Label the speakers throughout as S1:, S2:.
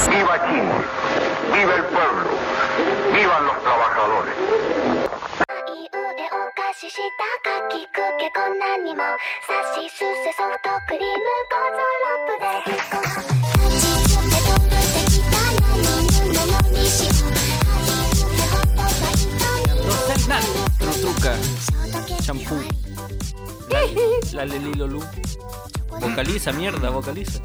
S1: decimos, viva el pueblo, vivan los trabajadores.
S2: いいうえお菓子したかきくけこんなにもさしすせソフトクリームゴゾロップでこう立ちつけ飛ぶてきたらみんなのにしよう味付けホットバイトに
S3: Nan, Trutruca,
S2: ショートケーキ
S3: Champú.
S2: 割り
S3: la Leli Lolú. Vocaliza, mierda, vocaliza.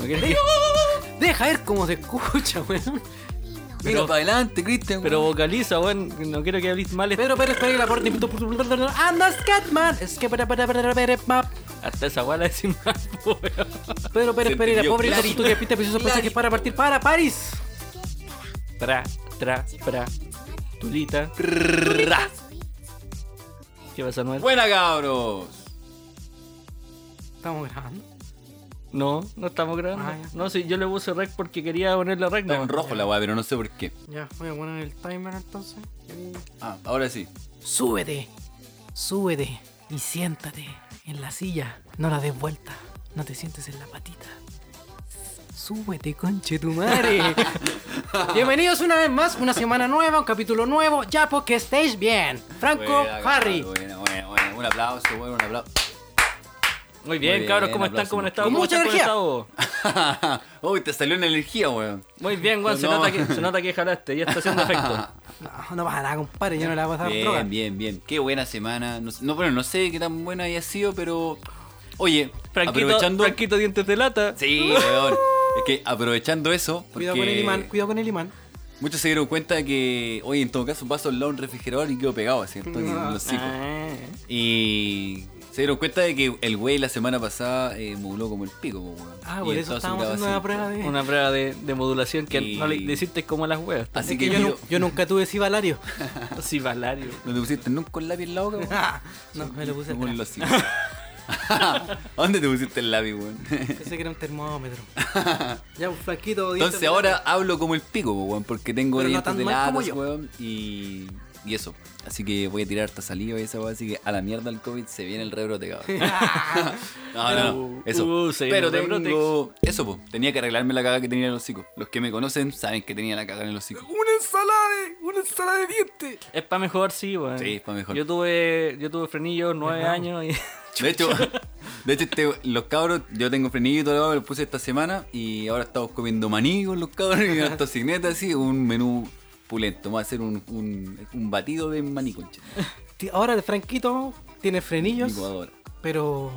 S2: 駄菓子雲
S3: ¿No quieres que-
S4: Deja ver cómo se escucha, weón. Mira
S3: Pero-
S4: para adelante, Cristian.
S3: Pero vocaliza, weón. No quiero que hables mal.
S4: Pero, pero, espera que la puerta. Andas, Catman. Es que, para, para, para, para, para.
S3: Hasta esa guala es mal, weón.
S4: Pero, pero,
S5: Se
S4: espera,
S5: entendió,
S4: pobre
S5: claro.
S4: tú que pita preciso pasaje para partir para París.
S3: Tra, tra, tra. Tulita. ¿Qué pasa, Noel?
S5: Buena, cabros.
S4: Estamos grabando.
S3: No, no estamos grabando.
S4: Ah, ya.
S3: No, sí, yo le puse rec porque quería ponerle rec.
S5: Está
S3: nomás.
S5: en rojo la weá, pero no sé por qué.
S4: Ya, voy a poner el timer entonces.
S5: Ah, ahora sí.
S4: Súbete, súbete y siéntate en la silla. No la des vuelta, no te sientes en la patita. Súbete, conche tu madre. Bienvenidos una vez más, una semana nueva, un capítulo nuevo. Ya porque estéis bien. Franco,
S5: Buena,
S4: Harry.
S5: cabros, buena, buena, buena. Un aplauso, weón, un aplauso.
S3: Muy bien,
S5: Muy bien,
S3: cabros, ¿cómo están?
S5: aplauso.
S3: ¿Cómo han estado?
S4: Con
S3: ¿Cómo
S4: mucha
S3: están? ¿Cómo han
S5: Uy, te salió una energía, weón.
S3: estado? Muy bien, weón. Se,
S5: No.
S3: nota que, se nota que jalaste. Ya está haciendo efecto.
S4: No, no pasa nada, compadre. Yo no le voy a pasar
S5: Bien,
S4: droga.
S5: bien, bien. Qué buena semana. No, sé- no, bueno, no sé qué tan buena haya sido, pero. Oye,
S3: Franquito,
S5: aprovechando.
S3: Franquito dientes de lata.
S5: Sí, weón. Es que aprovechando eso.
S4: Uh. Cuidado con el
S5: porque
S4: imán, cuidado con el imán.
S5: Muchos se dieron cuenta de que, oye, en todo caso paso al lado de un refrigerador y quedo pegado, ¿cierto?
S4: No.
S5: pues.
S3: Ah,
S5: Y se dieron cuenta de que el güey la semana pasada eh, moduló como el pico, po, weón.
S4: Ah,
S5: Y
S4: por
S5: en
S4: eso
S5: toda su
S4: estábamos
S5: grabación.
S4: haciendo una prueba de.
S3: Una prueba de, de modulación que
S5: Y-
S3: no le le hiciste como las weas.
S5: Así
S4: Es
S5: que,
S4: que yo,
S5: yo,
S4: nu- yo nunca tuve cibalario.
S3: Sí, Valario.
S5: ¿No te pusiste nunca un lápiz en la boca, weón?
S4: no, me lo puse
S5: Como en
S4: atrás.
S5: los Simpsons. ¿A dónde te pusiste el lápiz, weón?
S4: Pensé que era un termómetro. ya, un flaquito.
S5: Entonces ahora hablo como el pico, po, weón, porque tengo
S4: Pero no
S5: dientes
S4: tan
S5: de
S4: mal como
S5: latas,
S4: yo.
S5: weón, y, y eso. Así que voy a tirar esta saliva y esa weón, así que a la mierda el COVID se viene el rebrote, cabrón. No, no, no.
S3: Uh,
S5: Eso.
S3: uh, se
S5: Pero
S3: vienen rebrotes.
S5: tengo. Eso, po. Tenía que arreglarme la caga que tenía en el hocico. Los que me conocen saben que tenía la caga en el hocico.
S4: ¡Una ensalada! ¡Una ensalada de dientes!
S3: Es para mejor, sí, weón.
S5: Sí, es pa' mejor.
S3: Yo tuve, yo tuve frenillo nueve
S4: Ajá.
S3: años y.
S5: De hecho, de hecho este- los cabros, yo tengo frenillo y todo lo demás, me lo puse esta semana y ahora estamos comiendo maní con los cabros y una tocineta así, un menú pulento. Vamos a hacer un, un, un batido de maní concha.
S4: Ahora el Franquito tiene frenillos,
S5: Licuadora.
S4: pero.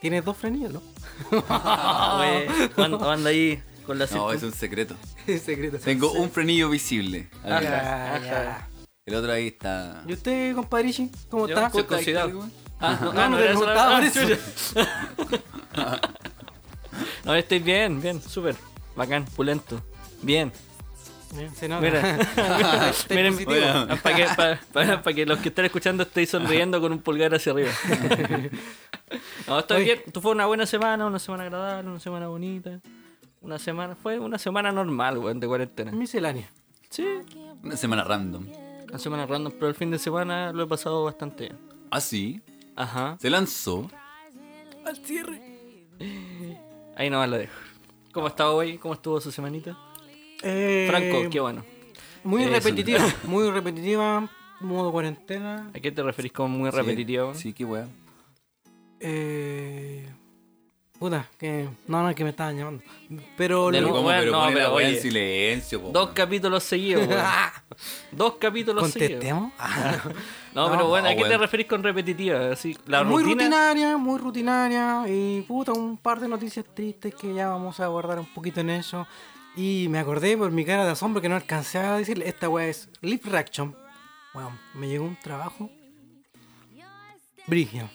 S4: Tiene dos frenillos, ¿no?
S3: Weón, anda- anda ahí con la
S5: No,
S3: circun-
S5: es un secreto.
S4: Es secreto. Ah,
S5: Tengo un frenillo visible.
S4: Ya,
S5: Ahí está.
S4: ya.
S5: El otro ahí está.
S4: ¿Y usted, compadrichi? ¿Cómo
S3: Yo
S4: está?
S3: soy
S5: ¿Está ahí,
S3: considerado.
S5: weón?
S3: Ah, no,
S4: No,
S3: no,
S4: no
S3: no,
S4: te
S3: era eso,
S4: preguntaba
S3: ah,
S4: por eso.
S3: chucha. No, estoy bien, bien, súper. Bacán, pulento. Bien.
S4: Bien, Se nota.
S3: Mira.
S4: Estoy
S3: Miren,
S4: positivo.
S5: Mira.
S3: para que, pa- pa- pa' que los que están escuchando estéis sonriendo con un pulgar hacia arriba. No, estoy
S4: Oye.
S3: bien. Tú fue una buena semana, una semana agradable, una semana bonita. Una semana, fue una semana normal, weón, de cuarentena.
S4: Miscelánea.
S3: Sí,
S5: Una semana random.
S3: una semana random, pero el fin de semana lo he pasado bastante bien.
S5: Ah, sí.
S3: Ajá.
S5: Se lanzó.
S4: Al cierre.
S3: Ahí nomás la dejo. ¿Cómo estaba hoy? ¿Cómo estuvo su semanita?
S4: Eh,
S3: Franco, qué bueno.
S4: Muy
S5: Eso.
S4: repetitiva. Muy repetitiva. Modo cuarentena.
S3: ¿A qué te referís como muy repetitivo?
S5: Sí, qué weá.
S4: Eh. Puta, que. No, no, es que me estaban llamando. Pero.
S3: De
S5: Pero
S4: lo-
S3: nuevo,
S5: cómo,
S3: weón,
S5: pero
S3: no,
S5: pone la
S3: pero
S5: weá
S3: oye.
S5: en silencio, po,
S3: Dos
S5: weón.
S3: capítulos seguidos, weón. Dos capítulos seguidos.
S4: Contestemos.
S3: No,
S4: No,
S3: pero bueno,
S5: no,
S3: ¿a qué te
S5: weón.
S3: referís con repetitiva? Así, la
S4: muy
S3: rutina.
S4: rutinaria, muy rutinaria. Y puta, un par de noticias tristes que ya vamos a abordar un poquito en eso. Y me acordé por mi cara de asombro que no alcancé a decirle, esta weá es Lip Reaction. Weón, me llegó un trabajo. Brigio.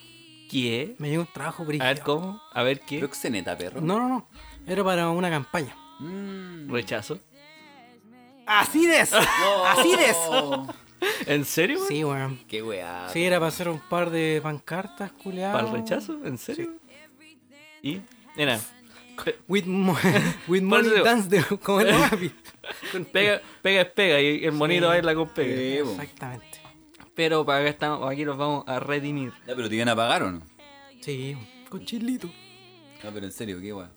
S3: ¿Qué?
S4: Me llegó un trabajo brigio.
S3: A ver cómo, a ver qué.
S5: Proxeneta, perro.
S4: No, no, no. Era para una campaña.
S5: Mm.
S3: Rechazo.
S4: ¡Así des! ¡Así des!
S3: ¿En serio? weón?
S4: Sí, weón.
S5: Qué weá.
S4: Sí, era para hacer un par de pancartas, culiadas.
S3: ¿Para el rechazo? ¿En serio? ¿Y? Mira, pe-
S4: With, mo with
S3: Por eso
S4: money
S3: digo.
S4: dance de como el papi.
S3: pega, pega es pega y el monito baila con pega.
S5: Sí, po.
S4: Exactamente.
S3: Pero para acá estamos, aquí nos vamos a redimir.
S5: Ya, pero te iban a pagar o no?
S4: Sí, con chilito.
S5: No, pero en serio, qué weá.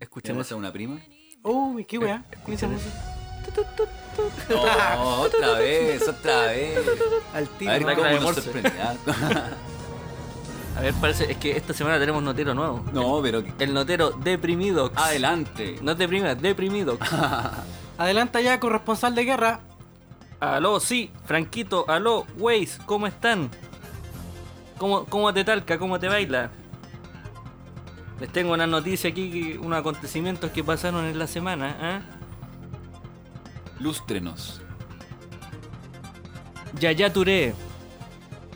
S3: Escuchen
S5: ¿Tenemos
S3: eso.
S5: a una prima?
S4: Uy, qué weá.
S5: Eh,
S4: ¿Cómo dice la música?
S5: No, otra vez, otra vez.
S4: Al
S5: A ver
S3: la
S4: ¿no?
S5: cómo
S3: clave
S5: nos
S3: Morse.
S5: sorprende. ah.
S3: A ver, parece, es que esta semana tenemos notero nuevo.
S5: No, pero
S3: El notero deprimido.
S5: Ah, adelante.
S3: No te deprimas, deprimido.
S4: Adelanta ya, corresponsal de guerra.
S3: aló, sí, Franquito, aló, Waze, ¿cómo están? ¿Cómo, ¿Cómo te talca? ¿Cómo te baila? Les tengo una noticia aquí, que- unos acontecimientos que pasaron en la semana. ¿ah?
S5: Lústrenos.
S3: Yaya Touré,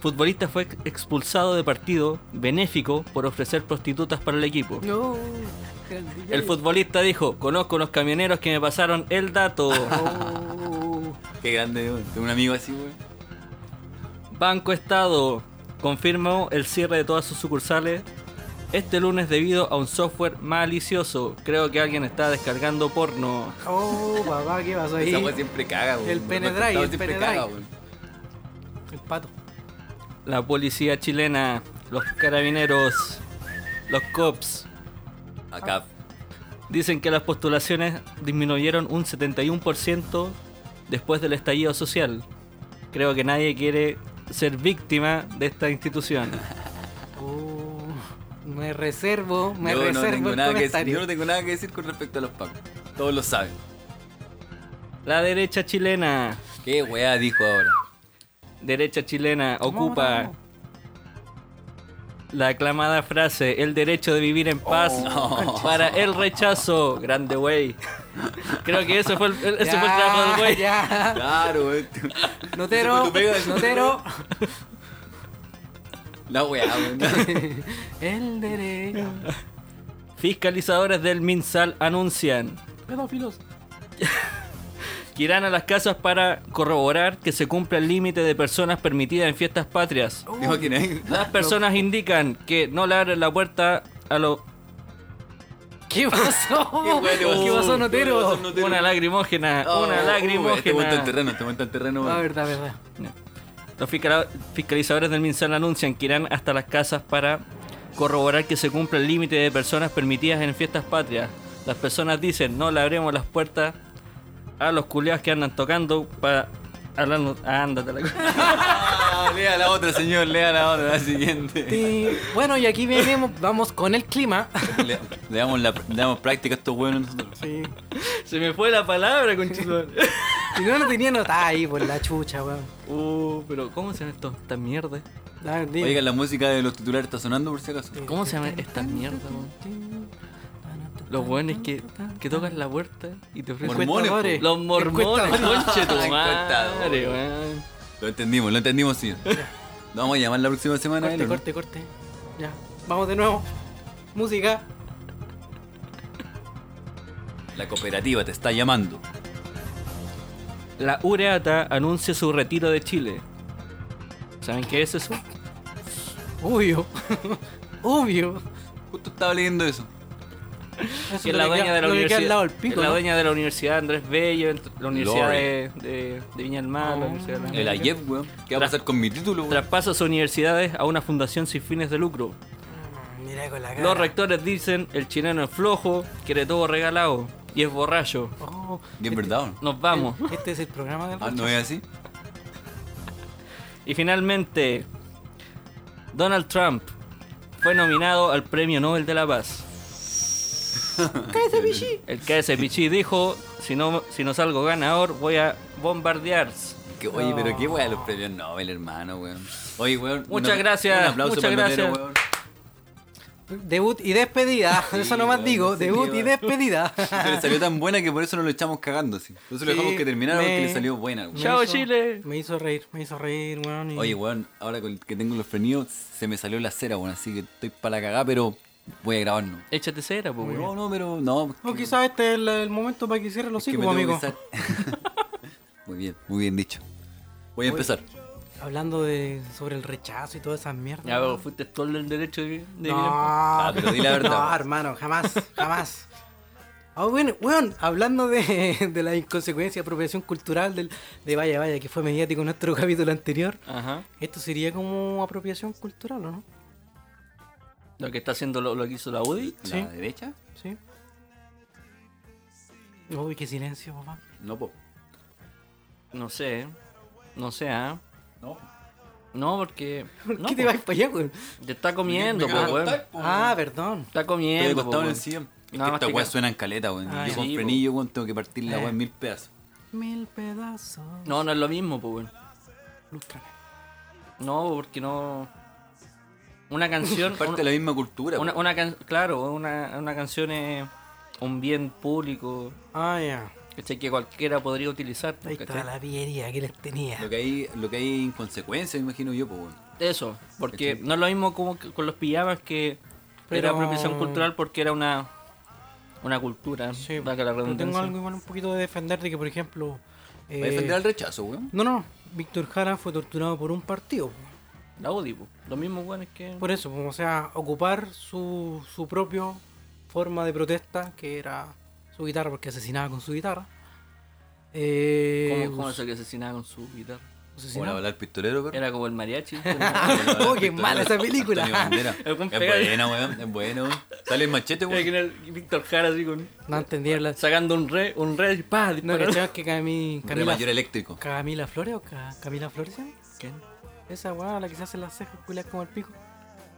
S3: futbolista fue ex- expulsado de partido benéfico por ofrecer prostitutas para el equipo.
S4: No.
S3: El futbolista dijo, conozco unos camioneros que me pasaron el dato.
S5: Qué grande, weón. Tengo un amigo así, güey.
S3: Banco Estado confirmó el cierre de todas sus sucursales este lunes debido a un software malicioso. Creo que alguien está descargando porno.
S4: Oh, papá, ¿qué pasó ahí?
S5: Esa weá siempre caga, güey.
S4: El
S5: Los
S4: penedrive,
S5: atentados
S4: el
S5: siempre
S4: penedrive.
S5: caga, güey.
S4: El pato.
S3: La policía chilena, los carabineros, los cops,
S4: Ah,
S5: Acá.
S3: Dicen que las postulaciones disminuyeron un 71% después del estallido social. Creo que nadie quiere ser víctima de esta institución.
S4: Oh, me reservo, me
S5: yo, no
S4: reservo
S5: tengo
S4: el
S5: nada que decir,
S4: comentario.
S5: yo no tengo nada que decir con respecto a los pacos. Todos lo saben.
S3: La derecha chilena,
S5: ¿Qué weá dijo ahora?
S3: derecha chilena,
S4: Vamos,
S3: ocupa
S4: vamos.
S3: la aclamada frase, el derecho de vivir en paz
S4: Oh,
S5: no.
S3: para el rechazo. Grande güey. Creo que eso fue el, el- ese fue el trabajo del güey.
S4: Ya.
S5: Claro, güey. Esa fue
S4: Notero,
S5: tu pega, esa fue tu
S4: notero.
S5: La weá, güey.
S4: El derecho.
S3: Fiscalizadores del MinSal anuncian
S4: Pedófilos.
S3: que irán a las casas para corroborar que se cumpla el límite de personas permitidas en fiestas patrias.
S5: Dijo que nadie-
S3: Las personas indican que no le abren la puerta a los...
S4: ¿Qué pasó?
S5: Qué weá te pasó,
S4: Oh, ¿Qué pasó,
S5: te
S4: notero?
S5: pasó, notero?
S3: Una lagrimógena,
S5: Oh,
S3: una
S5: Te monta el
S3: lagrimógena.
S5: terreno, te monta el terreno.
S4: La
S5: güey.
S4: verdad, verdad.
S3: Los fiscala- fiscalizadores del MinSal anuncian que irán hasta las casas para corroborar que se cumpla el límite de personas permitidas en fiestas patrias. Las personas dicen, no le abrimos las puertas a los culeados que andan tocando para... hablarnos- Ah, ándate la
S5: Ah, lea la otra, señor, lea la otra, la siguiente.
S4: Y, bueno, y aquí venimos, vamos con el clima.
S5: Le, le damos la, le damos práctica a estos huevos nosotros.
S4: Sí.
S3: Se me fue la palabra, conchito.
S4: Y no lo tenía anotada ahí por la chucha, weón.
S3: uh, pero ¿cómo se llama esto? Esta mierda.
S4: A ver, dime.
S5: Oigan, la música de los titulares está sonando por si acaso.
S3: ¿Cómo se llama esta mierda, weón? Los weones que, que tocan la puerta y te ofrecen.
S5: Mormones,
S4: Encuestadores.
S3: Los mormones,
S4: Encuestadores.
S3: conche tu madre,
S5: Encuestadores.
S3: weón.
S5: Lo entendimos, lo entendimos, señor. Lo vamos a llamar la próxima semana.
S4: Corte,
S5: ¿eh?
S4: corte, corte. Ya. Vamos de nuevo. Música.
S5: La cooperativa te está llamando.
S3: La Ureata anuncia su retiro de Chile. ¿Saben qué es eso?
S4: Obvio. Obvio.
S5: Justo estaba leyendo eso.
S4: Eso
S3: Que es la
S4: lo que
S3: dueña
S4: queda-
S3: de la
S4: lo que queda
S3: universidad.
S4: al lado del
S3: es
S4: pico,
S3: la
S4: ¿no?
S3: dueña de la Universidad Andrés Bello, ent- la Universidad
S5: Lore.
S3: de, de- de Viña del Mar, la
S4: Ah.
S3: Universidad de la-
S5: El ayer, weón. ¿Qué va a pasar con mi título, weón?
S3: Traspasa sus universidades a una fundación sin fines de lucro.
S4: Mira con la cara.
S3: Los rectores dicen, el chileno es flojo, quiere todo regalado y es borracho.
S4: Oh,
S5: ¿Y es verdad o no?
S3: Nos vamos.
S4: este es el programa del
S5: Ah,
S4: rancho.
S5: ¿No es así?
S3: Y finalmente, Donald Trump fue nominado al Premio Nobel de la Paz. El KSPG dijo, si no, si no salgo ganador, voy a bombardear.
S5: Que- oye, pero qué weón los premios Nobel, hermano, weón. Oye, weón.
S3: Muchas
S5: un-
S3: gracias,
S5: Un aplauso
S3: muchas
S5: para el
S3: gracias.
S5: notero, weón.
S4: Debut y despedida.
S5: Sí,
S4: eso nomás
S5: weón,
S4: digo.
S5: sí,
S4: debut y
S5: weón.
S4: despedida.
S5: Pero le salió tan buena que por eso no lo echamos cagando, sí. Por eso lo
S4: Sí,
S5: dejamos que terminara porque
S4: me-
S5: le salió buena, weón.
S4: Me
S3: Chao, Chile.
S4: Me hizo reír, me hizo reír, weón. y-
S5: Oye, weón, ahora con- que tengo los frenidos se me salió la cera, weón. Así que estoy para la cagada, pero voy a grabarnos.
S3: Échate cera, po,
S5: No,
S3: weón.
S5: no, pero no.
S4: No,
S5: que-
S4: quizás este es el, el momento para que cierre los
S5: que me
S4: hijos,
S5: tengo que
S4: amigo.
S5: sal- muy bien, muy bien dicho. Voy a empezar.
S4: Hablando de sobre el rechazo y todas esas mierdas.
S3: Ya, pero fuiste todo el derecho de, de vivir en paz.
S4: No,
S5: pero di la verdad,
S4: No,
S5: weón.
S4: hermano, jamás, jamás. Ah, bueno, weón, hablando de, de la inconsecuencia de apropiación cultural del, de Vaya Vaya, que fue mediático en nuestro capítulo anterior,
S3: Ajá.
S4: esto sería como apropiación cultural, ¿o no?
S3: Lo que está haciendo lo, lo que hizo la UDI.
S5: ¿La derecha?
S4: Sí. Uy, qué silencio, papá.
S5: No, po.
S3: No sé. No sé, ¿ah?
S5: No.
S3: No, porque.
S4: ¿Por
S3: no,
S4: qué te
S3: po.
S4: vas para allá, weón?
S3: Te está comiendo,
S5: Me
S3: po,
S5: quiero
S3: weón.
S5: acostar, po.
S4: Ah, perdón.
S3: Está
S5: Estoy
S3: comiendo. po,
S5: acostado en
S3: weón.
S5: el sillón. Es
S3: Nada
S5: que
S3: más
S5: estas
S3: te
S5: weas
S3: ca-
S5: suenan caleta, weón.
S4: Ah,
S5: Yo con
S3: sí, po.
S5: frenillo, weón, tengo que partir la
S4: Eh.
S5: wea en mil pedazos.
S4: Mil pedazos.
S3: No, no es lo mismo, po, weón.
S4: Lústrame.
S3: No, porque no. Una canción.
S5: Parte
S3: un-
S5: de la misma cultura.
S3: una,
S5: po.
S3: una can- claro, una, una canción es un bien público.
S4: Ah, ya.
S3: ¿cachai? Que cualquiera podría utilizar. po,
S4: Ahí está
S3: ¿cachai?
S4: la villería que les tenía.
S5: Lo que hay, lo que hay en consecuencia, me imagino yo, po, weón.
S3: Eso, porque
S5: ¿Cachai?
S3: no es lo mismo como que con los pijamas que
S4: Pero-
S3: era apropiación cultural porque era una una cultura,
S4: Sí,
S3: valga la
S4: pero
S3: redundancia.
S4: tengo algo igual un poquito de defender de que, por ejemplo... eh,
S5: Va a defender al rechazo, weón.
S4: No, no. Víctor Jara fue torturado por un partido.
S3: La ODI, po. lo mismo bueno es que
S4: Por eso, o sea, ocupar su, su propio forma de protesta, que era su guitarra, porque asesinaba con su guitarra. Eh,
S3: como eso que asesinaba con su guitarra.
S5: Bueno,
S4: asesinaba.
S5: hablar el pistolero, pero.
S3: Era como el mariachi.
S4: Oh, qué mala esa película.
S5: Antonio Banderas.
S3: El
S5: Es
S3: buen pega-
S5: buena, weón. Es buena, weón. Sale el machete,
S3: Era que
S5: weón.
S3: era el Víctor Jara así con-
S4: No entendí la...
S3: sacando un re, un re y pa,
S4: No,
S3: disparando.
S4: ¿cachai? que Cami-
S5: De
S4: Camila,
S5: mayor eléctrico.
S4: Camila Flores o Ca- Camila Flores? ¿sí?
S3: ¿Quién?
S4: Esa weá, la que se hace las cejas, culias como el pico.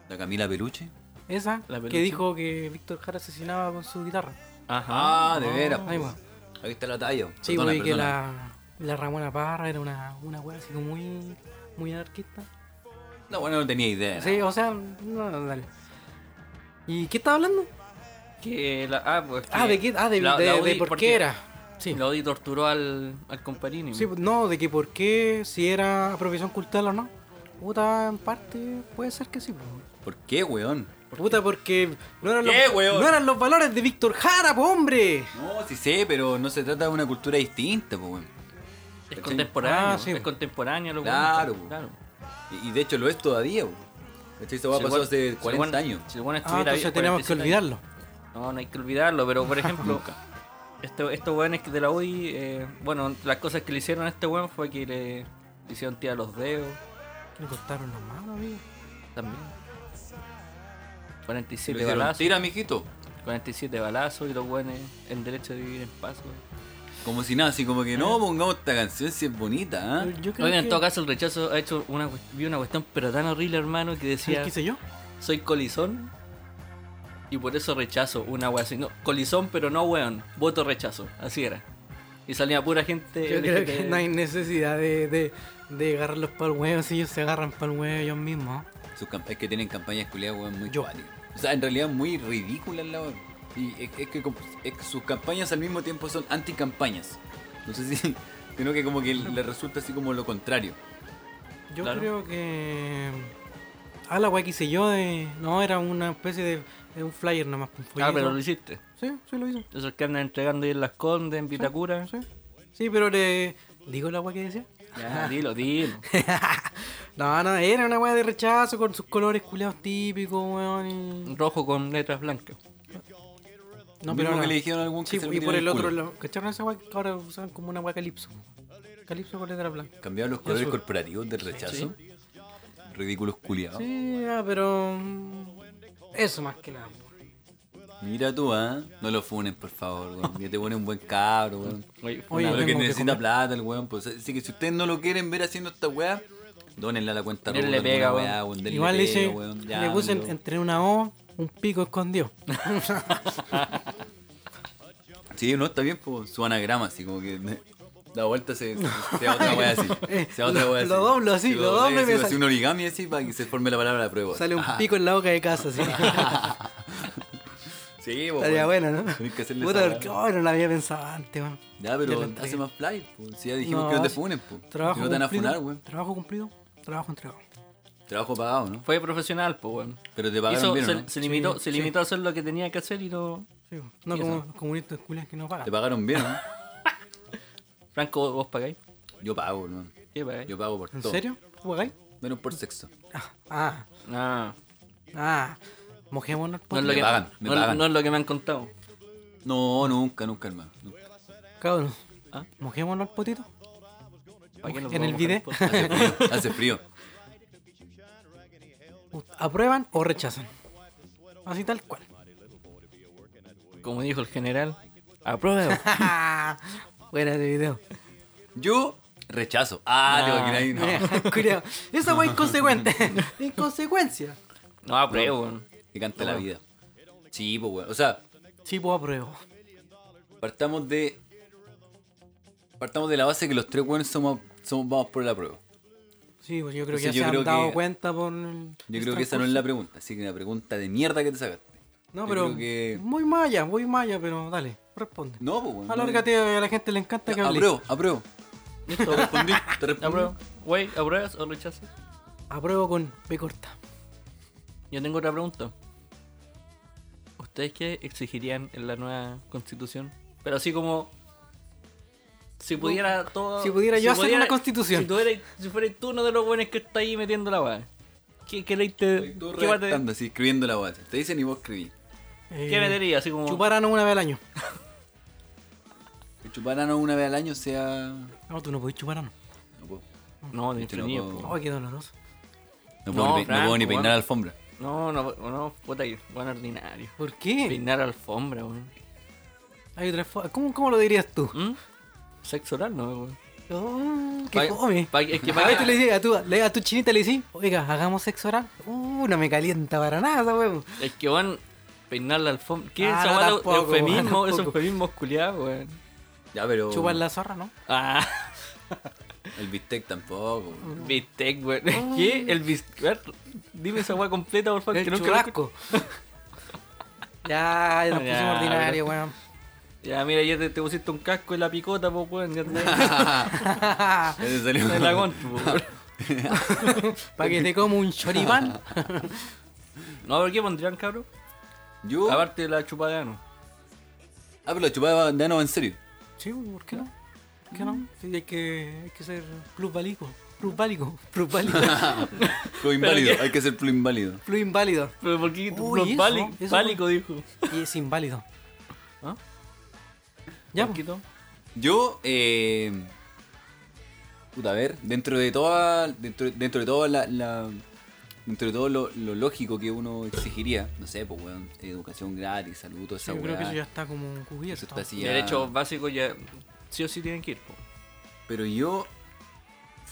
S5: La Camila Peluche.
S4: Esa,
S3: La peluche.
S4: que dijo que Víctor Jara asesinaba con su guitarra.
S3: Ajá.
S5: Ah, de veras.
S4: ahí
S5: po.
S4: va.
S5: Ahí está la talla.
S4: Sí,
S5: Perdona,
S4: güey, que
S5: perdona.
S4: la, la Ramona Parra era una, una weá así como muy, muy anarquista.
S5: No, bueno, no tenía idea.
S4: Sí, o sea, no, no, dale. ¿Y qué estaba hablando?
S3: Que la, ah, pues
S4: Ah,
S3: que
S4: de qué, ah, de,
S3: la-
S4: de-
S3: la
S4: de
S3: Odi-
S4: por
S3: porque
S4: qué era. Sí.
S3: La ODI torturó al, al compañero.
S4: Sí, pues. no, de que por qué, si era apropiación cultural o no. Puta, en parte puede ser que sí. po.
S5: ¿Por qué, weón?
S4: Puta, porque no eran,
S5: ¿Qué,
S4: los,
S5: weón?
S4: no eran los valores de Víctor Jara, po, hombre.
S5: No, sí sé, pero no se trata de una cultura distinta, pues, weón.
S3: Es
S5: ¿Cachai?
S3: contemporáneo,
S4: Ah, sí.
S3: es contemporáneo lo
S5: Claro, pues.
S3: bueno, claro.
S5: po. Y, y de hecho lo es todavía, weón. Esto va a
S3: Si el buen-
S5: pasar
S3: si
S5: hace
S3: el
S5: 40
S3: buen-
S5: años.
S3: si el buen
S4: Ah,
S3: estuviera
S4: entonces
S3: vivo,
S4: tenemos que
S3: 47 años.
S4: olvidarlo. Ah.
S3: No, no hay que olvidarlo, pero por ejemplo, este, estos weones que de la UDI, eh, bueno, las cosas que le hicieron a este weón fue que le, le hicieron tirar los dedos
S4: Le cortaron las manos, amigo.
S3: también.
S5: Se
S3: 47
S5: lo hicieron,
S3: balazos.
S5: Tira, mijito.
S3: 47 balazos y los weones en derecho de vivir en paz, weón.
S5: Como si nada, así como que no, pongamos esta canción si es bonita, ¿ah?
S4: Eh. Yo creo
S3: Oigan, en
S4: que-
S3: todo caso, el rechazo ha hecho una, cuest- vi una cuestión, pero tan horrible, hermano, que
S4: ¿sabes
S3: decía.
S4: ¿Qué sé yo?
S3: soy colisón y por eso rechazo una wea así. No, colisón, pero no weón. Voto rechazo. Así era. Y salía pura gente.
S4: Yo creo
S3: LGBT.
S4: que no hay necesidad de, de, de agarrarlos para el huevo si ellos se agarran para el huevo ellos mismos.
S5: Sus camp- es que tienen campañas culiadas, weón, muy
S4: Yo.
S5: cuáticas. O sea, en realidad muy ridículas la weón. Y es, es que como- es que sus campañas al mismo tiempo son anticampañas. No sé si. Creo que como que le resulta así como lo contrario.
S4: Yo
S3: Claro.
S4: creo que. Ah, la guay que hice yo de. No, era una especie de. de un flyer nomás. Un
S3: Ah,
S4: folleto.
S3: pero lo hiciste.
S4: Sí, sí lo hice.
S3: Esos que andan entregando ahí en Las Condes, en Vitacura.
S4: Sí. Sí, pero le. ¿Digo la guay que decía?
S3: Ya, dilo, dilo.
S4: No, no, era una guay de rechazo con sus colores culeados típicos, weón. y-
S3: Rojo con letras blancas.
S4: No,
S5: Mismo
S4: pero.
S5: que
S4: ahora-
S5: le dijeron a algún que
S4: Sí, pues,
S5: se lo
S4: y
S5: metieran
S4: por
S5: en
S4: el otro
S5: culo.
S4: lado. ¿Cacharon esa guay que ahora usan como una guay calipso? Calipso con letra blanca.
S5: Cambiar los colores corporativos del rechazo. Ridículos culiados.
S4: Sí, ah, pero. mm, Eso más que nada.
S5: Mira tú, ¿ah? No lo funen, por favor, weón. Que te pone un buen cabro, weón.
S3: Oye, fue
S4: Oye,
S3: una-
S5: Lo que
S4: tengo que
S5: necesita
S4: comer.
S5: plata el weón. Pues, así que si ustedes no lo quieren ver haciendo esta weá, donenle a la cuenta
S3: Denle
S5: alguna
S3: pega, weón.
S5: weá, weón, denle
S4: Igual le
S5: pega,
S4: hice,
S5: weón,
S4: le puse en-
S5: llámenlo.
S4: entre una O, un pico escondido.
S5: Sí, no, está bien, pues, su anagrama, así como que me- da vuelta, se, se, se da otra wea así. Se da otra
S4: Eh, Lo-
S5: wea así.
S4: lo doblo así,
S5: Se
S4: lo doblo y
S5: así,
S4: me
S5: así,
S4: sale-
S5: un origami así para que se forme la palabra de prueba.
S4: Sale un
S5: Ajá.
S4: pico en la boca de casa, así.
S5: Sí, pues,
S4: Estaría
S5: weón.
S4: bueno, ¿no?
S5: Tenés que hacerle
S4: Puta,
S5: esa
S4: porque,
S5: wea.
S4: oh, no la había pensado antes, weón.
S5: Ya,
S4: Ya
S5: pero
S4: lo entregué.
S5: hace más play, pues. Si ya dijimos que no te funen, pues.
S4: Trabajo
S5: Si no te van a
S4: cumplido,
S5: funar, weón.
S4: Trabajo cumplido, trabajo entregado.
S5: Trabajo pagado, ¿no?
S3: fue profesional, pues weón.
S5: Pero te pagaron
S3: Hizo-
S5: bien, ¿o
S3: se,
S5: ¿no?
S3: se limitó,
S4: Sí,
S3: se limitó a hacer lo que tenía que hacer y no.
S4: Sí, weón. no
S3: ¿Y
S4: como
S3: eso?
S4: los comunistas culias que no pagan.
S5: Te pagaron bien, ¿no?
S3: Franco, vos, vos pagáis.
S5: Yo pago, weón.
S3: ¿Qué pagáis?
S5: Yo pago por
S4: ¿En
S5: todo.
S4: serio? ¿Tú pagáis?
S5: Menos por sexo.
S4: Ah, ah,
S3: Ah,
S4: ah. Mojémonos.
S3: no, es
S4: pues.
S3: lo
S5: Me
S3: que,
S5: pagan, me
S3: no es-
S5: pagan.
S3: no es lo que me han contado.
S5: No, nunca, nunca, hermano. Nunca.
S4: Cabrón,
S3: ¿Ah?
S4: mojémonos el potito.
S3: ¿Para qué nos
S4: ¿En
S3: vamos
S4: el
S3: a
S4: bidet?
S3: mojar el poto?
S5: Hace frío.
S4: Pues, ¿Aprueban o rechazan? Así tal cual.
S3: Como dijo el general, Apruebo.
S4: Buena Ah, de video.
S5: Yo rechazo. Ah, te imaginas,
S4: Eh.
S5: no.
S4: Cuidado. Esa fue inconsecuente. Inconsecuencia.
S3: No, apruebo. weón.
S5: Que canta
S4: Oh.
S5: la vida. Sí, pues, weón. O sea,
S4: Sí, pues apruebo.
S5: partamos de. Partamos de la base que los tres weones somos, somos, vamos por la prueba.
S4: Sí, pues yo creo
S5: Sí,
S4: que ya
S5: yo
S4: se
S5: creo
S4: han dado
S5: que-
S4: cuenta por. el-
S5: Yo
S4: el
S5: creo que esa no es
S4: transcurso.
S5: la pregunta, así que una pregunta de mierda que te sacaste.
S4: No,
S5: yo
S4: pero.
S5: creo que-
S4: Muy maya, muy maya, pero dale, responde.
S5: No, pues, weón.
S4: Alárgate, a la gente le encanta que
S5: Ya,
S4: hable.
S5: Apruebo, apruebo.
S3: Listo.
S5: Te respondí, te respondí.
S3: ¿Apruebo? Güey, ¿apruebas o rechazas?
S4: Apruebo con P corta.
S3: Yo tengo otra pregunta. ¿Ustedes qué exigirían en la nueva constitución? Pero así como. Si pudiera todo.
S4: si pudiera yo hacer una constitución.
S3: Si, tuviera- si fuera tú uno de los buenos que está ahí metiendo la weá. ¿Qué, qué ley te.?
S5: Estoy Tú
S3: ¿Qué, va te-
S5: redactando, así, escribiendo la base. Te dicen y vos escribís.
S4: Eh,
S3: qué metería? Así como.
S4: chuparano una vez al año.
S5: Que chuparano una vez al año sea. No
S4: No, tú no podés chuparano.
S5: puedo.
S3: No, de
S5: Este loco-
S3: infinito. po.
S4: Ay, qué doloroso.
S5: No puedo,
S3: No,
S5: ni, pe- no
S3: Franco,
S5: puedo ni
S3: bueno.
S5: peinar la alfombra.
S3: No, no, no, puta que bueno ordinario.
S4: ¿Por qué?
S3: Peinar alfombra, weón.
S4: Hay otra fo- ¿Cómo, ¿Cómo lo dirías tú?
S3: ¿Mm? Sexo oral, no, weón.
S5: Mm.
S4: Oh,
S3: Pa-
S4: qué fome.
S3: pa- es que
S4: a
S3: pa-
S4: veces le dices a tu, le- a tu chinita le decís, oiga, hagamos sexo oral. Uh, no me calienta para nada esa huevo.
S3: Es que van peinar la alfombra. ¿Qué
S4: Ah,
S3: es
S4: no,
S3: esa weá?
S4: tampoco,
S3: Eufemismo,
S4: tampoco.
S3: esos eufemismos culiados, weón.
S5: Ya, pero.
S4: Chupar la zorra, ¿no?
S3: Ah,
S5: El bistec tampoco.
S4: Mm.
S5: weón.
S3: bistec, weón. ¿Qué? El bistec. Dime esa weá completa, por favor.
S4: El
S3: que nunca la
S4: churrasco. ya, ya nos
S3: Ya,
S4: pusimos ordinario, weón.
S3: escuché. Ya, mira, ya te, te pusiste un casco y la picota, pues, weón. Ya
S4: Ah,
S5: Ya te salió.
S3: te la conto, po, weón.
S4: Para que te como un choripán.
S3: No, pero ¿qué pondrían, cabrón?
S5: Yo. Ah,
S3: Aparte de la chupadano.
S5: pero la chupada de ano va en serio.
S4: sí, ¿por qué no? ¿Por qué no? Sí, hay que, hay que ser plusválico. Plusválico. Plusválido.
S5: Fue inválido, hay que ser plus inválido.
S4: Plus inválido.
S3: Pero ¿por qué
S4: Uy,
S3: los
S4: eso,
S3: pálico,
S4: eso-
S3: pálico dijo?
S4: Y es inválido.
S3: ¿Ah?
S4: Ya, po.
S3: poquito.
S5: Yo, eh. Puta, a ver, dentro de toda. Dentro, dentro de toda la. la- dentro de todo lo, lo lógico que uno exigiría, no sé, pues, weón, educación gratis, salud, toda
S4: Sí,
S5: esa
S4: yo creo que
S5: weá.
S4: eso ya está como
S5: Eso
S4: cubierto.
S5: está así ya.
S3: Derechos básicos ya sí o sí tienen que ir, po.
S5: Pero yo,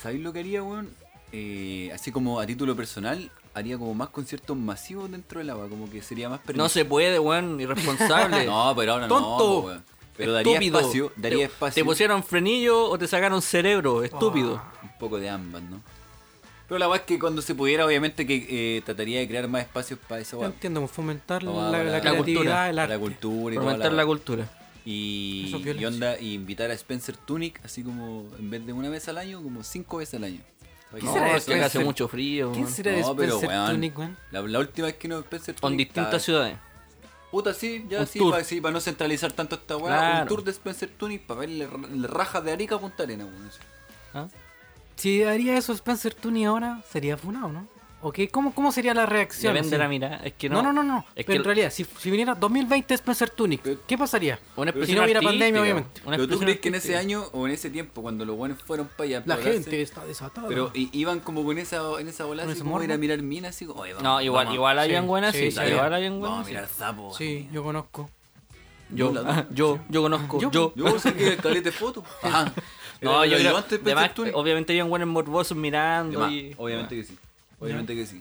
S5: ¿sabéis lo que haría, weón? Eh, así como a título personal, haría como más conciertos masivos dentro del agua, como que sería más
S3: No se puede, weón, irresponsable.
S5: permisible. No, pero ahora no.
S3: Tonto.
S5: weón. Pero daría
S3: Estúpido.
S5: espacio, daría
S3: te,
S5: espacio.
S3: Te pusieron frenillo o te sacaron cerebro, estúpido.
S4: Ah.
S5: un poco de ambas, ¿no? Pero la verdad es que cuando se pudiera, obviamente que eh, trataría de crear más espacios para esa
S4: Yo
S5: weá.
S4: entiendo, como fomentar
S5: Para-
S4: la, la,
S5: para- para
S4: creatividad,
S3: cultura,
S4: el arte.
S5: La cultura y toda
S3: Fomentar
S5: la
S3: la
S5: weá.
S3: cultura.
S5: y,
S4: Eso es violencia.
S5: y onda, y invitar a Spencer Tunic, así como en vez de una vez al año, como cinco veces al año.
S4: ¿Qué
S3: No,
S4: será
S3: es
S4: eso?
S3: que
S4: ¿Qué
S3: hace
S4: será?
S3: mucho frío.
S4: ¿Quién
S3: weón.
S4: será de
S5: No, pero
S4: Spencer
S5: weón,
S4: Tunick, weón?
S5: La, la última vez que nos Spencer
S3: Con
S5: Tunic
S3: distintas
S5: estaba-
S3: ciudades.
S5: Puta, sí, ya
S3: Un
S5: sí,
S3: tour.
S5: para no centralizar tanto esta weá.
S3: Claro.
S5: Un tour de Spencer Tunic para verle ra- le rajas de Arica a Punta Arena, weón. así.
S3: ¿Ah?
S4: Si haría eso Spencer Tunick ahora, sería funado, ¿no? ¿O qué? ¿Cómo, ¿Cómo sería la reacción?
S3: Depende de la
S4: así?
S3: mirada. Es que no.
S4: no, no, no, no.
S3: Es
S4: Pero en
S3: que-
S4: realidad, si, si viniera 2020 Spencer Tunick, ¿qué pasaría?
S3: Una
S4: Pero si
S3: expresión
S4: no hubiera
S3: artística.
S4: pandemia, obviamente.
S3: Una
S5: Pero tú
S3: expresión
S5: crees que en ese
S3: artística.
S5: año o en ese tiempo, cuando los buenos fueron para allá,
S4: La
S5: para hablarse,
S4: gente está desatada.
S5: Pero i- iban como con esa, en esa bola,
S4: Con
S5: así
S4: ese
S5: como
S4: morbo.
S5: ir a mirar minas, así como. "Oye, vamos,
S3: No, igual,
S5: vamos,
S3: igual hay
S4: Sí,
S3: en buenas,
S4: sí,
S3: sí.
S4: sí,
S3: igual hay en
S5: Vamos a
S3: buenas. sí.
S5: mirar sapos.
S4: sí, yo conozco.
S3: Yo, ah, yo, yo conozco.
S4: Yo-
S3: Yo.
S5: Yo sé que calete fotos. Ajá.
S3: No,
S5: Pero
S3: yo creo.
S5: antes de
S3: además,
S5: Spencer Tunic.
S3: obviamente hay en buenas morbosos
S5: De
S3: mirando.
S5: más,
S3: y-
S5: Obviamente que sí. Obviamente que sí.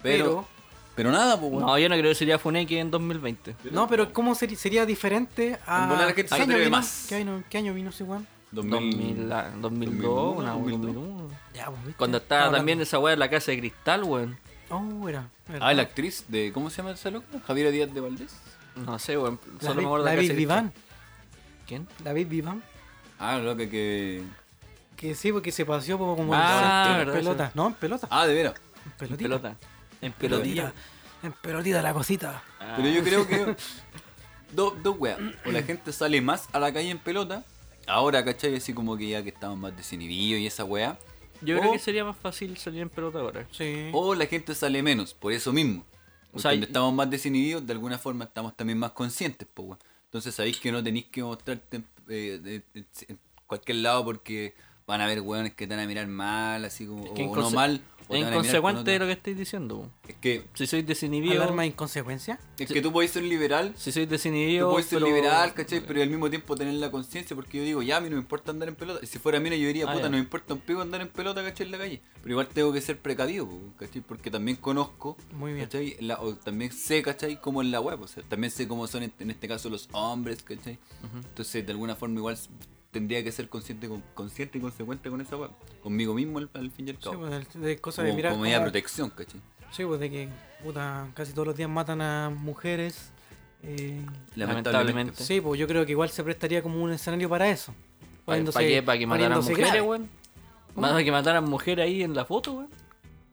S4: Pero-
S5: Pero. Pero nada, pues, weón.
S3: No, yo no creo que sería Funeki en 2020.
S4: No, pero ¿cómo sería, sería diferente a.
S5: En volar la gente
S4: ¿Qué
S5: se
S4: año
S5: atreve
S4: vino?
S5: más.
S4: ¿Qué año, qué año vino ese weón?
S3: 2000, la- 2002,
S5: 2001,
S3: una-
S5: 2002.
S3: 2001.
S4: Ya, pues, ¿viste?
S3: Cuando estaba
S4: Estamos
S3: también esa weá de la casa de cristal, weón.
S4: hablando- Oh, era. era.
S5: Ah, la actriz de. ¿Cómo se llama esa loca? Javiera Díaz de Valdés.
S3: No sé, weón.
S4: La,
S3: Solo me acuerdo de la
S4: Big
S3: casa de
S4: Vivan.
S3: cristal. ¿Quién?
S4: La Big Vivan.
S5: Ah, loca que.
S4: Que sí, porque se paseó como, como
S3: Ah,
S4: en
S3: verdad,
S4: pelota. No, en pelota.
S5: Ah, de veras.
S4: en
S3: En
S4: pelotita.
S3: pelota. En
S4: pelotita.
S3: pelotilla.
S4: En pelotita la cosita.
S5: Pero yo creo que. Dos dos weas. O la gente sale más a la calle en pelota. Ahora, ¿cachai? Así como que ya que estamos más desinhibidos y esa wea.
S3: Yo
S5: o,
S3: creo que sería más fácil salir en pelota ahora.
S4: Sí.
S3: Oh,
S5: O la gente sale menos, por eso mismo.
S3: O
S5: Porque
S3: sea,
S5: cuando
S3: y-
S5: estamos más desinhibidos, de alguna forma estamos también más conscientes, pues, weón. Entonces sabéis que no tenéis que mostrarte en, eh, de- de- en cualquier lado porque van a haber weones que te van a mirar mal, así como,
S3: que en
S5: o Oh, no
S3: conse-
S5: mal, O te van a
S3: Es
S5: mirar
S3: inconsecuente
S5: con
S3: lo
S5: otro-
S3: que estoy diciendo.
S5: Es que,
S3: Si sois desinhibido.
S4: ¿Alarma de inconsecuencia?
S5: es que tú podés ser liberal,
S3: Si sois
S5: tú
S3: desinhibido.
S5: podés ser
S3: pero-
S5: liberal, ¿cachai? Pero al mismo tiempo tener la conciencia, porque yo digo, ya a mí no me importa andar en pelota. Si fuera mira, yo diría,
S3: Ah,
S5: puta,
S3: ya.
S5: no me importa un pico andar en pelota, ¿cachai? En la calle. Pero igual tengo que ser precavido, po, ¿cachai? Porque también conozco,
S4: Muy bien.
S5: ¿cachai? La- o también sé, ¿cachai? Cómo es la web, o sea, también sé cómo son en, en este caso los hombres, ¿cachai? Entonces, de alguna forma, igual tendría que ser consciente, con- consciente y consecuente con esa web. Conmigo mismo, al, al fin y al
S4: Sí,
S5: cabo.
S4: pues, de, de cosas de
S5: como,
S4: mirar.
S5: como medida de
S4: cómo-
S5: protección, ¿cachai?
S4: Sí, pues de que puta, casi todos los días matan a mujeres. eh,
S3: Lamentablemente.
S4: sí, pues yo creo que igual se prestaría como un escenario para eso.
S3: ¿Para
S4: Poniéndose-
S3: qué? ¿Para que mataran
S4: poniéndose
S3: mujeres,
S4: grave.
S3: weón? ¿Para que mataran mujeres ahí en la foto, weón?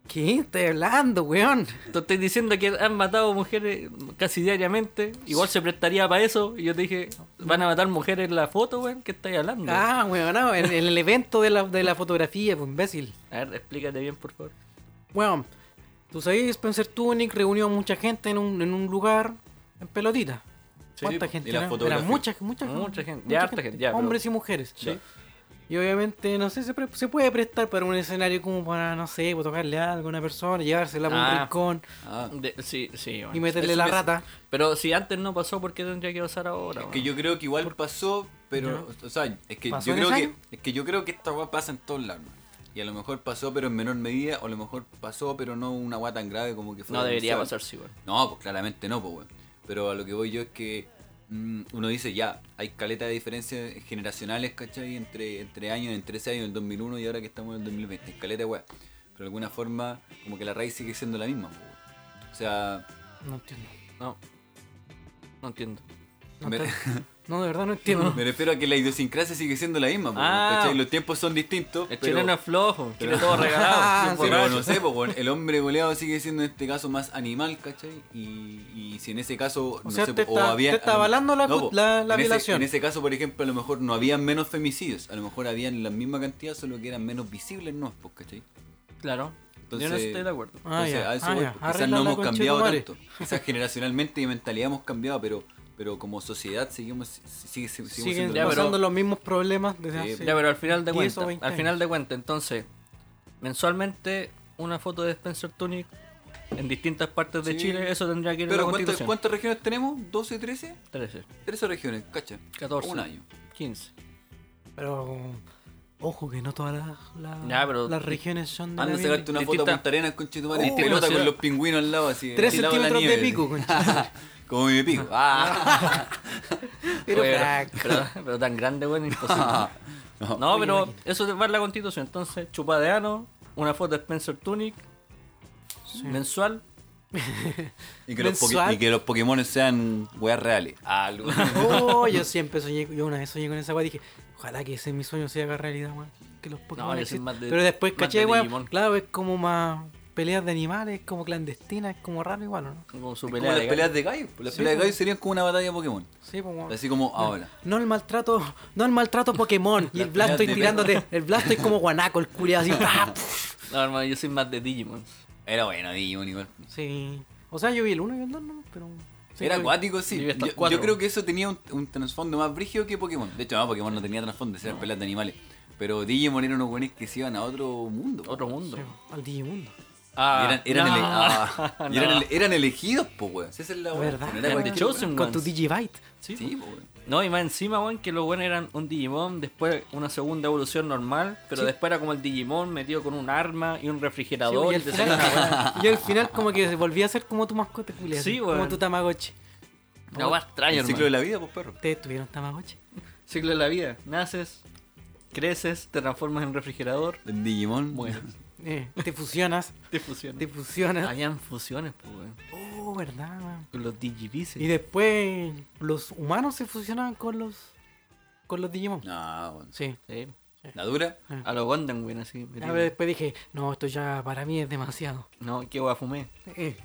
S4: ¿Qué estás hablando, weón?
S3: Te estoy diciendo que han matado mujeres casi diariamente. Igual se prestaría para eso. Y yo te dije, ¿van a matar mujeres en la foto, weón? ¿Qué estáis hablando?
S4: Ah, weón, no, en, en el evento de la, de la fotografía, pues imbécil.
S3: A ver, explícate bien, por favor.
S4: Weón, tú sabes, Spencer Tunic reunió a mucha gente en un, en un lugar en pelotita. ¿Cuánta
S5: Sí,
S4: gente?
S5: y la
S4: era? Eran
S5: fotografía.
S4: muchas, muchas,
S3: Mucha gente, ya harta gente, ya, pero-
S4: Hombres y mujeres.
S3: Sí.
S4: Y obviamente, no sé, se, pre- se puede prestar para un escenario como para, no sé, pues, tocarle algo a una persona, llevársela por un
S3: Ah.
S4: rincón
S5: Ah.
S3: De- sí, sí, weón.
S4: y meterle
S5: Eso
S4: la
S5: me-
S4: rata.
S3: Pero si antes no pasó, ¿por qué tendría que pasar ahora?
S5: Es
S3: weón?
S5: que yo creo que igual pasó, pero, o sea, es que
S4: ¿Pasó
S5: yo
S4: en
S5: creo
S4: ese
S5: que,
S4: año?
S5: es que yo creo que esta weá pasa en todos lados. man. Y a lo mejor pasó, pero en menor medida, o a lo mejor pasó, pero no una weá tan grave como que fue.
S3: No debería
S5: denunciado.
S3: pasar, sí, weón.
S5: No, pues claramente no, pues weón. Pero a lo que voy yo es que mm, uno dice, ya, hay caleta de diferencias generacionales, ¿cachai? Entre, entre años, en 13 años, en el 2001 y ahora que estamos en el 2020. Es Caleta, de weá. Pero de alguna forma, como que la raíz sigue siendo la misma, pues, weón. O sea,
S4: No entiendo.
S3: No. No entiendo.
S4: No,
S5: Me-
S4: está- no, de verdad no entiendo.
S5: Me refiero a que la idiosincrasia sigue siendo la misma, po,
S3: Ah.
S5: ¿cachai? Los tiempos son distintos.
S3: El
S5: pero,
S3: chileno es flojo, tiene
S5: pero-
S3: todo
S4: Ah,
S3: regalado.
S4: sí,
S5: pero no sé, po, weón, el hombre goleado sigue siendo en este caso más animal, ¿cachai? Y, y si en ese caso, no
S4: sea,
S5: sé,
S4: te
S5: po,
S4: está-
S5: o había.
S4: te está
S5: a lo-
S4: avalando la ju-
S5: po,
S4: la- la
S5: en ese-
S4: violación.
S5: en ese caso, por ejemplo, a lo mejor no había menos femicidios, a lo mejor habían la misma cantidad, solo que eran menos visibles, ¿no? po, ¿cachai?
S3: Claro.
S5: Entonces-
S3: yo no estoy de acuerdo.
S4: Ah,
S5: Entonces,
S4: ya,
S5: a eso
S4: ah,
S5: voy,
S4: ya.
S5: pues, quizás
S4: Arréglala,
S5: no hemos
S4: conchetumare.
S5: cambiado tanto. Quizás generacionalmente y mentalidad hemos cambiado, pero, pero como sociedad seguimos, sigue, seguimos
S4: Siguen
S5: siendo
S3: Ya,
S5: la
S3: pero-
S4: pasando los mismos problemas desde
S5: Sí,
S4: hace...
S3: Ya, pero al final de
S4: 10 o
S3: cuentas,
S4: 20
S3: al final
S4: años.
S3: de cuentas, entonces, mensualmente una foto de Spencer Tunic en distintas partes de
S5: Sí.
S3: Chile, eso tendría que ir en la
S5: Pero ¿cuántas,
S3: Constitución.
S5: ¿cuántas regiones tenemos? ¿12, 13?
S3: 13,
S5: 13 regiones, cacha.
S3: 14.
S5: Un año.
S3: 15.
S4: Pero ojo que no todas las, las-
S3: Ya, pero-
S4: las regiones son de
S5: Anda
S4: la
S5: a
S4: misma-
S5: sacarte una foto a
S3: Distinta-
S5: Punta Arenas con Chetumare
S3: Oh,
S5: en pelota
S3: sí.
S5: con los pingüinos al lado así.
S4: Tres
S5: al lado la
S4: centímetros de
S5: nieve.
S4: pico,
S5: Como mi pico. Ah.
S4: Pero
S3: Oye,
S4: frac.
S3: pero, pero tan grande, bueno, imposible.
S5: No.
S3: No, pero eso va en la constitución. Entonces, chupadeano, una foto de Spencer Tunic, mensual.
S5: Y que, los poke-
S4: Mensual.
S5: y que los Pokémon sean weas reales. Ah, lo-
S4: Oh, yo siempre soñé, yo una vez soñé con esa weá, dije, ojalá que ese mi sueño se haga realidad, weón. Que los Pokémon
S3: yo soy
S4: existan.
S3: más de-
S4: Pero después
S3: más
S4: caché,
S3: de
S4: weón,
S3: Digimon.
S4: claro, es como más peleas de animales, como clandestinas, es como raro igual, ¿o ¿no?
S3: Con su
S5: Como
S3: pelea
S5: las
S3: de
S5: peleas de gallo. Las peleas
S4: Sí,
S5: de
S4: pues.
S5: gallo serían como una batalla de Pokémon.
S4: Sí, pues weón.
S5: Así como ahora.
S4: No el maltrato, no el maltrato Pokémon. Y
S5: Las
S4: el
S5: peleas
S4: Blastoise
S5: de
S4: tirándote, el Blastoise como guanaco, el culiado así. ¡pa!
S3: gato. No, hermano, yo soy más de Digimon.
S5: Era bueno, Digimon igual.
S4: Sí. O sea, yo vi el uno y el dos, ¿no? Pero... sí,
S5: era
S4: yo vi-
S5: acuático, sí.
S3: yo vi
S5: Yo,
S3: hasta
S5: yo
S3: cuatro.
S5: creo que eso tenía un, un trasfondo más brígido que Pokémon. De hecho, no, Pokémon no tenía trasfondo, eran peleas de animales. Pero Digimon eran unos güeyes que se iban a otro mundo. po.
S3: Otro mundo.
S4: Sí, Al Digimundo.
S3: Ah,
S5: Y eran, eran,
S3: no.
S5: ele- ah, y eran
S3: No.
S5: ele- eran elegidos, po, weón. Si Esa es la weá.
S4: ¿Verdad?
S5: No era
S3: Eran
S5: weá
S3: The
S5: de chupa.
S3: Chosen
S4: Con tu
S3: Ones.
S4: Digibyte.
S3: Sí,
S5: Sí, po, weón.
S3: No, y más encima, weón, que los buenos eran un Digimon, después una segunda evolución normal, pero después era como el Digimon metido con un arma y un
S4: Sí,
S3: refrigerador.
S4: y,
S3: pues, y te
S4: al
S3: sacaba una weá.
S4: final, y al final como que se volvía a ser como tu mascota, culia,
S3: Sí,
S4: así,
S3: weón.
S4: Como tu Tamagotchi.
S3: Una weá extraña,
S5: El
S3: hermano.
S5: ciclo de la vida, pues, perro.
S4: ¿Ustedes tuvieron Tamagotchi?
S3: Ciclo de la vida. Naces, creces, te transformas en refrigerador,
S5: En Digimon.
S3: mueres.
S4: Eh, te fusionas,
S3: Te fusionas.
S4: te fusionas.
S3: Habían fusiones, pues, weón.
S4: Oh, verdad, weón.
S3: Con los Digivices.
S4: Y después los humanos se fusionaban con los con los Digimon.
S5: No, weón.
S4: Sí.
S3: Sí.
S5: La dura.
S3: A los Gondan, weón, así. metido.
S4: Ah. A ver, después dije, no, esto ya para mí es demasiado.
S3: No, qué weá fumé.
S4: Eh,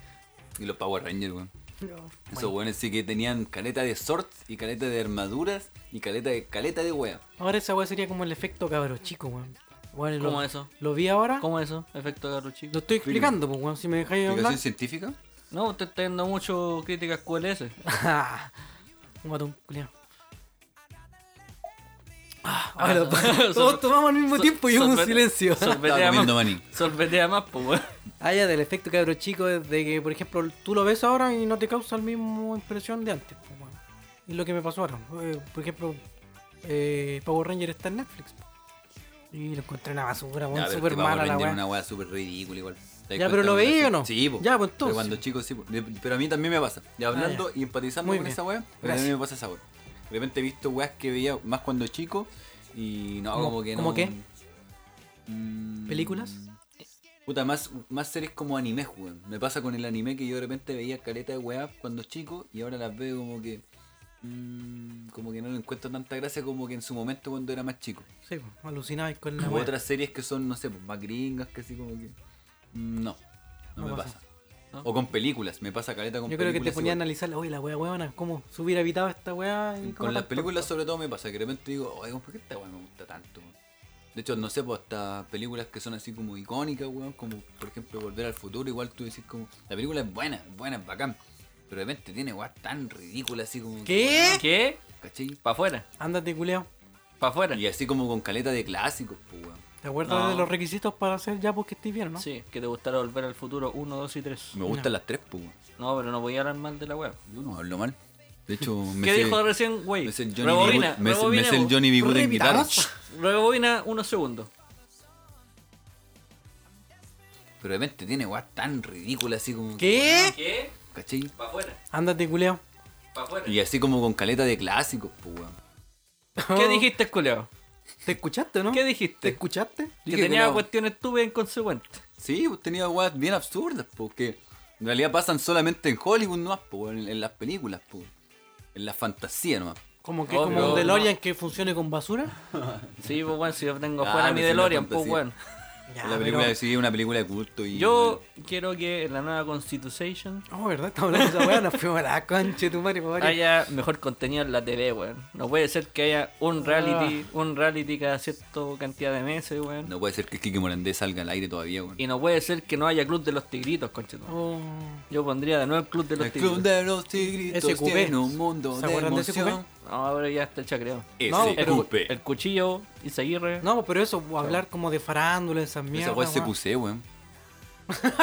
S5: Y los Power Rangers, weón.
S4: no.
S5: Esos weones sí que tenían caleta de sorts y caleta de armaduras y caleta de caleta de wea.
S4: Ahora esa weá sería como el efecto cabro chico, weón. Weón,
S3: ¿Cómo
S4: lo,
S3: eso?
S4: Lo vi ahora.
S3: ¿Cómo eso? Efecto de chico.
S4: Lo estoy explicando, pues, weón, si me dejáis hablar.
S5: ¿Explicación científica?
S3: No, usted está dando mucho críticas QLS.
S4: Un guatón, culiao.
S3: Ah,
S4: Ahora, Ah,
S5: Ah,
S4: todos tomamos al mismo tiempo y hubo un silencio.
S3: Sorbetea
S5: Estaba
S3: más.
S5: comiendo maní.
S3: Sorbetea más, pues, weón.
S4: Ah, ya, del efecto cabro chico es de que, por ejemplo, tú lo ves ahora y no te causa la misma impresión de antes. Pues, weón. Y lo que me pasó ahora. eh, por ejemplo, eh, Power Ranger está en Netflix. po. Y lo encontré una
S5: Ya,
S4: basura, weón,
S5: pero este
S4: súper
S5: es que Power
S4: mala la
S5: Ranger
S4: weá.
S5: es una weá súper ridícula igual. ¿Te das
S4: Ya,
S5: cuenta
S4: pero lo
S5: cuando
S4: veía
S5: era
S4: o no?
S5: así? Sí, po.
S4: Ya, pues,
S5: Pero
S4: entonces. Ah,
S5: cuando chico, sí, po. De- Pero a mí también me pasa. Y hablando y empatizando
S4: Muy
S5: con
S4: bien.
S5: esa weá, pero
S4: Gracias.
S5: también me pasa esa weá. De repente he visto weas que veía más cuando chico y no,
S4: ¿Cómo-
S5: como que no.
S4: cómo qué?
S5: Mm,
S4: ¿Películas?
S5: Puta, más, más series como anime, weón. Me pasa con el anime que yo de repente veía caleta de weas cuando chico y ahora las veo como que. mm, como que no le encuentro tanta gracia como que en su momento cuando era más chico.
S4: Sí, pues, alucinabais con la
S5: U
S4: weá.
S5: otras series que son, no sé, pues, más gringas, que así como que. mm, No, no,
S4: No
S5: me
S4: pasa.
S5: pasa. O con películas, me pasa caleta con
S4: Yo creo
S5: películas.
S4: que te ponían a
S5: igual.
S4: analizar, oye, la weá, weón, cómo subir habitado esta weá. y cómo
S5: Con las
S4: tanto".
S5: películas, sobre todo, me pasa que de repente digo, oye, ¿por qué esta weá me gusta tanto? weón?". De hecho, no sé, pues hasta películas que son así como icónicas, weón, como por ejemplo Volver al Futuro, igual tú decís como, la película es buena, es buena, es bacán, pero de repente tiene weá tan ridícula así como...
S4: ¿Qué?
S3: ¿Qué?
S5: ¿Cachai?
S3: Pa' afuera,
S4: Ándate, culeado.
S3: pa' afuera.
S5: Y así como con caleta de clásicos, pues, weón.
S4: ¿Te acuerdas
S3: No.
S4: de los requisitos para hacer ya porque estoy bien, no?
S3: Sí, que te gustara volver al futuro 1, 2 y 3.
S5: Me gustan las tres, pues, weón.
S3: No, pero no voy a hablar mal de la web.
S5: Yo no hablo mal. De hecho, me
S3: ¿Qué
S5: sé-
S3: dijo recién, güey?
S5: Me sé el Johnny B.
S3: Rebobina,
S5: Good- me sé- me
S3: rebobina,
S5: sé el
S3: vos.
S5: Johnny B. Good en guitarra.
S4: ¿Repitamos?
S3: Rebobina unos segundos.
S5: Pero de repente tiene weá tan ridícula así como.
S4: ¿Qué?
S3: ¿Qué?
S5: ¿Cachai?
S3: Pa' afuera,
S4: Ándate, culeado.
S3: pa' afuera.
S5: Y así como con caleta de clásicos, pues weón.
S3: ¿Qué dijiste, culeo?
S4: ¿Te escuchaste, no?
S3: ¿Qué
S4: ¿Te
S3: dijiste?
S4: escuchaste?
S3: Que
S5: Dije que
S3: tenía
S5: no.
S3: cuestiones estúpidas e inconsecuentes.
S5: Sí, pues tenía weas bien absurdas, pues que en realidad pasan solamente en Hollywood nomás, pues, en, en las películas, pues. En la fantasía nomás.
S4: Como que
S3: No,
S4: como
S3: pero
S4: un
S3: no.
S4: DeLorean que funcione con basura.
S3: Sí, pues bueno, si yo tengo
S5: Ah,
S3: fuera mi
S5: pero si
S3: DeLorean,
S5: la
S3: pues
S5: fantasía.
S3: bueno.
S4: Ya,
S5: la película
S4: pero-
S5: sí, una película de culto y.
S3: Yo quiero que en la nueva Constitution
S4: Oh, ¿verdad? Estamos hablando de esa weá. Nos fuimos a la concha de tu madre, por varios-
S3: haya mejor contenido en la TV, weón. No puede ser que haya un reality,
S4: Ah.
S3: un reality cada cierta cantidad de meses, weón.
S5: No puede ser que Kike Morandé salga al aire todavía, weón.
S3: Y no puede ser que no haya Club de los Tigritos, conchetumare.
S4: Oh,
S3: Yo pondría de nuevo el Club de los
S4: este
S5: El club
S3: Tigritos.
S5: de los tigritos
S4: SQP.
S5: tiene un mundo
S4: ¿Se
S5: de
S4: acuerdan de SQP?
S5: emoción.
S3: No, ahora ya está chacreado.
S4: No,
S5: SQP.
S4: pero-
S3: El, el cuchillo, Isaguirre.
S4: No, pero eso, pues, hablar como de farándula, esas
S5: Esa
S4: mierdas.
S5: wea es
S4: weá.
S5: SQC, weón.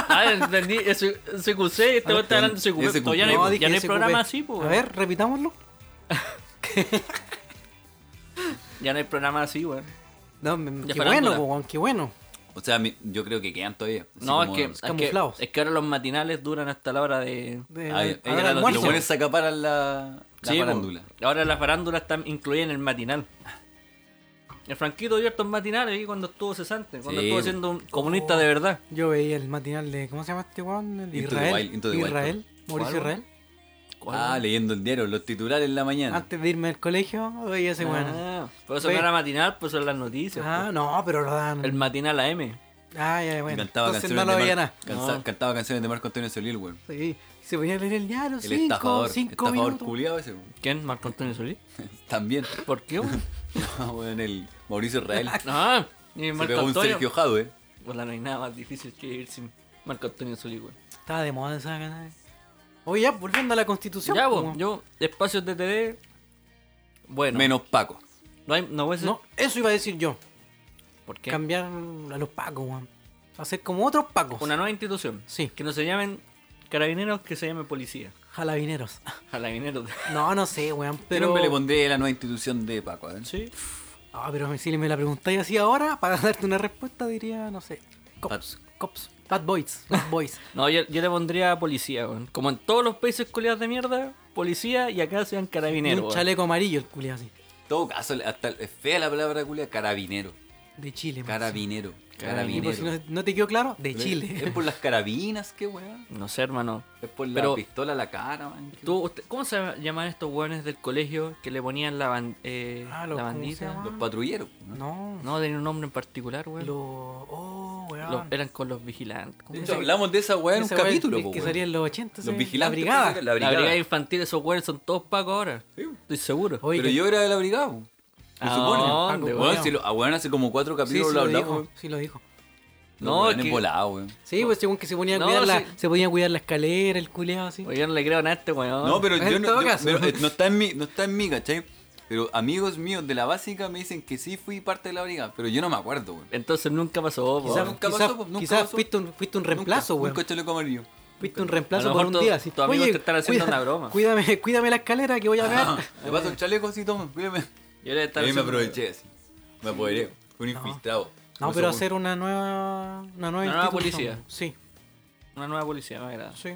S3: Ah, entendí. es- es CQC, este weón está hablando de CQC.
S5: SQP.
S3: Pero Ya no
S5: No,
S3: hay,
S4: dije
S3: ya no hay
S4: SQP.
S3: programa así, pues.
S4: A ver, repitámoslo.
S3: Ya no hay programa así, weón.
S4: No, me-
S3: De
S4: qué
S3: farándula.
S4: bueno, po, weón, qué bueno.
S5: O sea, mi- yo creo que quedan todavía. Así
S3: No, es
S5: como-
S3: que, es, que,
S4: camuflados.
S3: es que ahora los matinales duran hasta la hora de.
S4: De-
S5: Ah,
S4: ahora
S5: ahora
S4: el
S5: lo-
S4: almuerzo.
S5: Lo bueno es acaparar la, la
S3: Sí,
S5: farándula.
S3: po. Ahora las farándulas están incluidas en el matinal. El Franquito dio estos matinales ahí cuando estuvo cesante, cuando
S5: Sí,
S3: estuvo
S5: po.
S3: siendo un comunista de verdad.
S4: Yo veía el matinal de. ¿Cómo se llama este weón? El
S5: Into the
S4: Israel.
S5: Wild, Into the Wild,
S4: Israel. Mauricio
S3: ¿Cuál,
S4: Israel.
S5: Ah, leyendo el diario, los titulares en la mañana.
S4: Antes de irme al colegio, veía ese weón.
S3: Ah, Por eso
S4: Ve-
S3: no era matinal, pues son las noticias.
S4: Ah, no, pero lo dan.
S3: po. El matinal AM.
S4: Ah, ya,
S5: Y
S4: bueno.
S5: cantaba,
S4: Entonces
S5: canciones
S4: no lo
S5: de
S4: veía
S5: Mar-
S4: nada.
S5: cansa-
S3: No.
S5: cantaba canciones de Marco Antonio Solís, weón.
S4: Sí. Se ponía a leer el diario,
S5: El
S4: cinco,
S5: estafador.
S4: cinco
S5: estafador
S4: minutos.
S5: culiado ese, weón.
S3: ¿Quién? Marco Antonio Solís.
S5: También.
S3: ¿Por qué? weón?
S5: No, weón, el Mauricio Israel.
S3: ah, y
S5: Se
S3: Marco
S5: pegó un
S3: Antonio.
S5: Sergio Jadwe.
S3: Bueno, Pues no hay nada más difícil que ir sin Marco Antonio Solís, weón.
S4: Estaba de moda esa canal. Oye, ya, volviendo a la constitución.
S3: Ya,
S4: po,
S3: vos,
S4: weón.
S3: yo, espacios de TV. Bueno,
S5: Menos Paco.
S3: no, hay, no voy a ser-
S4: No, eso iba a decir yo.
S3: ¿Por qué?
S4: Cambiar a los pacos, weón. Hacer como otros pacos.
S3: Una nueva institución.
S4: Sí.
S3: Que no se llamen carabineros, que se llame policía.
S4: Jalabineros.
S3: Carabineros.
S4: No, no sé, weón.
S5: Pero
S4: Pero.
S5: me le pondré la nueva institución de Paco, ¿eh? a ver.
S3: Sí.
S4: Ah, pero si me la preguntáis así ahora, para darte una respuesta, diría, no sé. Cops. Cops. Bad boys. Bad boys.
S3: No, yo, yo le pondría policía, weón. Como en todos los países culiados de mierda, policía y acá sean
S4: Y
S3: carabineros.
S4: un
S3: weón.
S4: chaleco amarillo, el culiao así.
S5: En todo caso, hasta es fea la palabra culia, carabinero.
S4: De Chile, más.
S5: Carabinero.
S4: Y
S5: Carabinero.
S4: por si no, no te quedó claro, de
S5: Pero es-
S4: Chile.
S5: Es por las carabinas, qué weón.
S3: No sé, hermano.
S5: Es por la
S3: Pero-
S5: pistola a la cara, man. qué
S3: ¿Tú, usted- ¿Cómo se llaman estos hueones del colegio que le ponían la, ban- eh,
S4: Ah, los-
S3: la
S4: ¿cómo se
S3: bandita?
S4: llama?
S5: Los patrulleros. ¿no?
S4: No.
S3: No, tenían un nombre en particular, weón.
S4: Lo... Oh, weón.
S3: Los- eran con los vigilantes. ¿cómo
S5: De
S3: se
S5: hecho,
S3: llama?
S5: hablamos de esa weá en un
S4: Esa weá
S5: capítulo,
S4: que-
S5: po,
S4: Que
S5: weón.
S4: salía en los 80.
S5: Los
S4: sí,
S5: vigilantes.
S4: La brigada.
S5: pues,
S3: La brigada. infantil, esos hueones son todos pacos ahora.
S5: Sí.
S3: Estoy seguro.
S4: Oye,
S5: Pero
S4: que-
S5: yo era de la brigada, po. Se
S3: ¿A
S5: supone. Ah,
S3: dónde,
S5: Weón,
S3: weón?
S5: si lo- a weón hace como cuatro
S4: Sí, sí,
S5: capítulos
S4: lo
S5: lo hablamos.
S4: dijo.
S5: weón.
S4: Sí, lo dijo.
S5: Los
S3: No, es
S5: weones
S3: que-
S5: volados, weón.
S4: Sí, pues según que se ponía a
S3: No,
S4: cuidar la,
S3: sí.
S4: se ponía a cuidar la escalera, el culeado así.
S3: Oye, yo no pues, le creo nada a este weón.
S5: No, pero
S4: en
S5: yo no,
S4: todo
S5: yo-
S4: caso.
S5: pero, eh, no está en mí, no está en mí, ¿cachai? Pero amigos míos de la básica me dicen que sí fui parte de la brigada, pero yo no me acuerdo, weón.
S3: Entonces nunca pasó, po.
S5: Quizá
S3: weón.
S5: nunca
S4: quizás
S5: pasó, pues, nunca
S4: quizás
S5: pasó.
S4: fuiste, un, fuiste un reemplazo,
S5: Nunca,
S4: weón.
S5: Nunca chaleco amarillo.
S4: Fuiste un
S3: A
S4: reemplazo
S3: lo
S4: por
S3: mejor
S4: un
S3: tu-
S4: día. así,
S3: tus amigos
S4: "Oye,
S3: te están haciendo
S4: cuida-
S3: una broma".
S4: Cuídame, cuídame la escalera que voy a ver.
S5: Le paso el chaleco así, toma, cuídame.
S3: Yo le
S5: A
S3: estaba
S5: mí me
S3: haciendo-
S5: aproveché así. Me apoderé. Fue un infiltrado.
S4: No,
S5: Me
S4: pero
S5: supo-
S4: hacer una nueva.
S3: Una
S4: Una nueva,
S3: nueva
S4: institución.
S3: policía.
S4: Sí,
S3: Una nueva policía, me agrada.
S4: sí.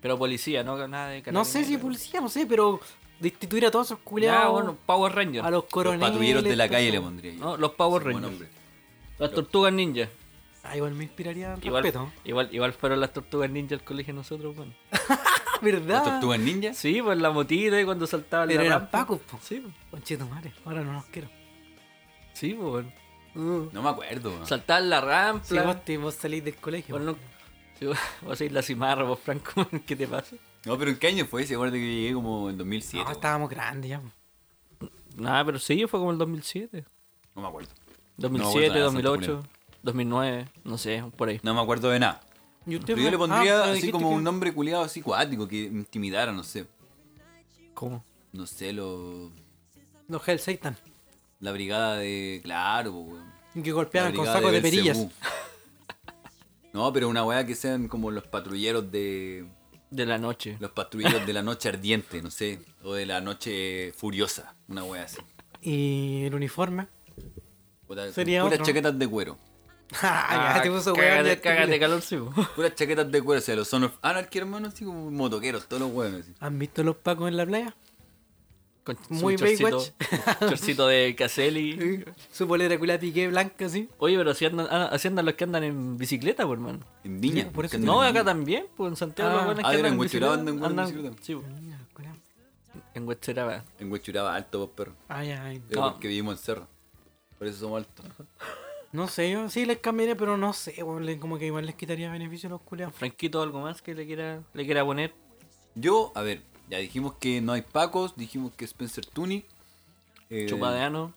S3: Pero policía, no nada de
S4: No sé si
S3: carabineros.
S4: policía, no sé, pero destituir a todos esos culiados.
S3: Ya, bueno, Power Rangers.
S4: a los coroneles.
S5: Los patrulleros de la
S4: todo
S5: calle
S4: eso.
S5: le pondría yo.
S3: No, los Power
S5: Buen
S3: Rangers.
S5: hombre.
S3: Las tortugas ninja.
S4: Ah, igual me inspiraría en
S3: Igual,
S4: respeto.
S3: igual, igual fueron las tortugas ninja al colegio de nosotros, bueno.
S4: Ah,
S5: ¿Las
S4: ¿verdad?
S5: tortugas ninjas?
S3: Sí, pues la motita y cuando saltaban
S4: Pero
S3: la
S4: eran
S3: rampa.
S4: pacos, po.
S3: Sí, pues.
S4: Conchetumare, ahora no los quiero.
S3: sí, pues bueno.
S5: No me acuerdo, weón.
S3: Saltaban la rampa.
S4: Si vos, te, vos salís del colegio.
S3: Bueno, no- si vos, vos sois la cimarra, vos, Franco, ¿qué te pasa?
S5: No, pero ¿en qué año fue ese? Acuérdate que llegué como en
S4: no,
S5: 2007. weón.
S4: estábamos grandes ya. po.
S3: Nada, pero sí, fue como el 2007.
S5: No me acuerdo.
S3: 2007,
S5: nada,
S3: 2008,
S5: Santa
S3: 2009, no sé, por ahí.
S5: No me acuerdo de nada.
S4: ¿Y usted,
S5: Pero yo
S4: po?
S5: le
S4: Ah,
S5: pondría
S4: pero
S5: así
S4: dijiste
S5: como
S4: que-
S5: un nombre culiado así cuático que me intimidara, no sé.
S3: ¿Cómo?
S5: No sé, lo...
S4: Los Hell Satan.
S5: la brigada de. Claro, po, weón.
S4: y Que
S5: La
S4: golpeaban con
S5: brigada
S4: sacos de, perillas.
S5: Belcebú. No, pero una weá que sean como los patrulleros de.
S3: De la noche.
S5: Los patrulleros de la noche ardiente, no sé. O de la noche furiosa. Una weá así.
S4: Y el uniforme.
S5: Puta-
S4: Sería
S5: puras
S4: otro.
S5: chaquetas de cuero.
S4: Ah, ya te puso weón, ya
S3: cágate,
S4: te-
S3: cágate calor, sí, po.
S5: Puras chaquetas de cuero. O sea, los son of anarchy, hermano, así como motoqueros, todos los weones. así.
S4: ¿Han visto los pacos en la playa?
S3: Con
S4: Muy
S3: su chorcito,
S4: Baywatch.
S3: un chorcito de Caselli.
S4: Sí. Su polera culia piqué blanca así.
S3: Oye, pero si andan, ah, así andan los que andan en bicicleta, pues, hermano.
S5: En Viña.
S4: Sí, por eso
S5: porque
S3: No,
S5: andan en
S3: acá
S5: Viña.
S3: también, pues en Santiago
S4: Ah.
S3: los buenos
S5: Ah,
S3: que
S5: era
S3: andan
S5: en Huechuraba,
S3: bicicleta,
S5: andan en
S3: andan-
S5: bicicleta.
S3: Sí, po,
S4: Culiao.
S3: en Huechuraba.
S5: En Huechuraba, alto, vos, perro.
S4: Ay, ay.
S5: Pero
S3: No.
S5: porque vivimos en cerro. Por eso somos altos.
S4: No sé, yo sí les cambiaría, pero no sé, weón, le- como que igual les quitaría beneficio a los culiados.
S3: Franquito, algo más que le quiera, le quiera poner.
S5: Yo, a ver, ya dijimos que no hay Pacos, dijimos que Spencer Tunic. eh,
S3: Chupadeano,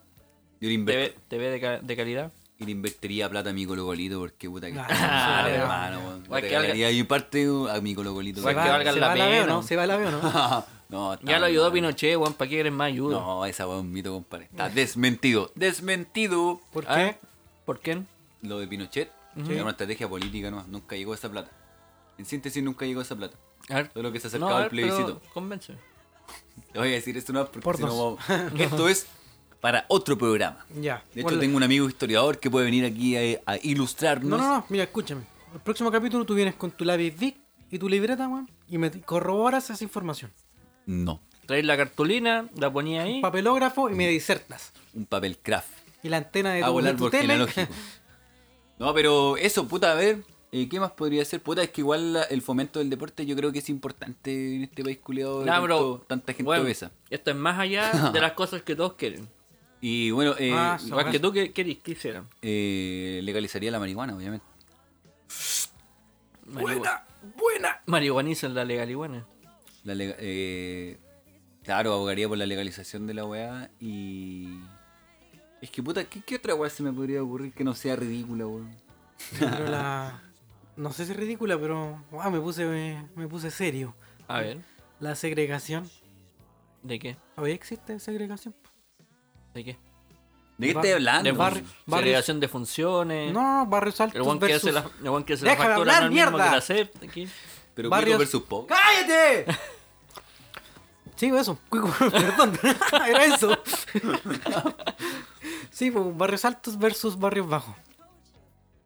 S5: Yo le, inver-
S3: TV, TV de, ca- de calidad.
S5: y le invertiría plata a mi colocolito porque puta que
S4: Ah,
S5: Ah,
S3: sí,
S5: hermano. weón.
S3: Guay,
S5: Le
S3: que valga-
S5: regalaría ahí parte a mi colocolito.
S3: Guay, que
S5: Weón.
S3: valga
S4: se
S3: la
S4: va veo,
S3: pena.
S4: ¿no? Se va la veo, ¿no?
S5: no, está
S3: Ya lo ayudó
S5: mal.
S3: Pinochet, Juan, ¿para qué quieres más ayuda?
S5: Ah, No, esa weón un mito, compadre. Está desmentido. ¡Desmentido!
S4: ¿Por
S3: Ah,
S4: qué?
S3: ¿Por qué?
S5: Lo de Pinochet era una estrategia política, no, nunca llegó esa plata. En síntesis, nunca llegó esa plata.
S3: A ver.
S5: Todo lo que se
S3: No,
S5: acercaba
S3: a
S5: al
S3: ver, pero
S5: plebiscito.
S3: Convénceme.
S5: Te voy a decir esto no porque
S4: Por
S5: si no
S4: dos.
S5: vamos- Esto es para otro programa.
S4: Ya.
S5: De hecho,
S4: Bueno,
S5: tengo un amigo historiador que puede venir aquí a, a
S4: No,
S5: ilustrarnos.
S4: no, no, mira, escúchame. El próximo capítulo tú vienes con tu lápiz Vic y tu libreta, weón, y me corroboras esa información.
S5: No,
S3: Traer la cartulina, la ponía ahí.
S4: Papelógrafo y me disertas.
S5: un papel craft.
S4: Y la antena
S3: Ah,
S4: de
S5: a
S4: tu, de
S5: volar
S4: tu
S5: por
S4: tele.
S5: genealógico. No, pero eso, puta, a ver. eh, ¿Qué más podría ser? Puta, es que igual la- el fomento del deporte yo creo que es importante en este país culiado. de
S3: Nah, bro.
S5: tanto- tanta gente
S3: Bueno,
S5: obesa.
S3: Esto es más allá de las cosas que todos quieren.
S5: Y bueno, eh,
S4: Ah, sí.
S3: Las que tú que- querís que hicieran.
S5: eh, legalizaría la marihuana, obviamente.
S3: ¡Buena! ¡Buena! Marihuanicen la legaliguana.
S5: La lega- eh, claro, abogaría por la legalización de la weá y... Es que puta, ¿qué, qué otra weá se me podría ocurrir que no sea ridícula, weón?
S4: Pero la- No sé si es ridícula, pero ah, me puse me, me puse serio.
S3: A ver,
S4: La segregación.
S3: ¿de qué?
S4: ¿Hoy existe segregación?
S3: ¿De qué?
S5: ¿De qué
S4: Bar-
S5: estás hablando?
S3: De
S4: barrio.
S5: weón?
S4: barrios-
S3: segregación de funciones.
S4: No, no, barrios
S3: Eh. El
S4: altos
S3: guan que
S4: versus...
S3: hace la, el guan que hace la
S4: ¡Déjame
S3: factura
S4: hablar,
S3: no es el mismo que
S4: mierda!
S3: la acepta aquí.
S5: Pero
S4: barrios-
S5: barrio versus pop.
S4: ¡Cállate! sí, pues eso. Cuico, Perdón, era eso. sí, pues, barrios altos versus barrios bajos.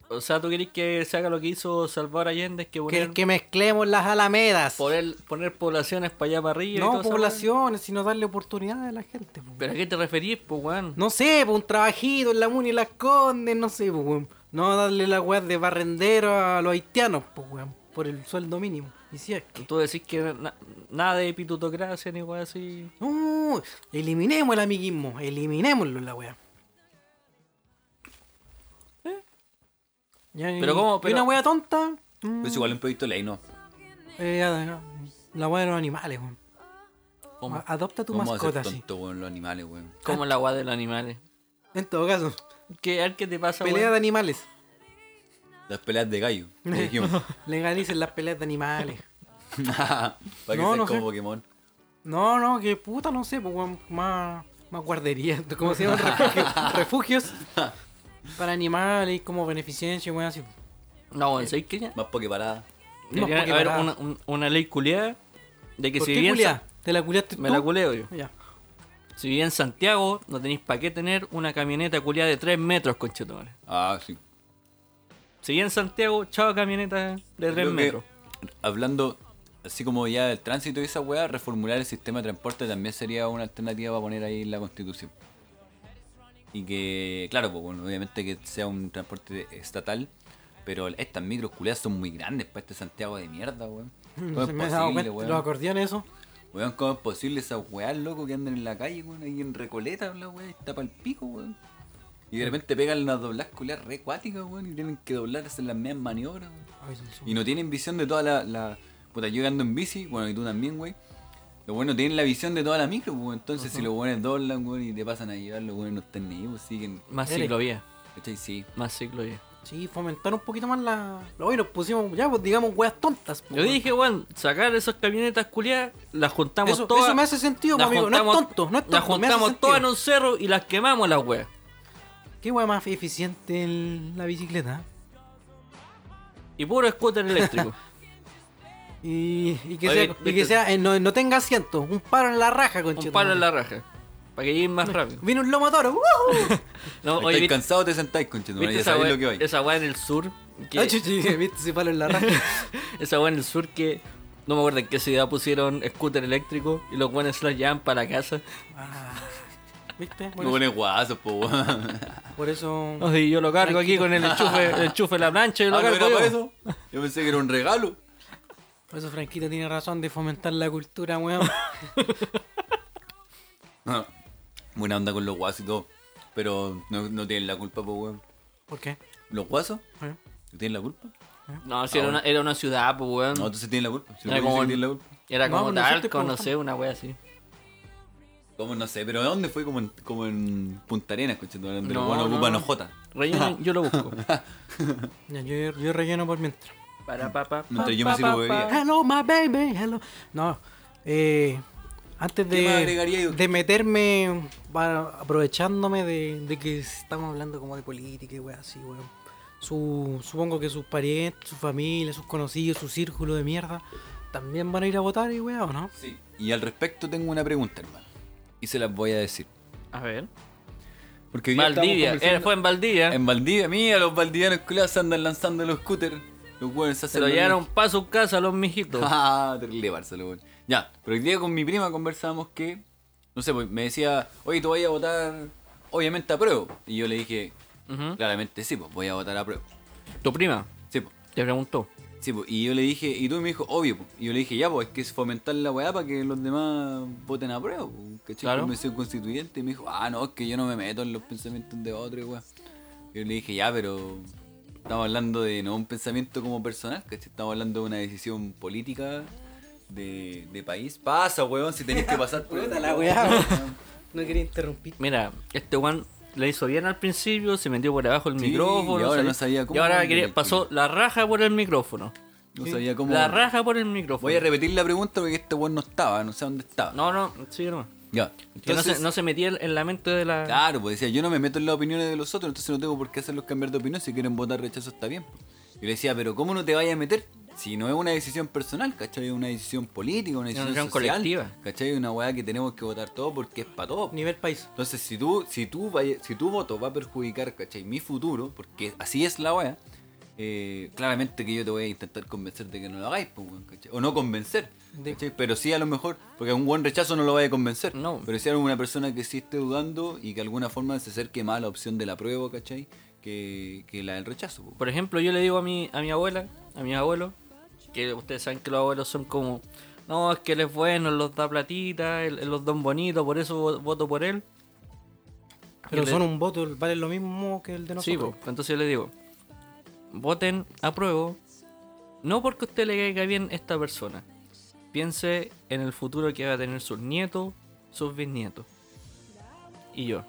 S3: O sea, ¿tú querés que se haga lo que hizo Salvador Allende? Que
S4: Que,
S3: poner,
S4: que mezclemos las alamedas.
S3: poner, poner poblaciones para allá, para arriba. y toda
S4: No
S3: esa
S4: poblaciones, sino darle oportunidades a la gente. po.
S3: weá. ¿Pero a qué te referís, po, weón?
S4: No sé, po, un trabajito en la MUNI las condes, no sé, po, weón. No darle la weá de barrendero a los haitianos, po, weón, por el sueldo mínimo. Y si es que.
S3: Tú decís que na- nada de pitutocracia ni weón así.
S4: No, eliminemos el amiguismo, eliminémoslo la weá. ¿Eh? Ya, y-
S3: Pero cómo,
S4: y
S3: pero-
S4: una weá tonta. mm,
S5: Pues igual un proyecto de ley, ¿no?
S4: eh, ya, ya, la weá de los animales, weón.
S3: Como,
S4: A- Adopta tu
S5: ¿Cómo va a ser
S4: mascota, sí.
S5: tonto, weón, los animales, weón?
S3: como la weá de los animales.
S4: En todo caso,
S3: ¿Qué, a ver ¿Qué te pasa,
S4: pelea de
S3: weón?
S4: animales.
S5: Las peleas de gallo. como dijimos.
S4: Legalicen las peleas de animales.
S5: Para que
S4: No,
S5: sean
S4: no
S5: como
S4: sé.
S5: Pokémon.
S4: No, no, que puta, no sé, pues, weón, más, más más guarderías, ¿cómo se llaman? Refugios, refugios para animales, como beneficencia, weón, así.
S3: No, bueno, ¿sabes qué?
S5: Más porque parada.
S3: Debería
S4: porque
S3: haber
S4: parada.
S3: una, un- una ley culiada de que
S4: ¿Por
S3: si
S4: qué
S3: bien
S4: culiá? ¿Te la culiaste
S3: Me
S4: tú?
S3: la culeo yo.
S4: Ya.
S3: Si vivís en Santiago, no tenéis para qué tener una camioneta culiada de 3 metros, conchetumare.
S5: Ah, sí.
S3: Si vivís en Santiago, chao camioneta de 3
S5: Creo que,
S3: metros.
S5: Hablando así como ya del tránsito y esa weá, reformular el sistema de transporte también sería una alternativa para poner ahí en la constitución. Y que, claro, pues, bueno, obviamente que sea un transporte estatal, pero estas micros culiadas son muy grandes para este Santiago de mierda, weón. ¿Cómo es
S4: Se me ha dado
S5: posible,
S4: cuenta, los
S5: weón?
S4: acordeones, eso.
S5: Weón, ¿cómo es posible esas weas, loco, que andan en la calle, weón, ahí en Recoleta, la weá, está para el pico, weón. Y
S3: Mm.
S5: de repente pegan unas dobladas culiadas re acuáticas, weón, y tienen que doblar, hacer las mismas maniobras, weón.
S4: Ay, son su-
S5: Y no tienen visión de toda la, la- Puta, yo que ando en bici, bueno, y tú también, güey. Los buenos tienen la visión de toda la micro, pues. Entonces, si los buenos doblan, güey, y te pasan a llevar, los buenos no están ni ahí, pues, siguen.
S3: Más
S4: eres-
S3: ciclovía,
S5: ¿Cachai? Sí.
S3: más ciclovía.
S4: Sí, fomentar un poquito más la. Hoy nos pusimos, ya, pues digamos, weas tontas. po,
S3: Yo
S4: weón.
S3: dije, weón, sacar esas camionetas culiadas, las juntamos
S4: Eso-
S3: todas.
S4: eso me hace sentido,
S3: las
S4: pues, amigo. No es
S3: juntamos-
S4: tonto, no es
S3: Las
S4: tonto, me hace
S3: juntamos todas en
S4: sentido.
S3: un cerro y las quemamos las weas.
S4: ¿Qué wea más eficiente el- la bicicleta?
S3: Y puro scooter eléctrico.
S4: Y, y que,
S3: Oye,
S4: sea, y que
S3: viste-
S4: sea eh, no, no tenga asiento, un paro en la raja, con
S3: un palo en la raja. Para que lleguen más rápido.
S4: Viene un lomo toro. ¡Woohoo!
S3: No,
S5: Estáis
S3: oye, ¿viste,
S5: cansados, te sentáis, conchito,
S3: viste
S5: ya
S3: esa,
S5: sabéis
S3: wea,
S5: lo que vais.
S3: esa wea en el sur? que-
S4: Ay, Ah, chuchi, ¿Viste ese palo en la raja?
S3: Esa weá en el sur que no me acuerdo en qué ciudad pusieron scooter eléctrico y los buenos se los llevan para la casa.
S4: ¿Viste?
S5: Me
S4: Por eso,
S5: pones guasos, po, weón.
S4: por eso-
S3: No, sí, yo lo cargo aquí con el enchufe, el enchufe de la plancha y lo
S5: Ah, ¿no
S3: cargo.
S5: era
S3: yo.
S5: para eso? Yo pensé que era un regalo.
S4: por eso Franquito tiene razón de fomentar la cultura, weón.
S5: Ah, Buena onda con los guasos y todo. Pero no, no tienen la culpa, po, weón.
S4: ¿Por qué?
S5: ¿Los guasos?
S4: ¿Eh?
S5: ¿No tienen la culpa?
S3: No,
S5: Ah,
S3: si era una, era una ciudad, pues weón.
S5: No, entonces tienen la culpa. Si
S3: era
S5: los
S3: como,
S5: guasos tienen la culpa.
S3: era como
S4: No, no sé,
S3: tal,
S4: estoy
S3: con, no
S4: preguntando.
S3: sé, una wea así.
S5: Como no sé, pero ¿dónde fue? Como en, como en Punta Arenas, conchito. Donde
S3: No,
S5: los buenos
S3: no,
S5: ocupan
S3: no.
S5: OJ. Ah.
S3: Relleno, yo lo busco.
S4: Ya, yo, yo relleno por mientras.
S3: Para, pa, pa, pa,
S5: Mientras yo
S3: pa,
S5: me sirvo
S3: pa,
S5: bebida.
S3: pa.
S4: Hello, my baby, hello. No, eh, antes
S5: ¿Qué más agregaría
S4: de,
S5: yo?
S4: de meterme, para- aprovechándome de, de que estamos hablando como de política y weas así, weón. Su, supongo que sus parientes, su familia, sus conocidos, su círculo de mierda, también van a ir a votar y weón, ¿no?
S5: Sí. Y al respecto tengo una pregunta, hermano. Y se las voy a decir.
S3: A ver.
S5: Porque hoy día estábamos
S3: Valdivia,
S5: conversando-
S3: eh, fue en Valdivia.
S5: En Valdivia, mira, los valdivianos culiados andan lanzando los scooters. Los hueones se
S3: se lo
S5: hacen
S3: llevaron pa' su casa los mijitos.
S5: Ah, terrible Barcelona. weón. Ya, pero el día con mi prima conversábamos que, no sé, pues me decía, oye, tú vas a votar, obviamente a prueba. Y yo le dije,
S3: Ujú.
S5: claramente sí, pues voy a votar a prueba.
S3: Tu prima
S5: Sí, pues.
S3: te preguntó.
S5: Sí, po, y yo le dije, y tú me dijo, obvio, po. y yo le dije, ya, pues es que es fomentar la weá para que los demás voten a prueba, po, ¿cachai?
S3: Claro.
S5: Convención constituyente, y me dijo, ah, no, es que yo no me meto en los pensamientos de otro, y weá. Yo le dije, ya, pero estamos hablando de no un pensamiento como personal, ¿cachai? Estamos hablando de una decisión política de, de país. Pasa, weón, si tenés que pasar por
S4: Puta la weá, weón. No quería interrumpir.
S3: Mira, este Juan le hizo bien al principio, se metió por abajo el
S5: Sí,
S3: micrófono.
S5: y ahora no sabía cómo
S3: Y ahora
S5: darle
S3: quería-
S5: el
S3: pasó la raja por el micrófono.
S5: No sabía cómo.
S3: La raja por el micrófono.
S5: Voy a repetir la pregunta porque este weón no estaba, no sé dónde estaba.
S3: No, no, sí, no.
S5: Ya.
S3: Que no se- no, se, metía en la mente de la.
S5: Claro, pues decía, yo no me meto en las opiniones de los otros, entonces no tengo por qué hacerlos cambiar de opinión. Si quieren votar rechazo, está bien. pues. Yo le decía, pero ¿cómo no te vayas a meter? Si no es una decisión personal, ¿cachai? Es una decisión política, una
S3: Es
S5: decisión,
S3: una decisión
S5: social,
S3: colectiva.
S5: ¿cachai? Una weá que tenemos que votar todos porque es para todos. pues.
S4: Nivel país.
S5: Entonces, si tú, si tú vaya- si tu voto va a perjudicar, ¿cachai? Mi futuro, porque así es la weá, eh, claramente que yo te voy a intentar convencer de que no lo hagáis, pues, weón, ¿cachai? O no convencer,
S4: De-
S5: ¿cachai? Pero sí a lo mejor, porque un buen rechazo no lo vaya a convencer.
S3: No.
S5: Pero si hay alguna persona que sí esté dudando y que de alguna forma se acerque más a la opción de la prueba, ¿cachai? Que, que la del rechazo, pues.
S3: Por ejemplo, yo le digo a mi, a mi abuela, a mis abuelos, que ustedes saben que los abuelos son como. No, es que él es bueno, él los da platita, él, él los don bonito, por eso vo- voto por él.
S4: Pero
S3: Que le-
S4: son un voto, vale lo mismo que el de
S3: Sí,
S4: nosotros.
S3: po. entonces yo le digo, voten a prueba, no porque a usted le caiga bien esta persona. Piense en el futuro que va a tener sus nietos, sus bisnietos. Y yo.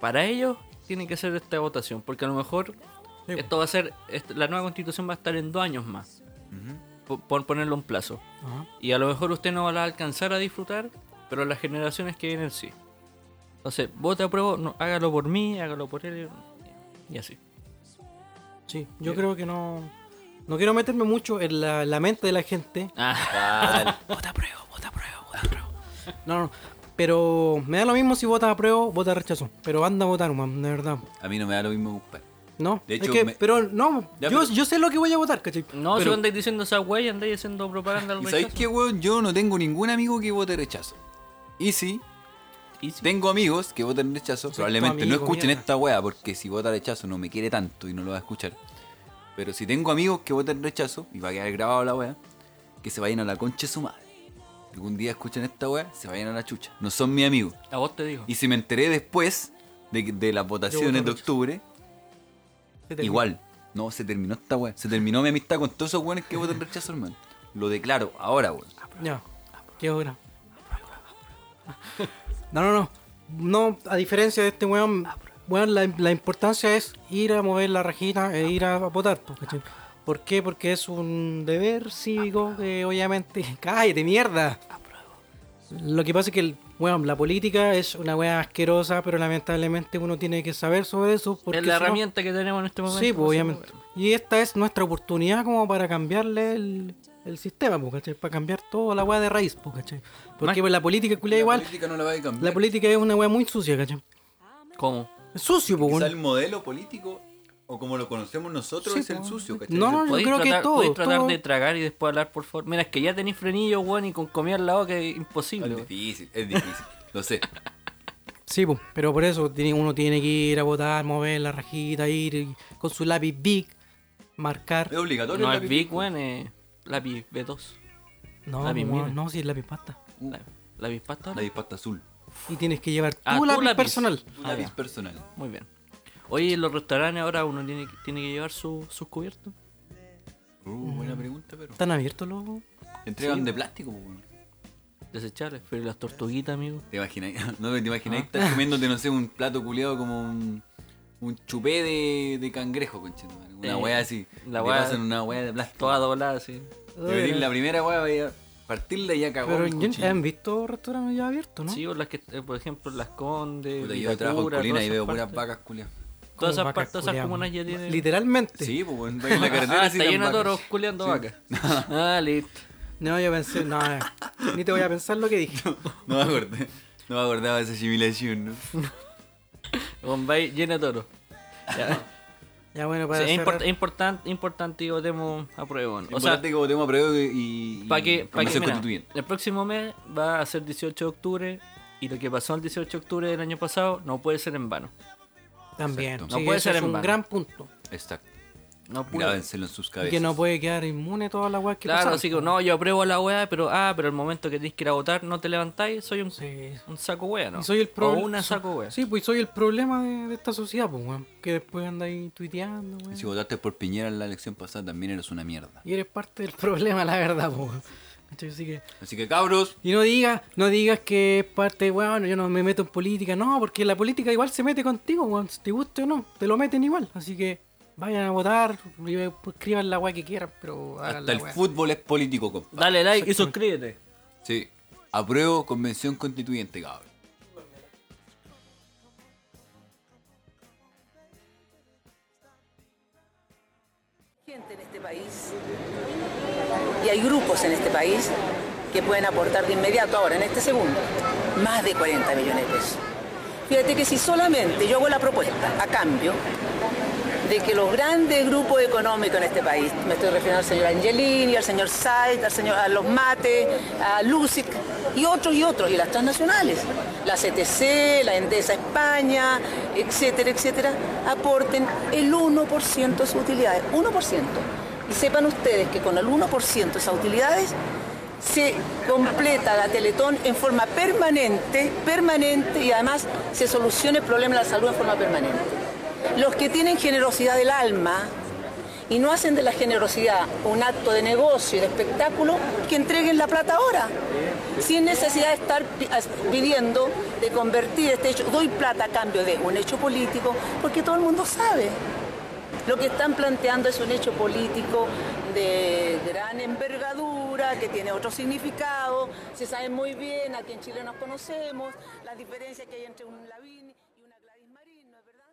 S3: Para ellos tiene que ser esta votación, porque a lo mejor
S4: Sí, po.
S3: esto va a ser, est- la nueva constitución va a estar en dos años más, por, por ponerle un plazo.
S4: Ajá.
S3: Y a lo mejor usted no va a alcanzar a disfrutar, pero las generaciones que vienen sí. Entonces, vote a prueba, no, hágalo por mí, hágalo por él y así.
S4: Sí, yo creo que no. No quiero meterme mucho en la, la mente de la gente.
S3: Ah.
S4: Vota a prueba, vota a prueba, vota a prueba. No, no. Pero me da lo mismo si votas a prueba, votas rechazo. Pero anda a votar, man, de verdad.
S5: A mí no me da lo mismo, compadre.
S4: No,
S5: De
S4: es
S5: hecho,
S4: que-
S5: me-
S4: pero no,
S5: Ya,
S4: yo,
S5: pero-
S4: yo sé lo que voy a votar, ¿cachai?
S3: No, si
S4: pero,
S3: vos andáis diciendo esa wey, andáis haciendo propaganda al
S5: ¿Y sabéis
S3: rechazo.
S5: qué, weón? Yo no tengo ningún amigo que vote rechazo. Y sí,
S3: Y si-
S5: tengo amigos que votan rechazo. Probablemente no
S4: amigo,
S5: escuchen
S4: mierda.
S5: esta weá, porque si vota rechazo no me quiere tanto y no lo va a escuchar. Pero si tengo amigos que votan rechazo, y va a quedar grabado la weá, que se vayan a la concha de su madre. Algún día escuchan esta weá, se vayan a la chucha. No son mis amigos.
S3: A vos te digo.
S5: Y si me enteré después de, que- de las votaciones de
S4: rechazo.
S5: octubre,
S4: se termina.
S5: Igual, no, se terminó esta weá. Se terminó mi amistad con todos esos weones que votan rechazo, hermano. Lo declaro ahora, weón.
S4: Ya, qué hora. No, no, no. No, a diferencia de este weón, weón, la, la importancia es ir a mover la rajita e ir a votar. po, ¿cachai? ¿Por qué? Porque es un deber cívico que obviamente... ¡Cállate, mierda! Lo que pasa es que, el- weón, la política es una weá asquerosa, pero lamentablemente uno tiene que saber sobre eso. Porque
S3: Es la
S4: si no-
S3: herramienta que tenemos en este momento.
S4: Sí, pues,
S3: para
S4: obviamente.
S3: hacer la
S4: Y esta es nuestra oportunidad como para cambiarle el, el sistema, pues, ¿cachai? Para cambiar toda la weá de raíz, pues, ¿cachai?
S3: Más-
S4: Porque pues, la política culia igual,
S5: La política no la va a cambiar.
S4: la política es una weá muy sucia, ¿cachai?
S3: wea. ¿Cómo?
S4: Es sucio, pues,
S5: Quizá el
S4: weón.
S5: modelo político, o como lo conocemos nosotros,
S4: Sí,
S5: es el
S4: po.
S5: sucio, ¿cachai?
S4: No,
S5: Es
S4: yo
S3: Podéis
S4: creo que
S3: tratar,
S4: todo,
S3: podéis tratar
S4: todo.
S3: de tragar y después hablar, por favor. Mira, es que ya tenéis frenillo, weón, y con comida en la boca es
S5: el-
S3: imposible.
S5: Es
S3: weón.
S5: Ah, difícil, es difícil. lo sé.
S4: Sí, pues, pero por eso tiene- uno tiene que ir a votar, mover la rajita, ir y- con su lápiz big, marcar.
S5: Es obligatorio.
S3: No
S5: la
S3: es
S5: pipi-
S3: Big, weón, es lápiz B2.
S4: No,
S3: lápiz
S4: pues, weón,
S3: mira.
S4: no, si es lápiz pasta.
S3: La- ¿Lápiz pasta?
S5: Uh, La pasta azul.
S4: Y tienes que llevar tu
S3: Ah, tu
S4: lápiz,
S3: lápiz.
S4: personal.
S5: Tu
S3: Ah,
S5: lápiz
S3: ya.
S5: personal.
S3: Muy bien. Oye, en los restaurantes ahora uno tiene, que- tiene que llevar su- sus cubiertos. Mm.
S5: Uh, buena pregunta, pero.
S4: ¿Están abiertos los...?
S5: Entregan de plástico, po, weón.
S3: Desechables, pero ¿y las tortuguitas, amigo.
S5: ¿Te imaginas? No te
S3: Ah.
S5: imagináis estar comiéndote, no sé, un plato culeado como un, un chupé de, de cangrejo, conchetumare. Una
S3: Eh,
S5: weá así.
S3: la
S5: te
S3: weá-
S5: pasan una weá de plástico.
S3: Todas dobladas, sí.
S5: Te venís la primera weá, vaya a partirla y ya cagó.
S4: Pero
S5: el
S4: yo-
S5: cuchillo.
S4: han visto restaurantes ya abiertos, ¿no?
S3: Sí, o las que, eh, por ejemplo, las Condes.
S5: Puta, yo trabajo en
S3: Vitacura,
S5: Colina
S3: todas
S5: y
S3: esas
S5: veo puras
S3: partes.
S5: vacas culeadas.
S3: Todas
S4: Como
S3: esas
S4: vacas
S3: partes, todas esas
S4: culiadas,
S3: comunas ya
S4: man.
S3: tienen.
S4: Literalmente.
S5: Sí, pues bueno, en la carretera
S3: Ah,
S5: sí
S3: está
S5: eran
S3: lleno de
S5: vacas.
S3: toros culeando
S5: Sí.
S3: vacas. ah, listo.
S4: No, yo pensé, no, eh, ni te voy a pensar lo que dije.
S5: No me acordé. No me acordaba de esa simulación, ¿no?
S3: Bombay llena de toros. Ya.
S4: Ya bueno,
S3: Sí,
S4: para
S3: es
S4: cerrar,
S3: import- importante, importante que votemos a prueba. ¿no? O sea,
S5: Importante que votemos a prueba y. y-
S3: para que, pa' que
S5: formación
S3: mira,
S5: constituyente.
S3: el próximo mes va a ser 18 de octubre y lo que pasó el 18 de octubre del año pasado no puede ser en vano.
S4: también.
S5: Exacto.
S4: Sí,
S3: No puede
S4: eso
S3: ser
S4: es
S3: en
S4: un
S3: vano.
S4: gran punto.
S5: Exacto.
S3: No puede.
S5: Grábenselo en sus
S4: Y
S5: cabezas.
S4: que no puede quedar inmune toda la weas que
S3: Claro,
S4: pasaron.
S3: así que no, yo apruebo la weá, pero ah, pero el momento que tenés que ir a votar no te levantáis, soy un,
S4: Sí.
S3: un saco weá, ¿no?
S4: Y soy el
S3: o
S4: problema.
S3: una saco weá.
S4: Sí, pues soy el problema de, de esta sociedad, pues, weón. Que después anda ahí tuiteando, weón.
S5: Si votaste por Piñera en la elección pasada, también eres una mierda.
S4: Y eres parte del problema, la verdad, pues. weón. ¿Cachai? Así que.
S5: Así que cabros,
S4: Y no digas, no digas que es parte, weón, yo no me meto en política. No, porque la política igual se mete contigo, weón. Si te guste o no, te lo meten igual. Así que vayan a votar, y, eh, escriban la weá que quieran, pero hagan
S5: hasta
S4: la
S5: el
S4: weá.
S5: fútbol es político, compa.
S3: Dale like y suscríbete.
S5: Sí. Apruebo convención constituyente, cabros.
S6: gente en este país y hay grupos en este país que pueden aportar de inmediato ahora, en este segundo, más de 40 millones de pesos. Fíjate que si solamente yo hago la propuesta a cambio de que los grandes grupos económicos en este país, me estoy refiriendo al señor Angelini, al señor Said, al señor a los Mate, a Lucic y otros y otros, y las transnacionales, la CTC, la Endesa España, etcétera, etcétera, aporten el 1% de sus utilidades, 1%. Y sepan ustedes que con el 1% de esas utilidades se completa la Teletón en forma permanente, permanente y además se soluciona el problema de la salud en forma permanente. Los que tienen generosidad del alma y no hacen de la generosidad un acto de negocio y de espectáculo, que entreguen la plata ahora, sin necesidad de estar pi- as- pidiendo de convertir este hecho, doy plata a cambio de un hecho político, porque todo el mundo sabe. Lo que están planteando es un hecho político de gran envergadura, que tiene otro significado, se sabe muy bien, aquí en Chile nos conocemos, las diferencias que hay entre un Lavín y una Gladys Marín, ¿no es verdad?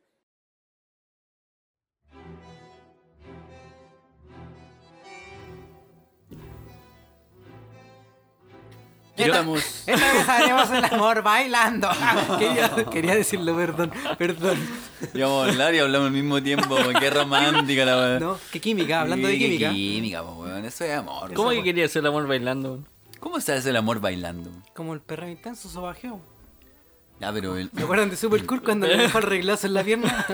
S3: Quiero-
S5: Estamos.
S4: Esta vez haremos el amor bailando. quería, quería decirlo, perdón, perdón.
S5: Ya vamos a hablar y hablamos al mismo tiempo. Qué romántica la weá.
S4: No, que química, hablando de
S5: Sí, qué
S4: química.
S5: Química, po, weón. Eso es amor.
S3: ¿Cómo
S5: po.
S3: que quería hacer el amor bailando?
S5: ¿Cómo se hace el amor bailando?
S4: Como el perro intenso sobajeo.
S5: Ah, pero el.
S4: ¿Me acuerdan de Super Cool cuando le dejó el reglazo en la pierna?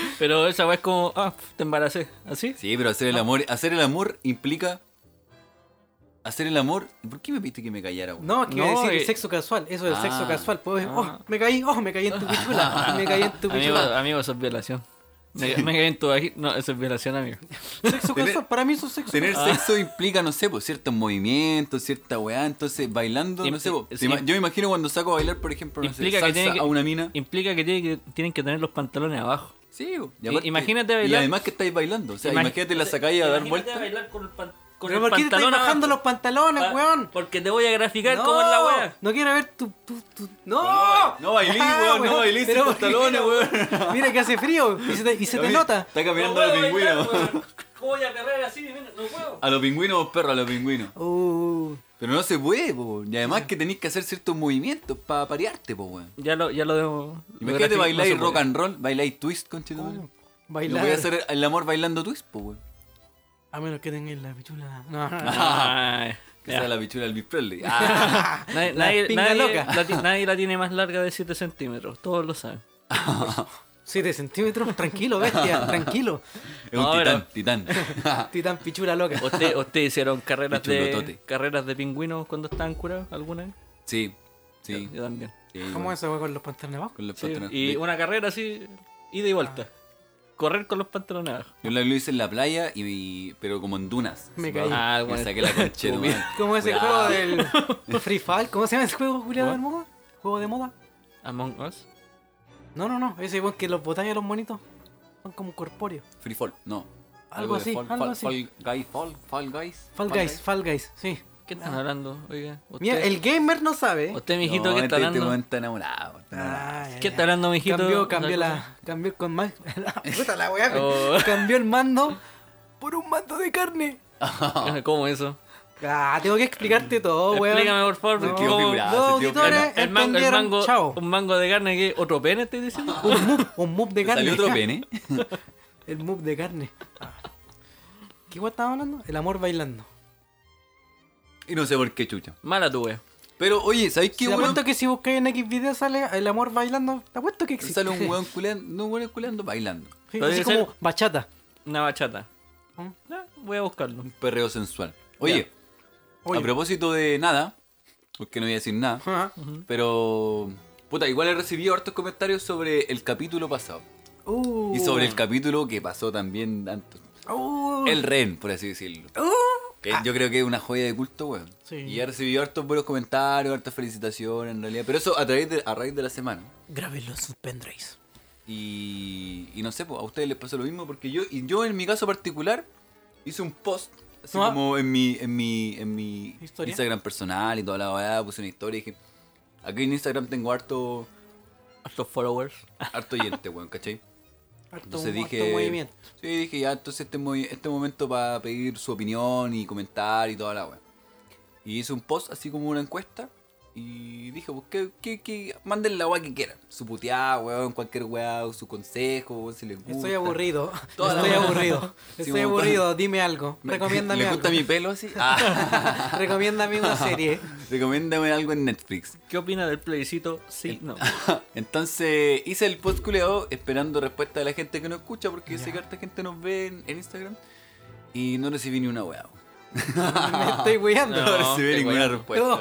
S3: Pero esa vez es como, ah, te embaracé. ¿Así?
S5: Sí, pero hacer el
S3: Ah.
S5: amor. Hacer el amor implica. Hacer el amor. ¿Por qué me pediste que me callara, weón?
S4: No, que iba a
S3: No,
S4: decir
S3: eh,
S4: sexo casual. Eso es el sexo
S5: ah,
S4: casual. Pues, oh, me caí, oh, me caí en tu pichula. Me caí en tu
S3: Amigo,
S4: pichula.
S3: amigo, eso es violación. Me, me caí en tu vagi- No, eso es violación, amigo.
S4: Sexo
S5: Tener-
S4: casual, para mí eso es sexo
S5: Tener
S3: Ah.
S4: casual.
S5: sexo implica, no sé, pues ciertos movimientos, cierta weá, entonces bailando, no sé, po.
S3: Impli-
S5: Te ima-
S3: sí.
S5: yo me imagino cuando saco a bailar, por ejemplo, no sé,
S3: Implica que,
S5: salsa
S3: tiene que-
S5: a una mina.
S3: implica que, tiene que tienen que tener los pantalones abajo.
S5: Sí, po. Y
S3: I- imagínate
S5: Y
S3: bailar-
S5: además que estáis bailando, o sea,
S3: Ima-
S5: imagínate la sacáis a dar
S3: imagínate
S5: vuelta.
S3: bailar con el, pan- con
S4: Pero
S3: el
S4: ¿por qué te estás
S3: pantalón
S4: bajando los
S3: abajo?
S4: pantalones,
S3: Pa-
S4: weón?
S3: Porque te voy a graficar cómo es la weá.
S4: No quiero ver tu. tu, tu- ¡No! Ah,
S5: No bailí, weón, no bailí sin
S4: pero
S5: pantalones,
S4: mira, Mira que hace frío y se te, y se te
S5: Oye,
S4: nota.
S5: Está caminando a los pingüinos.
S3: ¿Cómo voy a cargar así? No puedo.
S5: A los pingüinos, perro, a los pingüinos.
S4: Uh,
S5: Pero no se puede, po. Y además que tenéis que hacer ciertos movimientos para parearte, po, weón.
S3: Ya lo, ya lo debo.
S5: Imagínate bailáis rock
S3: rocan
S5: and roll, bailáis twist, conchetumare. No
S4: bailar.
S5: voy a hacer el amor bailando twist, po, weón.
S4: A menos que tengáis la pichula. No,
S5: Que sea la pichula del Elvis Presley. Ah.
S3: Nadie,
S4: La
S3: nadie,
S4: pinga
S3: nadie-
S4: loca.
S3: la ti- nadie la tiene más larga de 7 centímetros, todos lo saben.
S4: 7 centímetros, tranquilo, bestia, tranquilo.
S5: Es un
S3: No,
S5: titán, titán.
S4: Titán pichula loca.
S3: ¿Ustedes hicieron carreras de,
S5: Pichulotote.
S3: carreras de pingüinos cuando estaban curados alguna vez?
S5: Sí, sí.
S3: Yo también.
S5: sí,
S4: ¿Cómo
S5: weón.
S4: es eso con los pantalones abajo?
S5: Con los
S3: Sí,
S5: pantalones.
S3: y
S5: De-
S3: una carrera así, ida y vuelta.
S4: Ah.
S3: Correr con los pantalones abajo.
S5: Yo la lo hice en la playa, y pero como en dunas.
S4: Me
S5: Sí,
S4: caí.
S5: weón.
S3: Ah,
S5: Me
S3: bueno.
S5: saqué la concheta,
S3: Como-
S5: weón.
S4: ¿Cómo es el juego
S5: Cuidado.
S4: del Free Fall? ¿Cómo se llama ese juego, Julián
S3: ¿What?
S4: Bermuda? ¿Juego de moda?
S3: Among Us.
S4: No, no, no. Ese igual que los botáis a los monitos. Son como corpóreos.
S5: Free Fall, no.
S4: Algo
S5: de
S4: así,
S5: fall,
S4: algo
S5: fall,
S4: así.
S5: Fall Guys, Fall, Fall Guys.
S4: Fall Guys, Fall Guys, sí.
S3: ¿Qué están hablando? Oiga, usted,
S4: Ah. Mira, el gamer no sabe.
S3: usted mijito,
S5: No,
S3: ¿qué está
S5: este- este weón
S3: hablando?
S5: está enamorado. está enamorado.
S4: Ay,
S3: ¿Qué
S4: ay,
S3: está
S4: ay.
S3: hablando, mijito?
S4: Cambió, cambió
S3: ¿Otra
S4: la. Cambió con más. la puta la weá,
S3: Oh.
S4: Cambió el mando por un mando de carne.
S3: cosa? ¿Cómo eso?
S4: Ah, tengo que explicarte todo, Oh, weón.
S3: Mm. Explícame, por favor.
S5: No.
S3: ¿cómo-
S5: Quedó figurado,
S4: Los
S5: sentido pleno.
S4: auditores
S3: el, man- el
S4: entendieron.
S3: mango,
S4: Chao. Ah.
S3: un mango de carne que otro pene, estoy diciendo.
S4: Un move, un move de
S5: ¿Te
S4: carne.
S5: salió otro pene?
S4: El move de carne. Ah. ¿Qué weón estaba hablando? El amor bailando.
S5: Y no sé por qué chucha.
S3: Mala tu wea.
S5: Pero oye, ¿sabéis
S4: Te
S5: qué weón?
S4: apuesto que si buscáis en X video sale el amor bailando. Te apuesto que existe.
S5: Sale un weón culeando, no un weón culeando, bailando.
S4: Sí,
S3: Pero
S4: así
S3: debe
S4: como bachata.
S3: Una bachata.
S4: ¿Mm?
S3: Ah, voy a buscarlo.
S5: Un perreo sensual. Oye,
S4: Oye. Ah.
S5: a propósito de nada, porque no voy a decir nada,
S4: Ajá.
S5: pero. Puta, igual he recibido hartos comentarios sobre el capítulo pasado.
S4: Uh.
S5: Y sobre el capítulo que pasó también antes.
S4: Uh.
S5: El rehén, por así decirlo. Que yo creo que es una joya de culto, weón.
S4: Sí.
S5: Y he recibido hartos buenos comentarios, hartas felicitaciones en realidad. Pero eso a, través de- a raíz de la semana.
S4: Graben los sus pendrives.
S5: Y, y no sé, pues, a ustedes les pasó lo mismo porque yo, y yo en mi caso particular hice un post así
S4: Ah.
S5: como en mi, en mi, en mi
S4: Historia.
S5: Instagram personal y toda la weá, puse una historia y dije, aquí en Instagram tengo harto,
S3: A los followers.
S5: harto oyente, weón, ¿cachai?
S4: Harto,
S5: Entonces
S4: harto
S5: dije.
S4: movimiento.
S5: Sí, dije ya, entonces este, movi- este momento para pedir su opinión y comentar y toda la web. Y hice un post así como una encuesta. Y dije, pues que, que, que manden la weá que quieran. Su puteada, weón, cualquier weá, su consejo, weón, si les gusta.
S4: Estoy aburrido.
S5: Toda la
S4: Estoy
S5: wea.
S4: aburrido.
S5: Sí,
S4: Estoy
S5: como-
S4: aburrido. Dime algo.
S5: Me-
S4: Recomiéndame
S5: ¿Le gusta mi
S4: algo.
S5: pelo así? Ah,
S4: Recomiéndame una serie.
S5: recomiéndame algo en Netflix.
S3: ¿Qué opina del plebiscito? Sí, no.
S5: Entonces hice el post culeado esperando respuesta de la gente que no escucha, porque yo sé que harta gente nos ve en, en Instagram. Y no recibí ni una weá. weón.
S4: Me estoy
S5: No,
S4: cuidando.
S5: recibí
S3: qué
S5: ninguna
S3: weón.
S5: respuesta.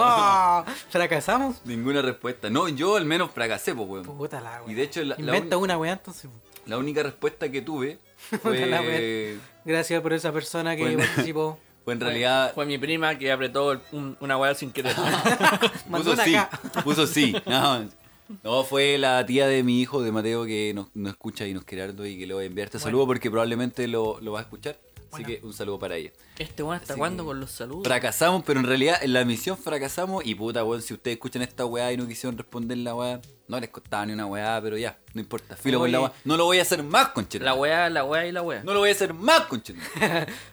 S4: Oh, ¿Fracasamos?
S5: Ninguna respuesta. No, yo al menos fracasé, pues, weón.
S4: Puta la wea.
S5: Y de hecho, la, la
S4: Inventa
S5: un-
S4: una wea entonces.
S5: la única respuesta que tuve
S4: Puta la
S5: fue,
S4: Gracias por esa persona que
S5: Bueno.
S4: participó.
S5: fue en realidad.
S3: Fue mi prima que apretó el- un- una weá sin querer.
S5: Puso
S4: Mandó una
S5: sí.
S4: acá.
S5: Puso sí. No, no, fue la tía de mi hijo, de Mateo, que nos, nos escucha y nos quiere harto y que le voy a enviar este saludo porque probablemente lo, lo va a escuchar. Así que un saludo para ella.
S3: Este weón hasta
S5: Así
S3: cuándo
S5: que-
S3: con los saludos.
S5: Fracasamos, pero en realidad en la misión fracasamos. Y puta, weón, si ustedes escuchan esta weá y no quisieron responder la weá, no les costaba ni una weá, pero ya, no importa. Filo con
S3: Oye.
S5: la weá. No lo voy a hacer más, conchetón.
S3: La weá, la weá y la weá.
S5: No lo voy a hacer más, conchetón.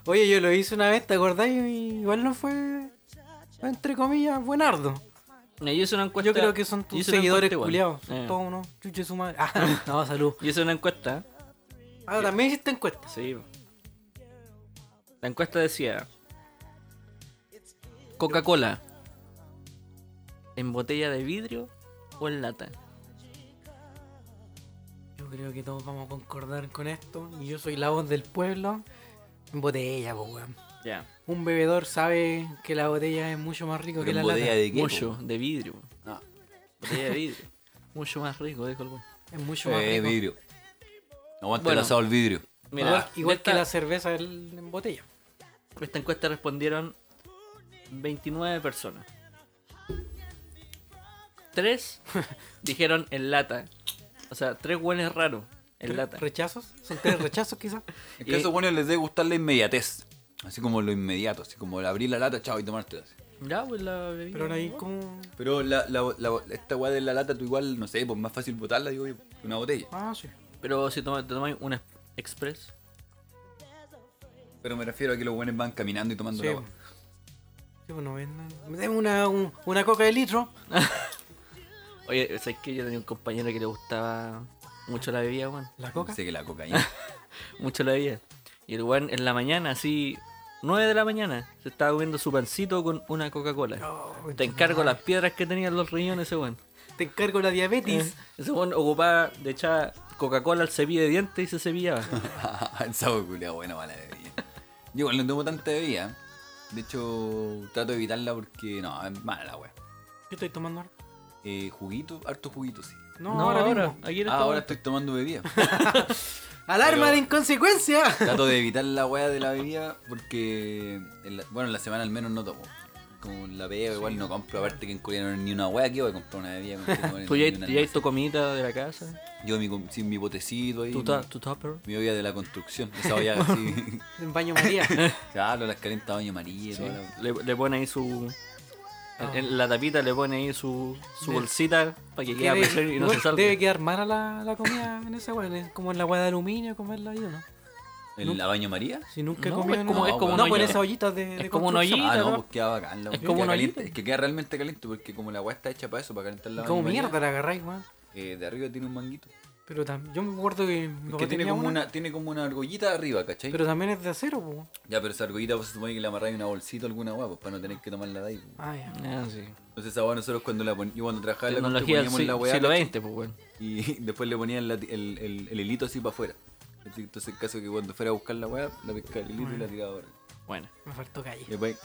S4: Oye, yo lo hice una vez, ¿te acordás? Y igual no fue, entre comillas, buenardo.
S3: Mira, Yo hice una encuesta.
S4: Yo creo que son tus
S3: hice una
S4: seguidores
S3: encuesta igual.
S4: culiados.
S3: Eh.
S4: Son todos unos chuches su madre. Ah, no, salud.
S3: Yo hice una encuesta.
S4: Ah, también hiciste encuestas.
S3: Sí. La encuesta decía: Coca-Cola. ¿En botella de vidrio o en lata?
S4: Yo creo que todos vamos a concordar con esto. Y yo soy la voz del pueblo. En botella, po, weón.
S3: Ya.
S4: Un bebedor sabe que la botella es mucho más rico
S5: Pero
S4: que
S5: en
S4: la
S5: botella
S4: lata.
S5: de qué,
S3: Mucho,
S5: po? Eh,
S3: de vidrio.
S5: No.
S3: Botella de vidrio. Mucho más rico, dijo el weón.
S4: Es mucho más
S5: Eh,
S4: rico.
S5: vidrio. No aguante
S3: Bueno.
S5: el asado al vidrio.
S3: Mira,
S5: Ah,
S4: Igual que
S3: esta-
S4: la cerveza el- en botella.
S3: Esta encuesta respondieron 29 personas. 3 dijeron en lata. O sea, 3 hueones raros en
S4: Tres
S3: lata.
S4: ¿Rechazos? ¿Son tres rechazos quizás?
S5: es que a esos buenos les debe gustar la inmediatez. Así como lo inmediato, así como el abrir la lata, chao, y tomártela. así.
S3: Ya, pues la bebida.
S4: Pero no hay como...
S5: Pero la, la- la- esta weá de la lata, tú igual, no sé, pues más fácil botarla, digo yo, que una botella.
S4: Ah, sí.
S3: Pero si toma- te tomáis un es- express.
S5: Pero me refiero a que los buenos van caminando y tomando
S4: Sí.
S5: la weá.
S4: Sí, pues no venden. Deme una, un- una coca de litro.
S3: Oye, ¿sabes qué? Yo tenía un compañero que le gustaba mucho la bebida, weón.
S4: ¿La coca?
S5: Sé que la cocaína.
S3: Mucho la bebida. Y el weón en la mañana, así, 9 de la mañana, se estaba comiendo su pancito con una Coca-Cola.
S5: Pues,
S4: Oh,
S3: Te encargo las piedras que tenía en los riñones ese weón.
S4: Te encargo la
S5: Eh.
S4: diabetes.
S3: Ese weón ocupaba, de echar Coca-Cola al cepillo de dientes y se cepillaba.
S5: El sábado culiado, buena mala bebida. Yo igual no tomo tanta bebida. De hecho, trato de evitarla porque no, es mala la weá.
S4: ¿Qué estoy tomando ahora?
S5: Eh, juguito, harto juguito, sí.
S4: No, ahora, mismo.
S3: Aquí en
S5: Ah,
S3: esta
S5: ahora
S3: weá.
S5: estoy tomando bebida.
S4: ¡Alarma
S5: Pero-
S4: de inconsecuencia!
S5: Trato de evitar la weá de la bebida porque, en la- bueno, en la semana al menos no tomo. Como la pega igual no compro, aparte que en Corea no hay ni una weá que voy a comprar una bebida. con-
S3: Tú ya,
S5: ni una
S3: ya hay
S5: almuerzo.
S3: tu comidita de la casa.
S5: Yo mi, com- sí, mi botecito ahí,
S3: Tu,
S5: mi,
S3: ta- tu tupper.
S5: mi olla de la construcción, esa olla así.
S4: En baño María.
S5: claro, las calentas baño María, toda la-
S3: Le, le pone ahí su.
S5: Ah.
S3: en- En la tapita le pone ahí su, su
S4: De-
S3: bolsita para que quede a presión
S4: debe,
S3: y no se
S4: igual
S3: salga.
S4: debe quedar mala la, la comida en esa weá, es como en la weá de aluminio, comerla ahí, ¿o no?
S5: ¿El la baño María?
S4: Si nunca he
S3: No,
S4: comido
S3: es
S4: en
S3: como-
S5: es como
S4: No,
S5: una
S4: con
S5: olla.
S4: esas ollitas de,
S3: Es
S4: de
S3: como una
S4: construcción.
S3: ollita.
S5: Ah,
S3: ¿no?
S5: no, pues queda bacán. La
S3: Es
S5: weá.
S3: como
S5: Queda
S3: una
S5: caliente.
S3: ollita.
S5: Es que queda realmente caliente porque como la weá está hecha para eso, para calentar la
S4: Y
S5: baño
S4: como
S5: María,
S4: mierda la agarráis, weón.
S5: eh, de arriba tiene un manguito.
S4: Pero tam- yo me acuerdo que,
S5: Es
S4: mi papá
S5: que tiene
S4: tenía
S5: como una, tiene como una argollita arriba, ¿cachai?
S4: Pero también es de acero, po.
S5: Ya, pero esa argollita vos se supone que le amarráis una bolsita o alguna weá, pues para no tener que tomarla de ahí. pues.
S4: Ah, ya.
S3: Ah, sí.
S5: Entonces esa weá nosotros cuando la poníamos, yo cuando trabajaba en la constru,
S3: Tecnología del
S5: pues, poníamos la
S3: si-
S5: weá
S3: siglo XX,
S5: ¿cachai?
S3: pues, weón.
S5: y después le ponían la- el, el- el hilito así para afuera. ¿cachai? Entonces en caso de que cuando fuera a buscar la weá, la pescaba el hilito y la tiraba ahora.
S3: Bueno.
S4: Me faltó calle.
S5: Y después-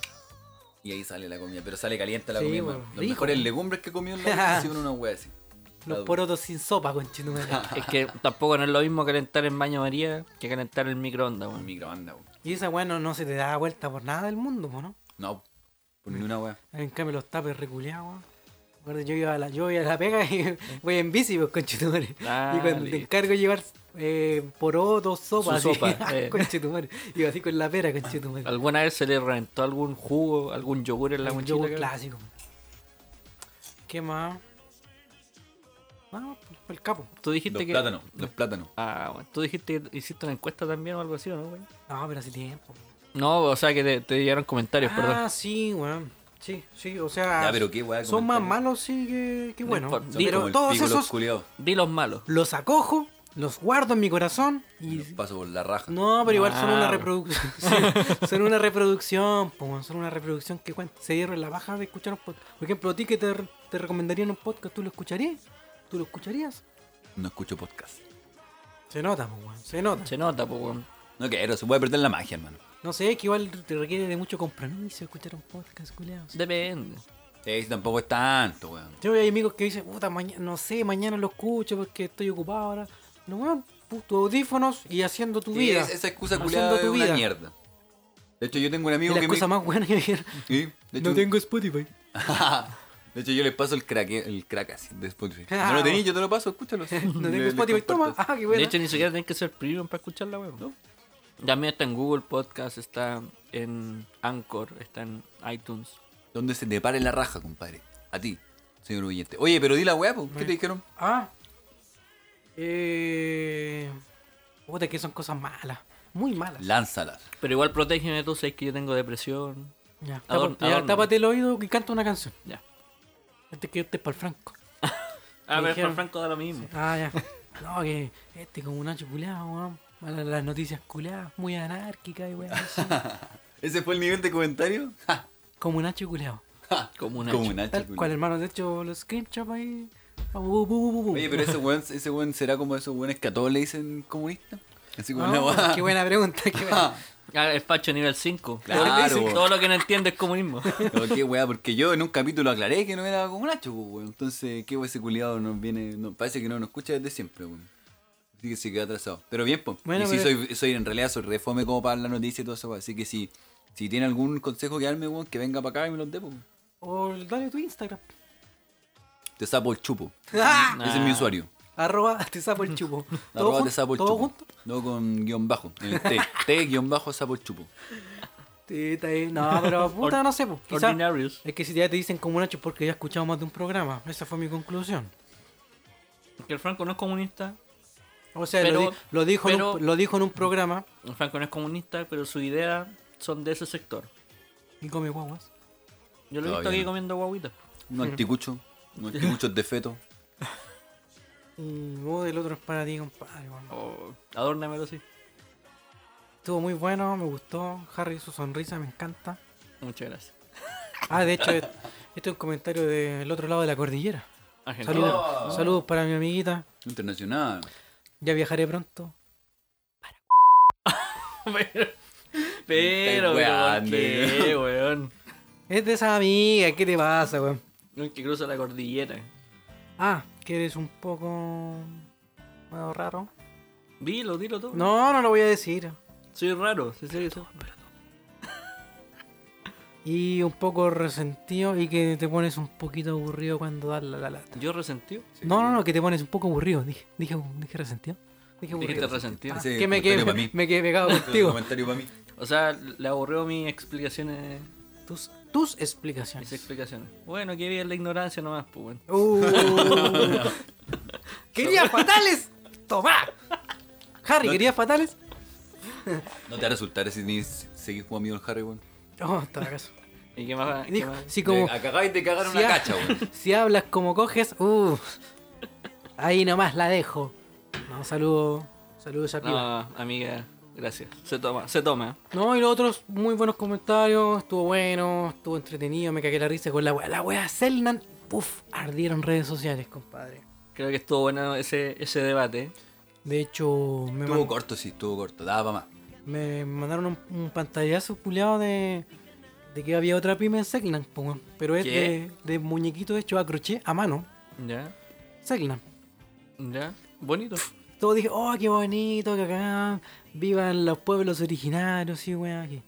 S5: Y ahí sale la comida, pero sale caliente la
S4: Sí,
S5: comida.
S4: bueno,
S5: man. Los
S4: rico.
S5: mejores legumbres que comió en la vida hicieron una weá así. La
S4: Los
S5: dura.
S4: porotos sin sopa, conchetumare.
S3: Es que tampoco no es lo mismo calentar en baño María que calentar en microondas,
S5: Un
S3: weón.
S5: microondas, weón.
S4: y esa weá no, no se te da vuelta por nada del mundo, po, ¿no?
S5: No, por ni una weá.
S4: En cambio los tapes reculeados, weón. Me acuerdo, Yo iba, a la, yo iba a la pega y voy en bici, pues, conchetumare.
S3: Ah,
S4: y cuando
S3: listo.
S4: te encargo de llevar eh, porotos, sopa,
S3: Su
S4: así,
S3: sopa, eh.
S4: conchetumare. Iba así con la pera, conchetumare.
S3: ¿Alguna vez se le reventó algún jugo, algún yogur en la
S4: Un
S3: mochila?
S4: yogur
S3: cabrón?
S4: clásico. ¿Qué más? Ah, el capo.
S3: Tú dijiste
S5: Los
S3: que.
S5: plátanos, los plátanos.
S3: Ah, bueno. Tú dijiste que hiciste una encuesta también o algo así, ¿o ¿no, güey?
S4: No, pero hace tiempo.
S3: No, o sea que te, te llegaron comentarios,
S4: ah,
S3: perdón.
S4: sí, weón. Sí, sí, o sea.
S5: Ya, pero qué weá.
S4: Son más
S5: comentar.
S4: malos, sí, que, que bueno.
S3: importa.
S5: Son como
S4: Pero
S5: el
S4: todos
S5: pico, los
S4: esos
S5: culiados.
S3: Di los malos.
S4: los acojo, los guardo en mi corazón y.
S5: Los paso por la raja.
S4: No, pero igual son una
S3: Ah.
S4: reproducción. son una reproducción, po, weón, son una reproducción que cuenta. Se dieron la baja de escuchar un podcast. Por ejemplo, a ti que te, te recomendarían un podcast, ¿tú lo escucharías? ¿Tú lo escucharías?
S5: No escucho podcast.
S4: Se nota, po, weón, se nota.
S3: Se nota, pues, weón.
S5: No quiero, se puede perder la magia, hermano.
S4: No sé, que igual te requiere de mucho compromiso escuchar un podcast, culeados.
S3: Depende.
S5: Sí, tampoco es tanto, weón.
S4: Yo hay amigos que dicen, puta, mañana, no sé, mañana lo escucho porque estoy ocupado ahora. No, weón, pu- tus audífonos y haciendo tu
S5: Sí,
S4: vida.
S5: es- esa excusa
S4: Haciendo
S5: culiada es
S4: tu
S5: una
S4: vida.
S5: mierda. De hecho, yo tengo un
S4: Y
S5: amigo
S4: la
S5: que me...
S4: excusa más buena que ver.
S5: Sí, de hecho,
S4: No tengo Spotify.
S5: de hecho, yo les paso el crack, el crack así de Spotify. No lo tenéis, yo te lo paso, escúchalo.
S4: No tengo Spotify, toma. Ah, qué
S3: De
S4: bueno.
S3: hecho, ni siquiera tenés que ser premium para escucharla, weón. También está en Google Podcast, está en Anchor, está en iTunes.
S5: Donde se te pare la raja, compadre. A ti, señor Villente. Oye, pero di la weá, po. ¿qué te dijeron?
S4: Ah. Eh. Puta, que son cosas malas. Muy malas.
S5: Lánzalas.
S3: Pero igual protégeme tú, sabes que yo tengo depresión.
S4: Ya, tapa-
S3: Adorn-
S4: ya,
S3: adorno.
S4: tápate el oído y canta una canción.
S3: Ya.
S4: Este que este es para el Franco.
S3: A ver, por
S4: dijeron-
S3: Ah, Franco da lo mismo.
S4: Ah, ya. No, que este como un hacho culiado, weón. Mala- Las noticias culiadas, muy anárquicas y weón. así.
S5: ¿Ese fue el nivel de comentario? Ja,
S4: Como un hacho culiado.
S5: ja.
S3: Como un
S5: Como
S3: hacha.
S5: un hacha,
S4: Tal
S5: culiao.
S4: cual, hermano. De hecho, los screenshots ahí. Ah, bu- bu- bu- bu- bu.
S5: Oye, pero ese weón, ese weón será como esos weones que a todos le dicen comunista. Así como una
S4: No,
S5: weá.
S4: Ah, Qué buena pregunta. Qué buena.
S3: Ah, el facho nivel 5.
S5: Claro, po.
S3: Todo lo que no entiende es comunismo.
S5: Pero qué weá, porque yo en un capítulo aclaré que no era como Nacho, po, weón. Entonces, qué weá ese culiado nos viene. no- parece que no nos escucha desde siempre, weón. Así que se quedó atrasado. Pero bien, pues.
S4: Bueno,
S5: y sí,
S4: pero-
S5: soy, soy en realidad soy refome como para la noticia y todo eso, weón. Así que si, si tiene algún consejo que darme, weón, que venga para acá y me los dé, pues. po.
S4: O dale tu Instagram.
S5: Te sapo el chupo.
S4: Ah,
S5: Ese es mi usuario.
S4: Arroba te sapo el chupo. ¿Todo
S5: Arroba
S4: jun-
S5: te sapo el
S4: todo
S5: chupo.
S4: junto?
S5: No con guión bajo. En el T. T guión bajo sapo el chupo.
S4: Sí, está bien. No, pero puta, no sé. Pues, quizá-
S3: Ordinarios.
S4: Es que si ya te dicen como un hacho porque ya he escuchado más de un programa. Esa fue mi conclusión.
S3: Que el Franco no es comunista.
S4: O sea,
S3: Pero-
S4: lo, di- lo dijo en
S3: pero-
S4: un, lo dijo en un programa
S3: El Franco no es comunista, pero sus ideas son de ese sector.
S4: y come guaguas.
S3: Yo lo he
S5: Está
S3: visto
S5: bien.
S3: aquí comiendo guaguitas.
S5: Un anticucho. Un anticucho de feto.
S4: Y vos del otro es para ti, compadre. weón.
S3: Oh, Adórnamelo así.
S4: Estuvo muy bueno, me gustó. Harry, su sonrisa me encanta.
S3: Muchas gracias.
S4: Ah, de hecho, es- este es un comentario del otro lado de la cordillera.
S3: Argentina.
S4: Saludos, saludos para mi amiguita.
S5: Internacional.
S4: Ya viajaré pronto.
S3: pero, pero,
S5: Estáis
S3: ¿por qué, weón?
S4: Es de esa amiga, ¿qué te pasa, weón?
S3: El que cruza la cordillera.
S4: Ah, que eres un poco. medio raro.
S3: Dilo, dilo tú.
S4: No, no lo voy a decir.
S3: Soy raro. sí, sí, sí.
S4: Y un poco resentido y que te pones un poquito aburrido cuando das la, la lata.
S3: Yo resentido.
S4: No, no, no, que te pones un poco aburrido. Dije, dije, dije resentido.
S3: Dijiste
S4: Dije aburrido.
S3: resentido.
S4: Ah,
S5: Ese
S4: que me quedé,
S5: comentario pa' mí.
S4: me quedé pegado contigo.
S5: comentario para mí.
S3: O sea, le aburrió mis explicaciones.
S4: Tus, tus
S3: Mis
S4: explicaciones.
S3: explicaciones. Bueno, que bien la ignorancia nomás, pues, weón.
S4: Uh. quería fatales. Tomá. Harry, quería fatales.
S5: No te va a resultar si ni seguís jugando amigo el Harry, weón.
S4: Oh, está acaso.
S3: ¿Y qué más? qué
S4: Dijo,
S3: más?
S4: si como
S5: Te- Acabáis de cagar
S4: si
S5: una
S4: ha-
S5: cacha, weón.
S4: si hablas como coges, uh. Ahí nomás la dejo. No, saludo, saludo Shakira.
S5: Ah.
S3: No, amiga, gracias. Se toma, se toma.
S4: No, y los otros muy buenos comentarios, estuvo bueno, estuvo entretenido, me cagué la risa con la wea. La wea Selnan, uff, ardieron redes sociales, compadre.
S3: Creo que estuvo bueno ese, ese debate.
S4: De hecho, me,
S5: Estuvo
S4: man-
S5: corto, sí, estuvo corto. Daba pa' más.
S4: me mandaron un, un pantallazo culiado de, de que había otra pyme en Selnan, po, weón. pero es
S3: ¿Qué?
S4: de, de muñequito hecho a crochet a mano,
S3: Ya,
S4: Selnan.
S3: ya. Bonito.
S4: Todos dije, oh, qué bonito, que acá vivan los pueblos originarios y wea aquí.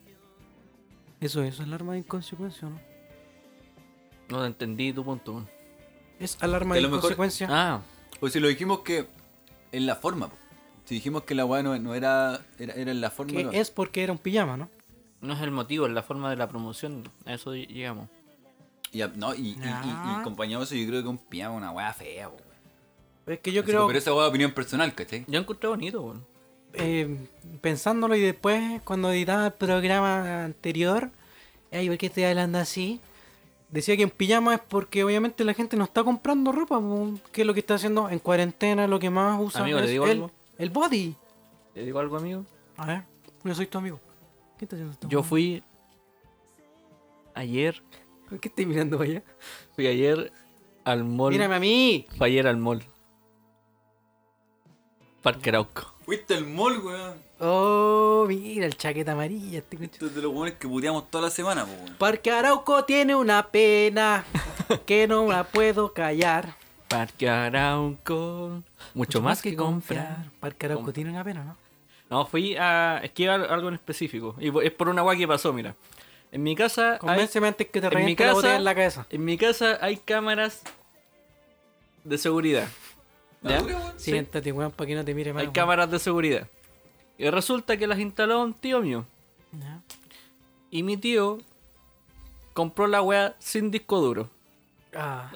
S4: Eso, eso es alarma de inconsecuencia, ¿no?
S3: No te entendí tu punto. weón.
S4: Es alarma
S5: Que
S4: de
S5: lo mejor-
S4: inconsecuencia.
S3: Ah,
S5: O si lo dijimos que en la forma, po. Si dijimos que la weá no, no era, era. Era en la forma.
S4: Que
S5: no.
S4: es porque era un pijama, ¿no?
S3: no es el motivo, es la forma de la promoción. A eso lleg- llegamos.
S5: Y, a- no, y, y,
S4: Ah.
S5: y, y acompañado de eso, yo creo que un pijama es una weá fea, po, weón.
S4: Es que yo
S5: Así
S4: creo,
S5: que, Pero esa weá es opinión personal, ¿cachai?
S3: Yo encontré bonito, weón.
S4: eh, pensándolo y después, cuando editaba el programa anterior, ay, ¿por qué estoy hablando así? Decía que en pijama es porque obviamente la gente no está comprando ropa, po, que es lo que está haciendo en cuarentena, lo que más usa
S3: Amigo,
S4: es
S3: ¿le digo
S4: el,
S3: algo?
S4: el body.
S3: ¿Te digo algo, amigo?
S4: A ver, yo soy tu amigo. ¿Qué está haciendo tú?
S3: Yo fui ayer,
S4: ¿Por qué estoy mirando para allá?
S3: fui ayer al mall.
S4: Mírame a mí.
S3: Fui ayer al mall. Parque Arauco.
S5: Fuiste al mall, weón.
S4: Oh, mira el chaqueta amarilla. Este concha-
S5: Esto es de los weones que puteamos toda la semana, po, weón.
S4: Parque Arauco tiene una pena que no la puedo callar.
S3: Parque Arauco. Mucho más que comprar.
S4: Parque Arauco tiene una pena, ¿no?
S3: No, fui a. Es que iba a algo en específico. Y es por una guay que pasó, mira. En mi casa. hay-
S4: Convénceme antes que te
S3: en mi
S4: reviente la botella
S3: casa-
S4: en la cabeza.
S3: En mi casa hay cámaras de seguridad. ¿Ya?
S5: ¿Dura, weón?
S4: Siéntate, weón, para que no te mire más.
S3: Hay
S4: weón.
S3: cámaras de seguridad. Y resulta que las instaló un tío mío.
S4: Ya.
S3: Y mi tío compró la weá sin disco duro.
S4: Ah,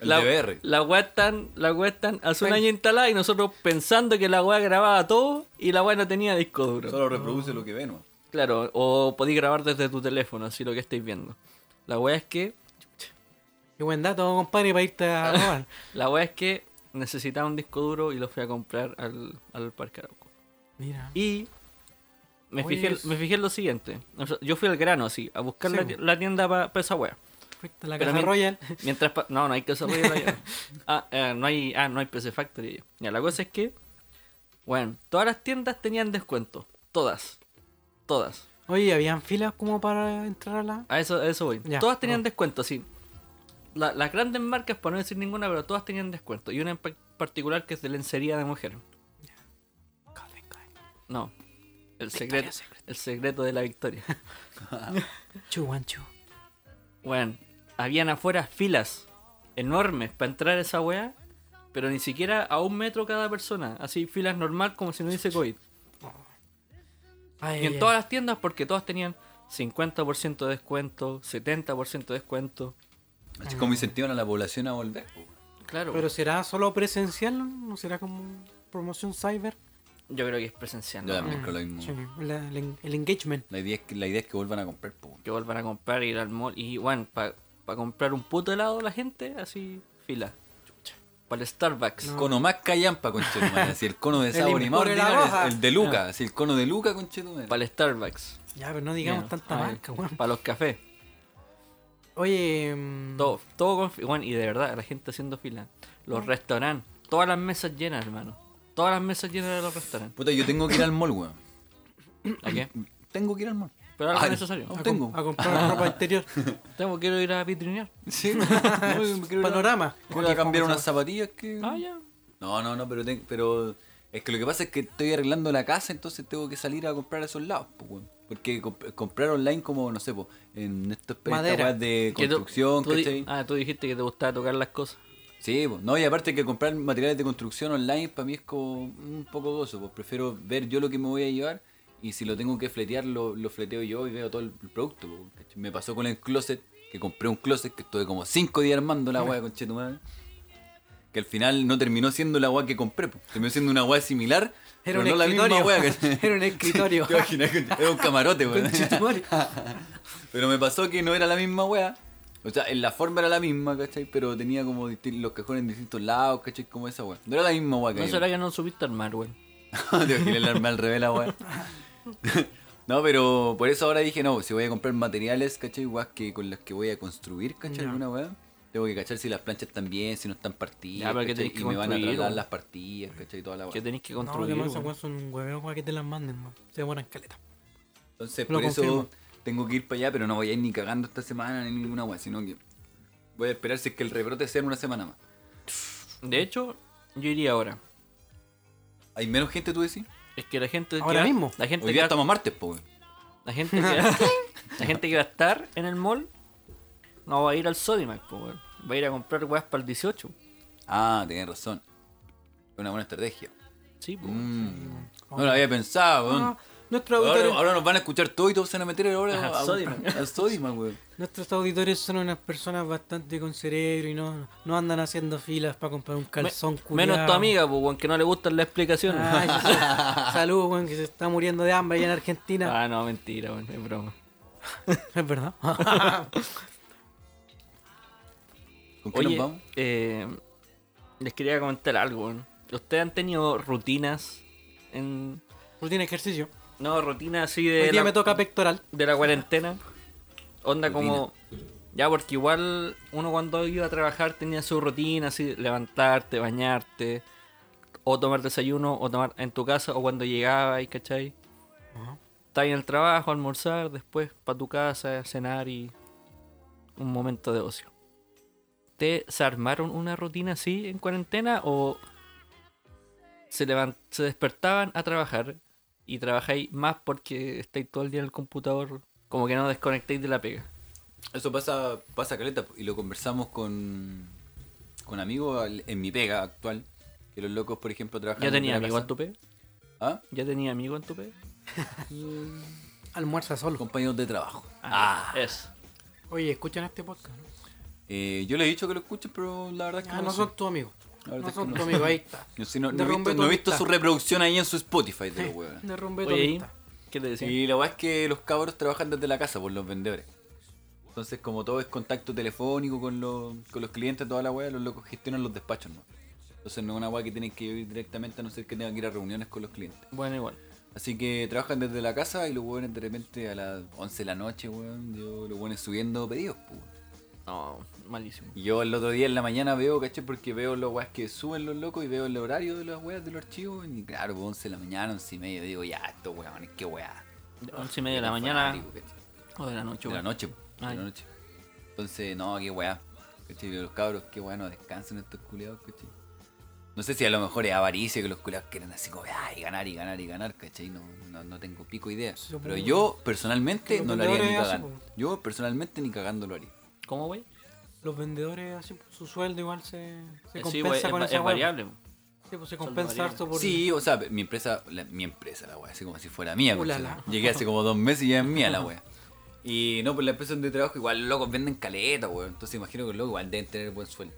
S5: El
S3: la,
S5: DVR.
S3: La weá están, la weá están hace un año instalada y nosotros pensando que la weá grababa todo y la weá no tenía disco duro.
S5: Solo reproduce lo que ve, ¿no?
S3: Claro, o podéis grabar desde tu teléfono, así lo que estáis viendo. La weá es que.
S4: qué buen dato, compadre, para irte a robar.
S3: La weá es que necesitaba un disco duro y lo fui a comprar al, al Parque Arauco.
S4: Mira.
S3: Y me
S4: Oye,
S3: fijé,
S4: es-
S3: me fijé en lo siguiente. O sea, yo fui al grano así, a buscar
S4: Sí,
S3: la,
S4: po.
S3: ti- la tienda para esa wea.
S4: Fuiste a la
S3: Pero
S4: Casa
S3: mien-
S4: Royal.
S3: Mientras pa- no, no hay Casa Royal allá. ah, eh, no hay, ah, no hay PC Factory. allá. Ya, la cosa es que, bueno, todas las tiendas tenían descuento. Todas. Todas.
S4: Oye, ¿habían filas como para entrar a la...?
S3: A eso, a eso voy.
S4: Ya,
S3: todas tenían
S4: no.
S3: descuento, sí. La- las grandes marcas, para no decir ninguna, pero todas tenían descuento. Y una en par- particular que es de lencería de mujer.
S4: Calvin Klein.
S3: No. El secreto,
S4: Secret.
S3: el secreto de la victoria.
S4: Chuanchu.
S3: Bueno, habían afuera filas enormes para entrar a esa weá, pero ni siquiera a un metro cada persona. Así, filas normal como si no hubiese COVID.
S4: Ay,
S3: Y en
S4: ay,
S3: todas las tiendas, porque todas tenían 50% de descuento, 70% de descuento.
S5: Así como incentivan a la población a volver. po.
S3: Claro.
S4: ¿Pero será solo presencial? ¿No será como promoción cyber?
S3: yo creo que Ah, es presencial.
S5: Yo
S3: ¿no?
S5: también creo lo mismo.
S4: Sí, la- el en- el engagement.
S5: La idea, es que, la idea es que vuelvan a comprar, po.
S3: que vuelvan a comprar, ir al mall. Y bueno, para comprar un puto helado la gente, así, fila. Para el Starbucks.
S5: Cono más callampa, conchetumare. Así el cono de
S4: El
S5: sabor y más
S4: Imperial
S5: ordinario
S4: Roja.
S5: es el de Luca. Así el cono de Luca, conchetumare.
S3: Para el Starbucks.
S4: Ya, pero no digamos tanta marca, weón.
S3: Para los cafés.
S4: Oye, mm,
S3: Todo, todo con fi- bueno, y de verdad, la gente haciendo fila.
S4: Mm.
S3: Los restaurantes, todas las mesas llenas, hermano. Todas las mesas llenas de los restaurantes.
S5: Puta, yo tengo que ir al mall, weón.
S3: ¿A qué?
S5: Tengo que ir al mall.
S3: Pero algo
S5: Ay,
S3: necesario.
S5: no
S4: a,
S5: tengo.
S4: com- a comprar ropa exterior.
S3: Tengo, quiero ir a vitrinear.
S5: Sí. No, quiero ir a-
S4: Panorama.
S5: Quiero ir a cambiar unas zapatillas que...
S4: Mm.
S3: Ah, ya.
S5: No, no, no, pero, ten- pero es que lo que pasa es que estoy arreglando la casa, entonces tengo que salir a comprar a esos lados. po, weón. Porque comp- comprar online como, no sé, po, en estos estas
S4: Madera.
S5: weas de
S3: Que tú-
S5: Eh, construcción,
S3: tú di-
S5: ¿cachai?
S3: Ah, tú dijiste que te gustaba tocar las cosas.
S5: Sí, po. no, y aparte que comprar materiales de construcción online para mí es como un poco gozo, pues prefiero ver yo lo que me voy a llevar y si lo tengo que fletear, lo, lo fleteo yo y veo todo el producto. po, ¿cachai? Me pasó con el closet, que compré un closet que estuve como cinco días armando la wea, conchetumadre. Que al final no terminó siendo la wea que compré, po. terminó siendo una wea similar, pero
S4: Era un
S5: no la misma
S4: escritorio.
S5: wea. ¿cachai?
S4: Era un escritorio.
S5: ¿Te imaginas, conche- Era un camarote, weón.
S4: Conchetumare.
S5: Pero me pasó que no era la misma weá. O sea, en la forma era la misma, ¿cachai? Pero tenía como disti- los cajones en distintos lados, ¿cachai? Como esa weá. No era la misma weá que
S3: No
S5: yo.
S3: será que no subiste armar, güey.
S5: Te imaginas el arma al revés, la weá. No, pero por eso ahora dije, no, si voy a comprar materiales, ¿cachai? Weas que con las que voy a construir, ¿cachai?
S4: Ya.
S5: Alguna weá. Tengo que cachar si las planchas están bien, si no están partidas,
S3: Ya, pero que
S5: ¿cachai?
S3: tenés que
S5: Y me van a
S3: construir,
S5: trasladar
S3: weón.
S5: las partidas, ¿cachai? Toda la
S3: Que
S5: weá.
S3: tenéis que
S4: No, que
S3: construir.
S4: más esas
S3: weón. Mm.
S4: weas son un hueveo para que te las manden, man. Se demoran caleta.
S5: Entonces,
S4: Lo
S5: por
S4: confirmo.
S5: eso tengo que ir para allá, pero no voy a ir ni cagando esta semana ni ninguna weá, sino que voy a esperar si es que el rebrote sea en una semana más.
S3: de hecho, yo iría ahora.
S5: ¿Hay menos gente, tú decís?
S3: Es que la gente. que
S4: Ahora
S3: va-
S4: mismo.
S3: La gente,
S5: Hoy
S3: que
S5: día
S3: va,
S5: estamos martes, po, weón.
S3: la, gente que va- la gente que va a estar en el mall no va a ir al Sodimac, po, weón. Va a ir a comprar weas para el 18.
S5: Ah, tenés razón. Es Una buena estrategia.
S3: Sí, po.
S5: Mm. No lo había pensado, weón.
S4: Ah, nuestros, auditores,
S5: Ahora, ahora nos van a escuchar todo y todos se van a meter ahora
S3: Ajá,
S5: a, a-
S3: Sodimac.
S5: a Sodimac, weón.
S4: nuestros auditores son unas personas bastante con cerebro y no, no andan haciendo filas para comprar un
S3: Me-
S4: calzón culiao.
S3: menos tu amiga, po, weón, que no le gustan las explicaciones.
S4: Ay, sí. Saludos, weón, que se está muriendo de hambre allá en Argentina.
S3: Ah, no, mentira, weón, es broma. Ah.
S4: Es verdad.
S5: ¿Con qué
S3: Oye,
S5: nos vamos?
S3: eh, les quería comentar algo, weón. ¿Ustedes han tenido rutinas en...
S4: Rutina de ejercicio.
S3: No, rutinas así
S4: Hoy
S3: de
S4: día
S3: Eh, la,
S4: me toca pectoral.
S3: de la cuarentena? Onda como... Ya, porque igual uno cuando iba a trabajar tenía su rutina, así, levantarte, bañarte, o tomar desayuno, o tomar en tu casa, o cuando llegabas, ¿cachai? Estabas en el trabajo, almorzar, después para tu casa, cenar y un momento de ocio. ¿Te se armaron una rutina así en cuarentena o se, levan- se despertaban a trabajar y trabajáis más porque estáis todo el día en el computador, como que no desconectáis de la pega?
S5: Eso pasa, pasa caleta po, y lo conversamos con, con amigos al- Ah, en mi pega actual. Que los locos, por ejemplo, trabajan.
S3: ¿Ya
S5: desde
S3: tenía
S5: la
S3: amigo en
S5: casa.
S3: tu pega?
S5: ¿Ah?
S3: ¿Ya tenía amigo en tu pega?
S4: Almuerza
S5: Los
S4: solo.
S5: compañeros de trabajo. Ah.
S3: Es.
S4: Oye, escuchan este podcast. ¿no?
S5: Eh, yo le he dicho que lo escuchen, pero la verdad es que
S4: Ah,
S5: no,
S4: no
S5: sé.
S4: son tu amigo.
S5: La verdad
S4: No
S5: es que
S4: son
S5: no
S4: tu
S5: sé.
S4: amigo, ahí está.
S5: Yo sí no, no he
S4: Derrumbe
S5: visto,
S4: tu
S5: no he visto su
S4: amistad.
S5: reproducción ahí en su Spotify de los huevos.
S4: Derrumbe tu
S3: Oye, ¿y?
S4: amistad.
S3: ¿qué te decía?
S5: Y la verdad es que los cabros trabajan desde la casa por los vendedores. Entonces, como todo es contacto telefónico con los, con los clientes, toda la weá, los locos gestionan los despachos, ¿no? Entonces no es una weá que tienen que ir directamente a no ser que tengan que ir a reuniones con los clientes.
S3: Bueno, igual.
S5: Así que trabajan desde la casa y los weones de repente a las 11 de la noche, weón, yo los weones subiendo pedidos, pues.
S3: No, malísimo.
S5: Y yo el otro día en la mañana veo, caché, porque veo los weas que suben los locos y veo el horario de las weas de los archivos. Y claro, pues, 11 de la mañana, 11 y media, digo, ya, estos weones, qué weá.
S3: De once y media de la mañana
S5: Fanático, ¿cachai?
S3: o de la noche.
S5: De la
S3: weón.
S5: noche, po, de
S3: Ay.
S5: la noche. Entonces, no, qué weá. ¿Cachai? Los cabros, qué weá, no descansan estos culiados, ¿cachai? No sé si a lo mejor es avaricia que los culiados quieren así como, ay, ganar y ganar y ganar, ¿cachai? No, no, no tengo pico idea. Pero
S4: pues,
S5: yo, personalmente,
S4: los
S5: no lo haría ni
S4: vendedores hacen,
S5: cagando. Yo, personalmente, ni cagando lo haría.
S3: ¿Cómo, güey?
S4: Los vendedores, así, pues, su sueldo igual se, se
S3: Eh,
S4: compensa
S3: Sí, güey,
S5: pues,
S3: es,
S4: con
S3: va-
S4: esa
S3: es
S4: weá.
S3: variable.
S4: Sí, pues se
S3: Sueldo
S4: compensa
S3: variable.
S4: harto por...
S5: Sí, o sea, mi empresa, la- mi empresa, la wea, así como si fuera mía.
S4: Ulala.
S5: conchetumare. Llegué hace como dos meses y ya es mía la wea. Y no, pues la empresa donde trabajo, igual los locos venden caleta, weón. Entonces imagino que los locos igual deben tener buen sueldo.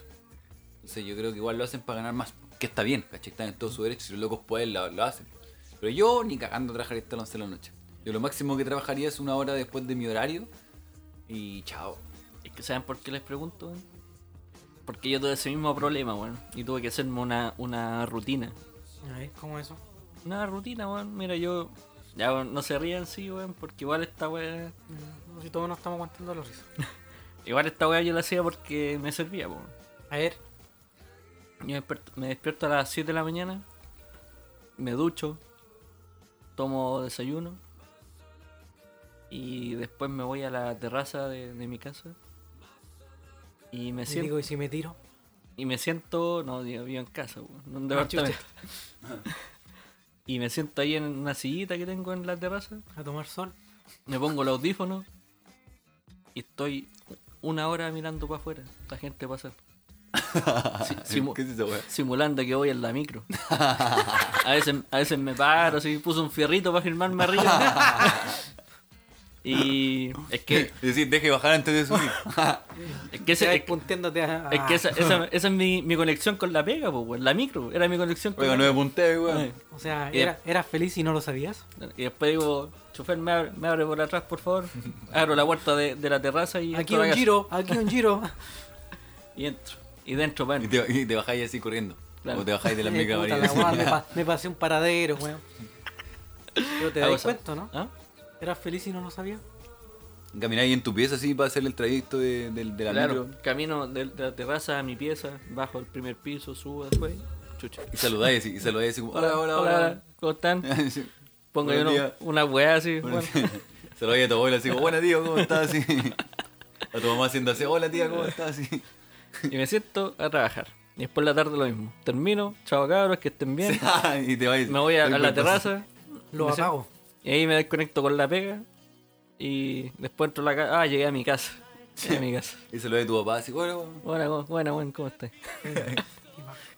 S5: Entonces yo creo que igual lo hacen para ganar más. Que está bien, ¿cachai? Están en todo su derecho. Si los locos pueden, lo, lo hacen. Pero yo ni cagando trabajaría hasta las 11 de la noche. Yo lo máximo que trabajaría es una hora después de mi horario. Y chao.
S3: Es que ¿saben por qué les pregunto? güey? Porque yo tuve ese mismo problema, weón. Y tuve que hacerme una, una rutina.
S4: A ver, ¿cómo eso?
S3: Una rutina, weón. Mira, yo... Ya, weón, no se rían, sí, weón, porque igual esta weá...
S4: No, Si todos no estamos aguantando la risa.
S3: Igual esta weá yo la hacía porque me servía, weón.
S4: A ver,
S3: Yo me despierto, me despierto a las 7 de la mañana, me ducho, tomo desayuno y después me voy a la terraza de, de mi casa y me
S4: y
S3: siento
S4: digo, ¿y si me tiro?
S3: y me siento, no, yo vivo en casa, weón, en un
S4: Ah, chucha.
S3: departamento. y me siento ahí en una sillita que tengo en la terraza,
S4: ¿A tomar sol?
S3: me pongo los audífonos y estoy una hora mirando para afuera, la gente pasar. Sí, sí, mu-
S5: ¿Qué es esa wea?
S3: simulando que voy en la micro. a, veces, a veces me paro, así puse un fierrito para firmarme arriba. y es que,
S5: Es decir, deje bajar antes de subir.
S3: es que,
S4: Se
S3: ese-
S4: va
S3: es, que-
S4: punteándote a...
S3: es que esa, esa- esa es mi, mi conexión con la pega, pues, la micro, era mi conexión con
S5: Oiga,
S3: la
S5: no me punteo,
S3: pega.
S5: weón.
S4: O sea,
S3: Y de-
S4: era, eras feliz y no lo sabías.
S3: Y después digo, chofer, me abre, me abre por atrás, por favor. Abro la puerta de, de la terraza y entro
S4: Aquí
S3: a la
S4: un
S3: casa.
S4: giro, aquí un giro. Eh,
S3: Y entro. Y dentro, bueno,
S5: Y te, y te bajáis así corriendo.
S3: Claro.
S5: O te bajáis de la
S4: Eh,
S5: mega
S4: puta
S5: amarilla.
S4: la weá, me, pa- me pasé un paradero, weón. Pero te
S3: hago
S4: das
S3: esa-
S4: cuenta, ¿no?
S3: ¿Ah?
S4: ¿Eras feliz y no lo sabías?
S5: Camináis en tu pieza así para hacer el trayecto de, de- de la
S3: Claro,
S5: micro.
S3: camino de, de la terraza a mi pieza, bajo el primer piso, subo después, chucha.
S5: Y saludáis así, y saludáis así como, hola, hola, hola.
S3: ¿Cómo están?
S5: Sí.
S3: Pongo
S5: Buenos
S3: yo uno-
S5: días.
S3: una weá así.
S5: Buenos
S3: bueno.
S5: días. Saludáis a tu abuela así como, hola tío, ¿cómo estás? Así. A tu mamá haciendo así, hola tía, ¿cómo estás? Así.
S3: Y me siento a trabajar. Y después en la tarde lo mismo. Termino, chao cabros, que estén bien.
S5: y te vais.
S3: Me voy a, a la terraza.
S4: Lo
S3: me siento-
S4: apago.
S3: Y ahí me desconecto con la pega. Y después entro a la casa. Ah, llegué a mi casa. Llegué a mi casa.
S5: Y saludáis a tu papá así, bueno.
S3: Buena, bu- buena, buen, ¿cómo estás?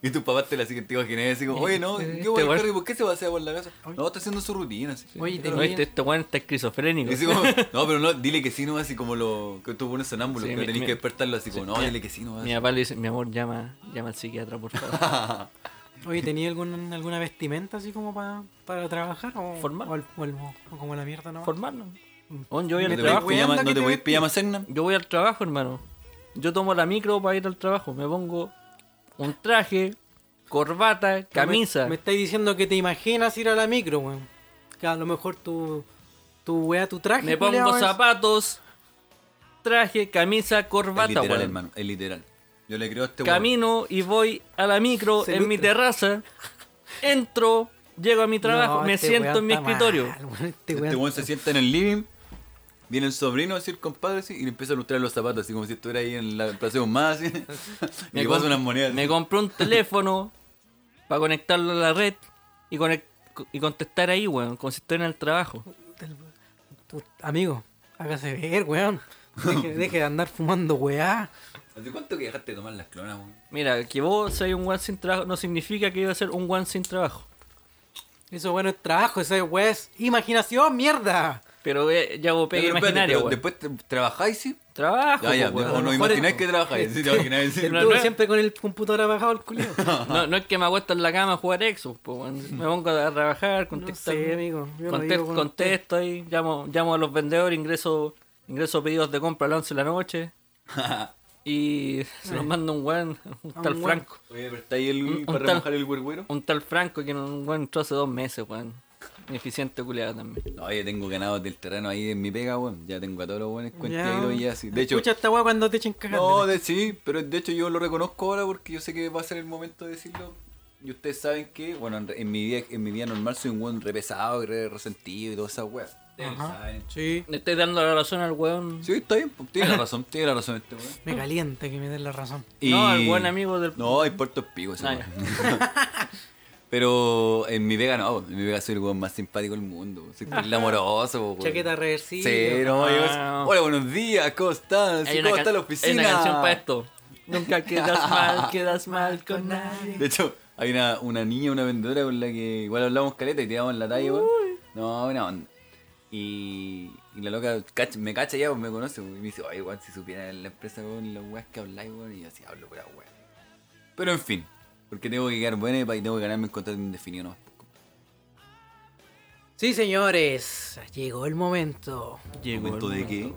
S5: Y tu papá te la sigue, te imaginas así como, oye, no,
S3: Este
S5: qué bueno,
S3: weón.
S5: Harry, ¿por qué se va a hacer por la casa? No, está haciendo su rutina así.
S4: Oye,
S3: No,
S4: tenía-
S3: este, este weón está esquizofrénico.
S5: Y así como, no, pero no, dile que sí, no, así como lo que tú pones sonámbulo,
S3: Sí,
S5: que
S3: mi-
S5: tenés
S3: mi-
S5: que despertarlo así como, no,
S3: mi-
S5: dile que sí, no.
S3: Mi papá le dice, mi amor, llama, llama al psiquiatra, por favor.
S4: Oye, ¿tenía algún, alguna vestimenta así como pa- para trabajar? O,
S3: Formal.
S4: O, el- o el- o como la mierda, ¿no?
S3: Formarnos. Weón, Yo voy al
S5: ¿No te podéis
S3: trabajo.
S5: pijama-
S4: anda
S5: no
S4: que
S5: te
S4: te
S5: podéis
S4: vestí.
S5: pijama Serna?
S3: Yo voy al trabajo, hermano. Yo tomo la micro para ir al trabajo. Me pongo un traje, corbata, camisa.
S4: Me, me estáis diciendo que te imaginas ir a la micro, weón. Que a lo mejor tu, tu weá, tu traje.
S3: Me
S4: culiao,
S3: pongo
S4: es-
S3: zapatos, traje, camisa,
S5: Es
S3: corbata,
S5: literal,
S3: weón.
S5: hermano, es literal. Yo le creo a este weón.
S3: Camino y voy a la micro
S4: Se
S3: en mi
S4: ilustra.
S3: terraza. Entro, llego a mi trabajo,
S4: No,
S3: me
S4: este
S3: siento
S4: weón
S3: en mi
S4: está mal,
S3: escritorio.
S4: weón, este
S5: Este
S4: weón-
S5: weón se sienta en el living, viene el sobrino a decir compadre así, y le empieza a lustrar los zapatos, así como si estuviera ahí en la plaza de más, así. y le
S3: com-
S5: pasa unas monedas.
S3: me compré un teléfono para conectarlo a la red y, conec- y contestar ahí, weón, como si estuviera en el trabajo.
S4: tu- amigo, hágase ver, weón. Deje, deje de andar fumando weá.
S5: ¿Hace cuánto que dejaste de tomar las clonas, weón?
S3: Mira, que vos seas un one sin trabajo no significa que iba a ser un one sin trabajo.
S4: Es Eso bueno es trabajo, esa weá es imaginación, mierda.
S3: Pero eh, ya vos pegue
S5: Pero espérate,
S3: imaginario,
S5: pero
S3: weón.
S5: después tra- trabajáis, sí.
S3: Trabajo,
S5: Ya, ya,
S3: po, weón.
S5: no,
S4: A lo
S5: no
S4: mejor
S5: imagináis
S4: es-
S5: que trabajáis. Sí, te imagináis, sí.
S4: El
S3: no,
S4: tubo
S3: no.
S4: siempre con el computador abajado el culiao.
S3: No, no es que me acuesto en la cama a jugar Exos, po, weón. me pongo a trabajar, contestar.
S4: sé, amigo, yo no
S3: Contes-
S4: vivo con
S3: contesto ahí, llamo, llamo a los vendedores, ingreso, ingreso pedidos de compra a las 11 de la noche. y se los manda un weón, un tal
S4: Eh. weón.
S3: Franco.
S5: Oye, pero está ahí el,
S3: Un-
S5: para
S3: un tal-
S5: remojar el huerguero.
S3: Un tal Franco que un weón entró hace dos meses, weón. Ineficiente culiado también.
S5: No, yo tengo ganado del terreno ahí en mi pega, weón. Ya tengo a todos los buenos
S4: Ya.
S5: cuenteros y así. De hecho,
S4: Escucha esta weá cuando te echen cagando.
S5: no, de, sí, pero de hecho yo lo reconozco ahora porque yo sé que va a ser el momento de decirlo. Y ustedes saben que, bueno, en, en mi, vida, en mi vida normal soy un weón re pesado y re resentido y toda esa weón. Ustedes lo saben.
S4: Sí.
S3: Le estoy dando la razón al weón.
S5: Sí, está bien, pues, tiene la razón, tiene la razón este weón.
S4: Me calienta que me den la razón.
S3: No, al buen amigo del-
S5: No, el Puerto Pico, ese
S3: Ah,
S5: weón. Pero en mi Vega no, en mi Vega soy el weón más simpático del mundo. Soy el amoroso, weón.
S4: Chaqueta reversible.
S5: Sí, no, yo-
S3: Ah.
S5: Hola, buenos días, ¿cómo estás?
S3: Hay una
S5: ¿Cómo está
S3: can-
S5: la
S3: hay
S5: oficina?
S3: una canción para esto. Nunca quedas mal, quedas mal con nadie.
S5: De hecho, hay una, una niña, una vendedora con la que igual hablamos caleta y tiramos la talla, weón. No, buena onda. Y, y la loca cacha- me cacha ya, pues, me conoce, weón, y me dice, oye, weón, si supiera la empresa con las weas que habláis, weón, y yo así hablo, pura weón. Pero en fin, porque tengo que quedar buena y pa- y tengo que ganarme un contrato indefinido nomás.
S4: Sí, señores. Llegó el momento.
S3: Llegó el
S5: ¿Momento de qué?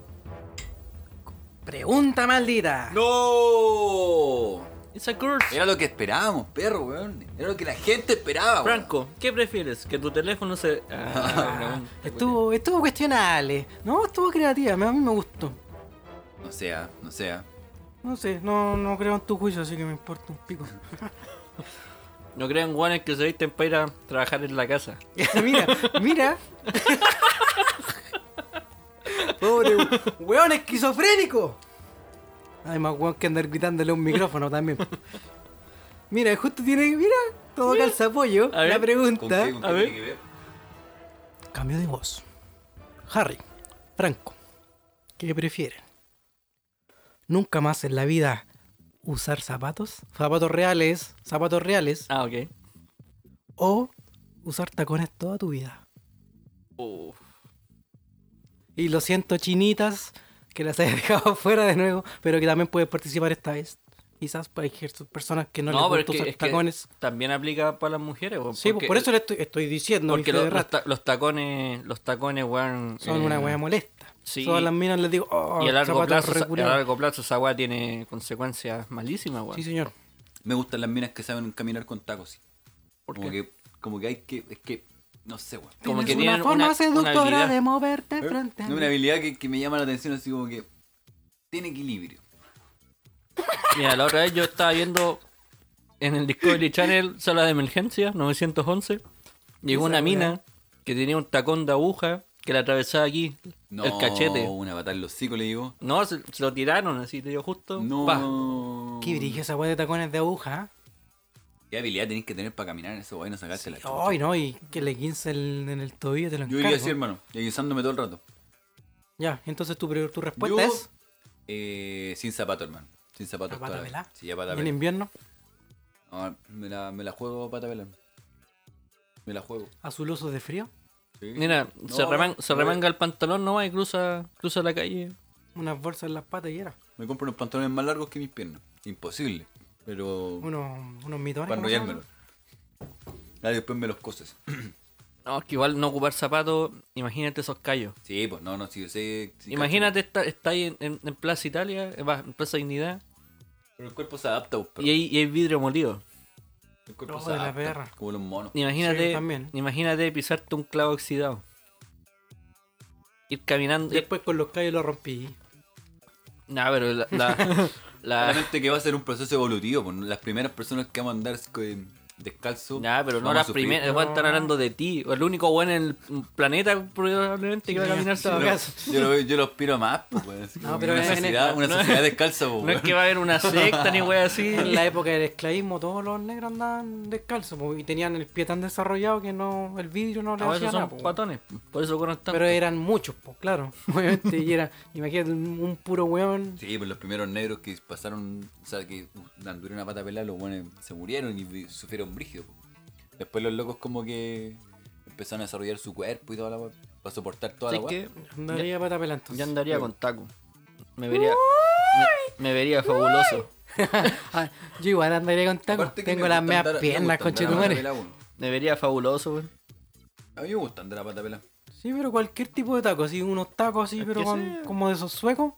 S4: Pregunta maldita.
S5: ¡No!
S3: It's a curse.
S5: Era lo que esperábamos, perro, weón. Era lo que la gente esperaba, weón.
S3: Franco, ¿qué prefieres? ¿Que tu teléfono se.? Ah, pregunta,
S4: Estuvo, estuvo cuestionable. No, estuvo creativa. me- A mí me gustó.
S5: No sea, no sea.
S4: No sé, no, no creo en tu juicio, así que me importa un pico.
S3: culiao. No crean guanes que se visten para ir a trabajar en la casa.
S4: mira, mira. Pobre weón esquizofrénico. Además, weón que andar gritándole a un micrófono también. Mira, justo tiene. Mira, todo calza apoyo.
S3: A ver,
S4: La
S5: ¿Con
S4: pregunta.
S5: qué, con qué
S3: A ver.
S5: tiene que ver?
S4: Cambio de voz. Harry, Franco, ¿qué prefieren? ¿Nunca más en la vida usar zapatos? Zapatos reales, zapatos reales.
S3: Ah, ok.
S4: o usar tacones toda tu vida. Y lo siento, chinitas, que las hayas dejado fuera de nuevo, pero que también puedes participar esta vez. Quizás para ejercer personas que no,
S3: No,
S4: les
S3: pero es
S4: gusta
S3: que,
S4: usar
S3: es que
S4: tacones.
S3: también aplica para las mujeres. weón,
S4: Sí, pues
S3: porque-
S4: por eso le estoy, estoy diciendo,
S3: porque
S4: mi
S3: lo-
S4: fe de
S3: los,
S4: rata,
S3: ta- los tacones, los tacones, weón.
S4: son
S3: eh,
S4: una wea molesta.
S3: sí.
S4: Todas las minas les digo, oh,
S3: Y a largo,
S4: zapatos
S3: plazo, esa- a
S4: reculeados".
S3: largo plazo esa weá tiene consecuencias malísimas, weón.
S4: Sí, señor.
S5: Me gustan las minas que saben caminar con tacos, sí.
S3: ¿Por
S5: como
S3: qué?
S5: que como que hay que es que no sé, weón.
S3: Como que
S4: Tienes
S3: tienen
S4: una forma
S3: una-
S4: seductora
S3: una habilidad.
S4: de moverte frente a
S5: Es
S4: mí.
S5: Eh, una habilidad que, que me llama la atención así como que tiene equilibrio.
S3: Mira, la otra vez yo estaba viendo en el Discovery Channel, sala de emergencia, 911. Llegó una mina que tenía un tacón de aguja que la atravesaba aquí,
S5: No,
S3: el cachete.
S5: una patada en los hocico le digo.
S3: No, se, se lo tiraron así, te dio justo.
S5: No.
S3: pa.
S4: Qué brillo esa wea de tacones de aguja. ¿eh?
S5: ¿Qué habilidad tenés que tener para caminar en eso, weón? y No sacarte la chucha.
S4: Ay, no, y que le quince el- en el tobillo te lo
S5: Yo
S4: encargo.
S5: diría así, hermano, y guisándome todo el rato.
S4: Ya, entonces tu, pre- tu respuesta
S5: Yo-
S4: es.
S5: Eh, sin zapato, hermano. Sin zapato.
S4: ¿La pata
S5: toda la-
S4: pelá?
S5: Sí, a pata
S4: En
S5: pelá.
S4: invierno,
S5: No, me, la, me la juego a pata pelá. Me la juego.
S4: azulosos de frío,
S5: sí.
S3: Mira,
S5: No,
S3: se, reman-
S5: no,
S3: se
S5: no,
S3: remanga el pantalón nomás y cruza, cruza la calle.
S4: unas bolsas en las patas y era.
S5: Me compro unos pantalones más largos que mis piernas. Imposible. Pero.
S4: Unos, unos mitones.
S5: para
S4: ¿cómo se llama?
S5: enrollármelo. Ah, después me los coses.
S3: No, es que igual no ocupar zapatos, imagínate esos callos.
S5: Sí, pues no, no, sí, yo sé. sí,
S3: imagínate, está, está ahí en, en- en Plaza Italia, eh, va, en Plaza Dignidad,
S5: cacho. Pero el cuerpo se adapta, pues, pero
S3: y hay, y hay vidrio molido.
S5: El cuerpo
S4: No,
S5: se
S4: de la
S5: adapta.
S4: perra.
S5: Como los monos.
S3: Imagínate,
S4: Sí, también.
S3: imagínate pisarte un clavo oxidado. Ir caminando. ir-
S4: Después con los callos lo rompí.
S3: No, pero la, la, la-
S5: Claramente que va a ser un proceso evolutivo, pues las primeras personas que van a andar eh, descalzo.
S3: Nah, pero no
S5: vamos a
S3: las
S5: sufrir.
S3: primeras. Igual están hablando de ti. El único bueno en el planeta probablemente que va a caminar
S4: Sí,
S3: todo
S4: no.
S3: caso.
S5: Yo lo, yo lo aspiro a más, pues, weón, así como
S4: pero
S5: una
S4: en- en-
S5: sociedad, una
S3: no es-
S5: sociedad descalza, pues,
S3: No es
S5: weón.
S3: que va a haber una secta ni wea así.
S4: En la época del esclavismo, todos los negros andaban descalzos po, y tenían el pie tan desarrollado que no el vidrio no le
S3: Ahora
S4: hacía
S3: Ah, esos
S4: nada.
S3: son
S4: po.
S3: guatones. Por eso corren tanto.
S4: Pero eran muchos, pues claro. Obviamente, y era, imagínate un un puro weón.
S5: Sí, pues los primeros negros que pasaron, o sea, que uh, anduvieron a pata pelada, los buenos se murieron y vi- sufrieron brígido. po. Después los locos como que empezaron a desarrollar su cuerpo y toda la weá. Para soportar toda la
S3: ¿Sabes
S5: weá.
S3: qué?
S4: Andaría para pelantos.
S3: Yo andaría con taco. Me vería. Me, me vería fabuloso.
S4: Ah, yo igual andaría con tacos.
S5: Aparte que
S4: Tengo
S5: me
S4: las
S5: gustan
S4: medias
S5: dar- me
S4: piernas,
S5: gustan dar
S4: conchetumare.
S5: la pata pelá, weón.
S3: Me vería fabuloso, weón.
S5: A mí me gustan de la pata pelá.
S4: Sí, pero cualquier tipo de taco, así unos tacos así, pero
S3: que
S4: con-
S3: sea.
S4: como de esos suecos,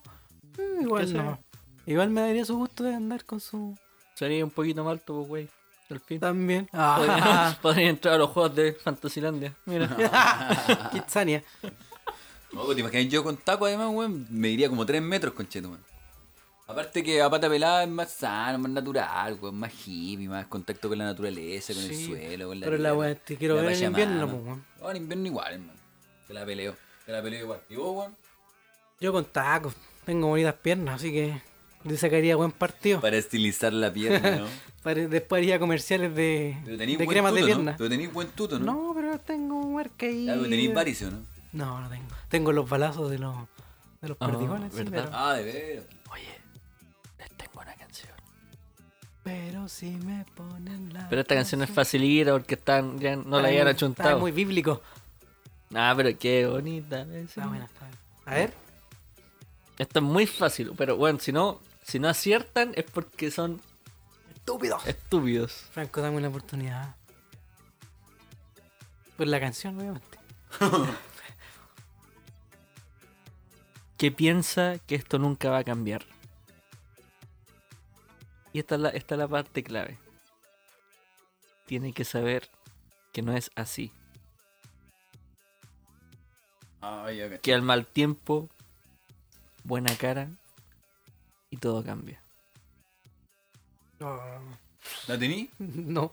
S4: eh, igual
S3: que sea.
S4: no. Igual me daría su gusto de andar con su...
S3: Sería un poquito más alto, pues, güey. Al fin.
S4: También.
S3: Podría,
S4: Ah,
S3: podría entrar a los juegos de Fantasilandia. Mira.
S4: Kitsania.
S5: No, pues, te imaginas yo con taco además, weón, me iría como 3 metros con cheto, weón. Aparte que a pata pelada es más sano, más natural, weón, más hippie, más contacto con la naturaleza, con el
S4: Sí,
S5: suelo, con la
S4: pero la
S5: tierra,
S4: weá, te quiero
S5: la
S4: ver en
S5: Pachamama.
S4: invierno, pues, weón.
S5: Ahora en invierno igual, hermano. Te la peleo, te la peleo igual. ¿Y vos, weón?
S4: Yo con tacos. Tengo bonitas piernas, así que le sacaría buen partido.
S5: Para estilizar la pierna, ¿no?
S4: Para- después haría comerciales de,
S5: Pero tenés
S4: de
S5: buen
S4: cremas de
S5: tuto, ¿no?
S4: piernas.
S5: Pero tenés buen tuto, ¿no?
S4: No, pero tengo un huerca ahí.
S5: Ya, pero tenés varices, ¿no?
S4: No, no tengo. Tengo los balazos de los, de los perdigones. sí,
S3: Ah, ¿verdad?
S4: pero-
S5: Ah, de veras.
S3: Oye, les tengo una canción.
S4: Pero si me ponen la.
S3: Pero esta canción es facilita porque están, ya no la hayan
S4: Está
S3: achuntado.
S4: muy bíblico.
S3: Ah, pero qué bonita. ¿eh? Sí.
S4: Está buena, está buena. A ver.
S3: Esto es muy fácil, pero bueno, si no, si no aciertan es porque son
S4: Estúpido.
S3: estúpidos.
S4: Franco, dame una oportunidad. Por la canción, obviamente.
S3: Que piensa que esto nunca va a cambiar. Y esta es la, esta es la parte clave. Tiene que saber que no es así.
S5: Ah, ya,
S3: Que al mal tiempo, buena cara y todo cambia. Oh.
S5: ¿La tení?
S4: No.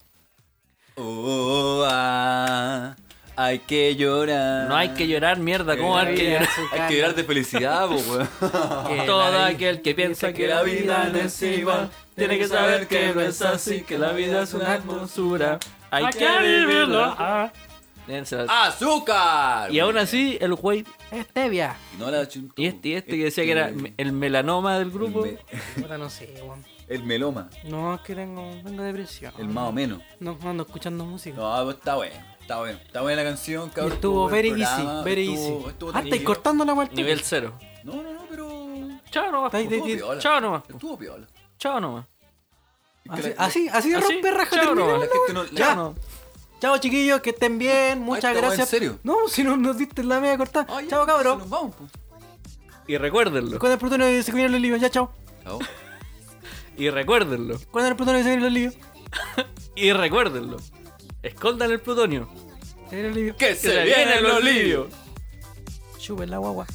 S5: Oh, oh, oh, ah, hay que llorar.
S3: No hay que llorar, mierda, ¿cómo hay que llorar?
S5: Hay que llorar de felicidad, po, weón.
S3: Todo aquel que piensa que la vida no es igual tiene que saber que no es así, que la vida es una hermosura. Hay que vivirla.
S5: ¡Azúcar!
S3: Y aún así, el güey,
S4: Estevia.
S5: No la chuntó.
S3: y este, y este que decía que era me- el melanoma del grupo,
S5: El, me-
S4: Puta, no sé, weón.
S5: el meloma,
S4: No, es que tengo, tengo depresión.
S5: el más o menos.
S4: No, ando escuchando música.
S5: No, pues está bueno, está bueno. Está buena la canción,
S4: Y
S5: cabrón.
S4: estuvo
S5: el
S4: very
S5: programa,
S4: easy, very
S5: estuvo-
S4: easy.
S5: estuvo
S4: ah, estáis
S5: tranquilo.
S4: cortando la vuelta.
S3: nivel cero.
S5: No, no, no, pero.
S3: Chao nomás,
S4: Estáis de-
S5: Estuvo
S4: de-
S5: piola.
S3: chao nomás,
S5: Estuvo piola.
S3: chao nomás.
S4: Así, así, así
S3: ¿Así?
S4: rompe raja
S3: Ah, Chao, no,
S4: termina,
S5: La
S4: ¿no?
S5: gente no.
S4: Ya.
S5: Ya.
S3: no.
S4: Chao chiquillos, que estén bien, muchas
S5: esta weá,
S4: gracias.
S5: Ah, ¿en serio?
S4: No, si no nos diste la media cortada.
S5: Ah, ya,
S4: chao cabros.
S5: Nos vamos, pues.
S3: Y recuérdenlo,
S4: Cuando el plutonio se comieron los líos, ya chao.
S5: Chao.
S3: y recuérdenlo,
S4: Cuando el plutonio se comieron los líos.
S3: y recuérdenlo. Escondan el plutonio.
S4: Se comieron los líos.
S5: Que
S3: se vienen los lirios.
S4: Chupen la guagua.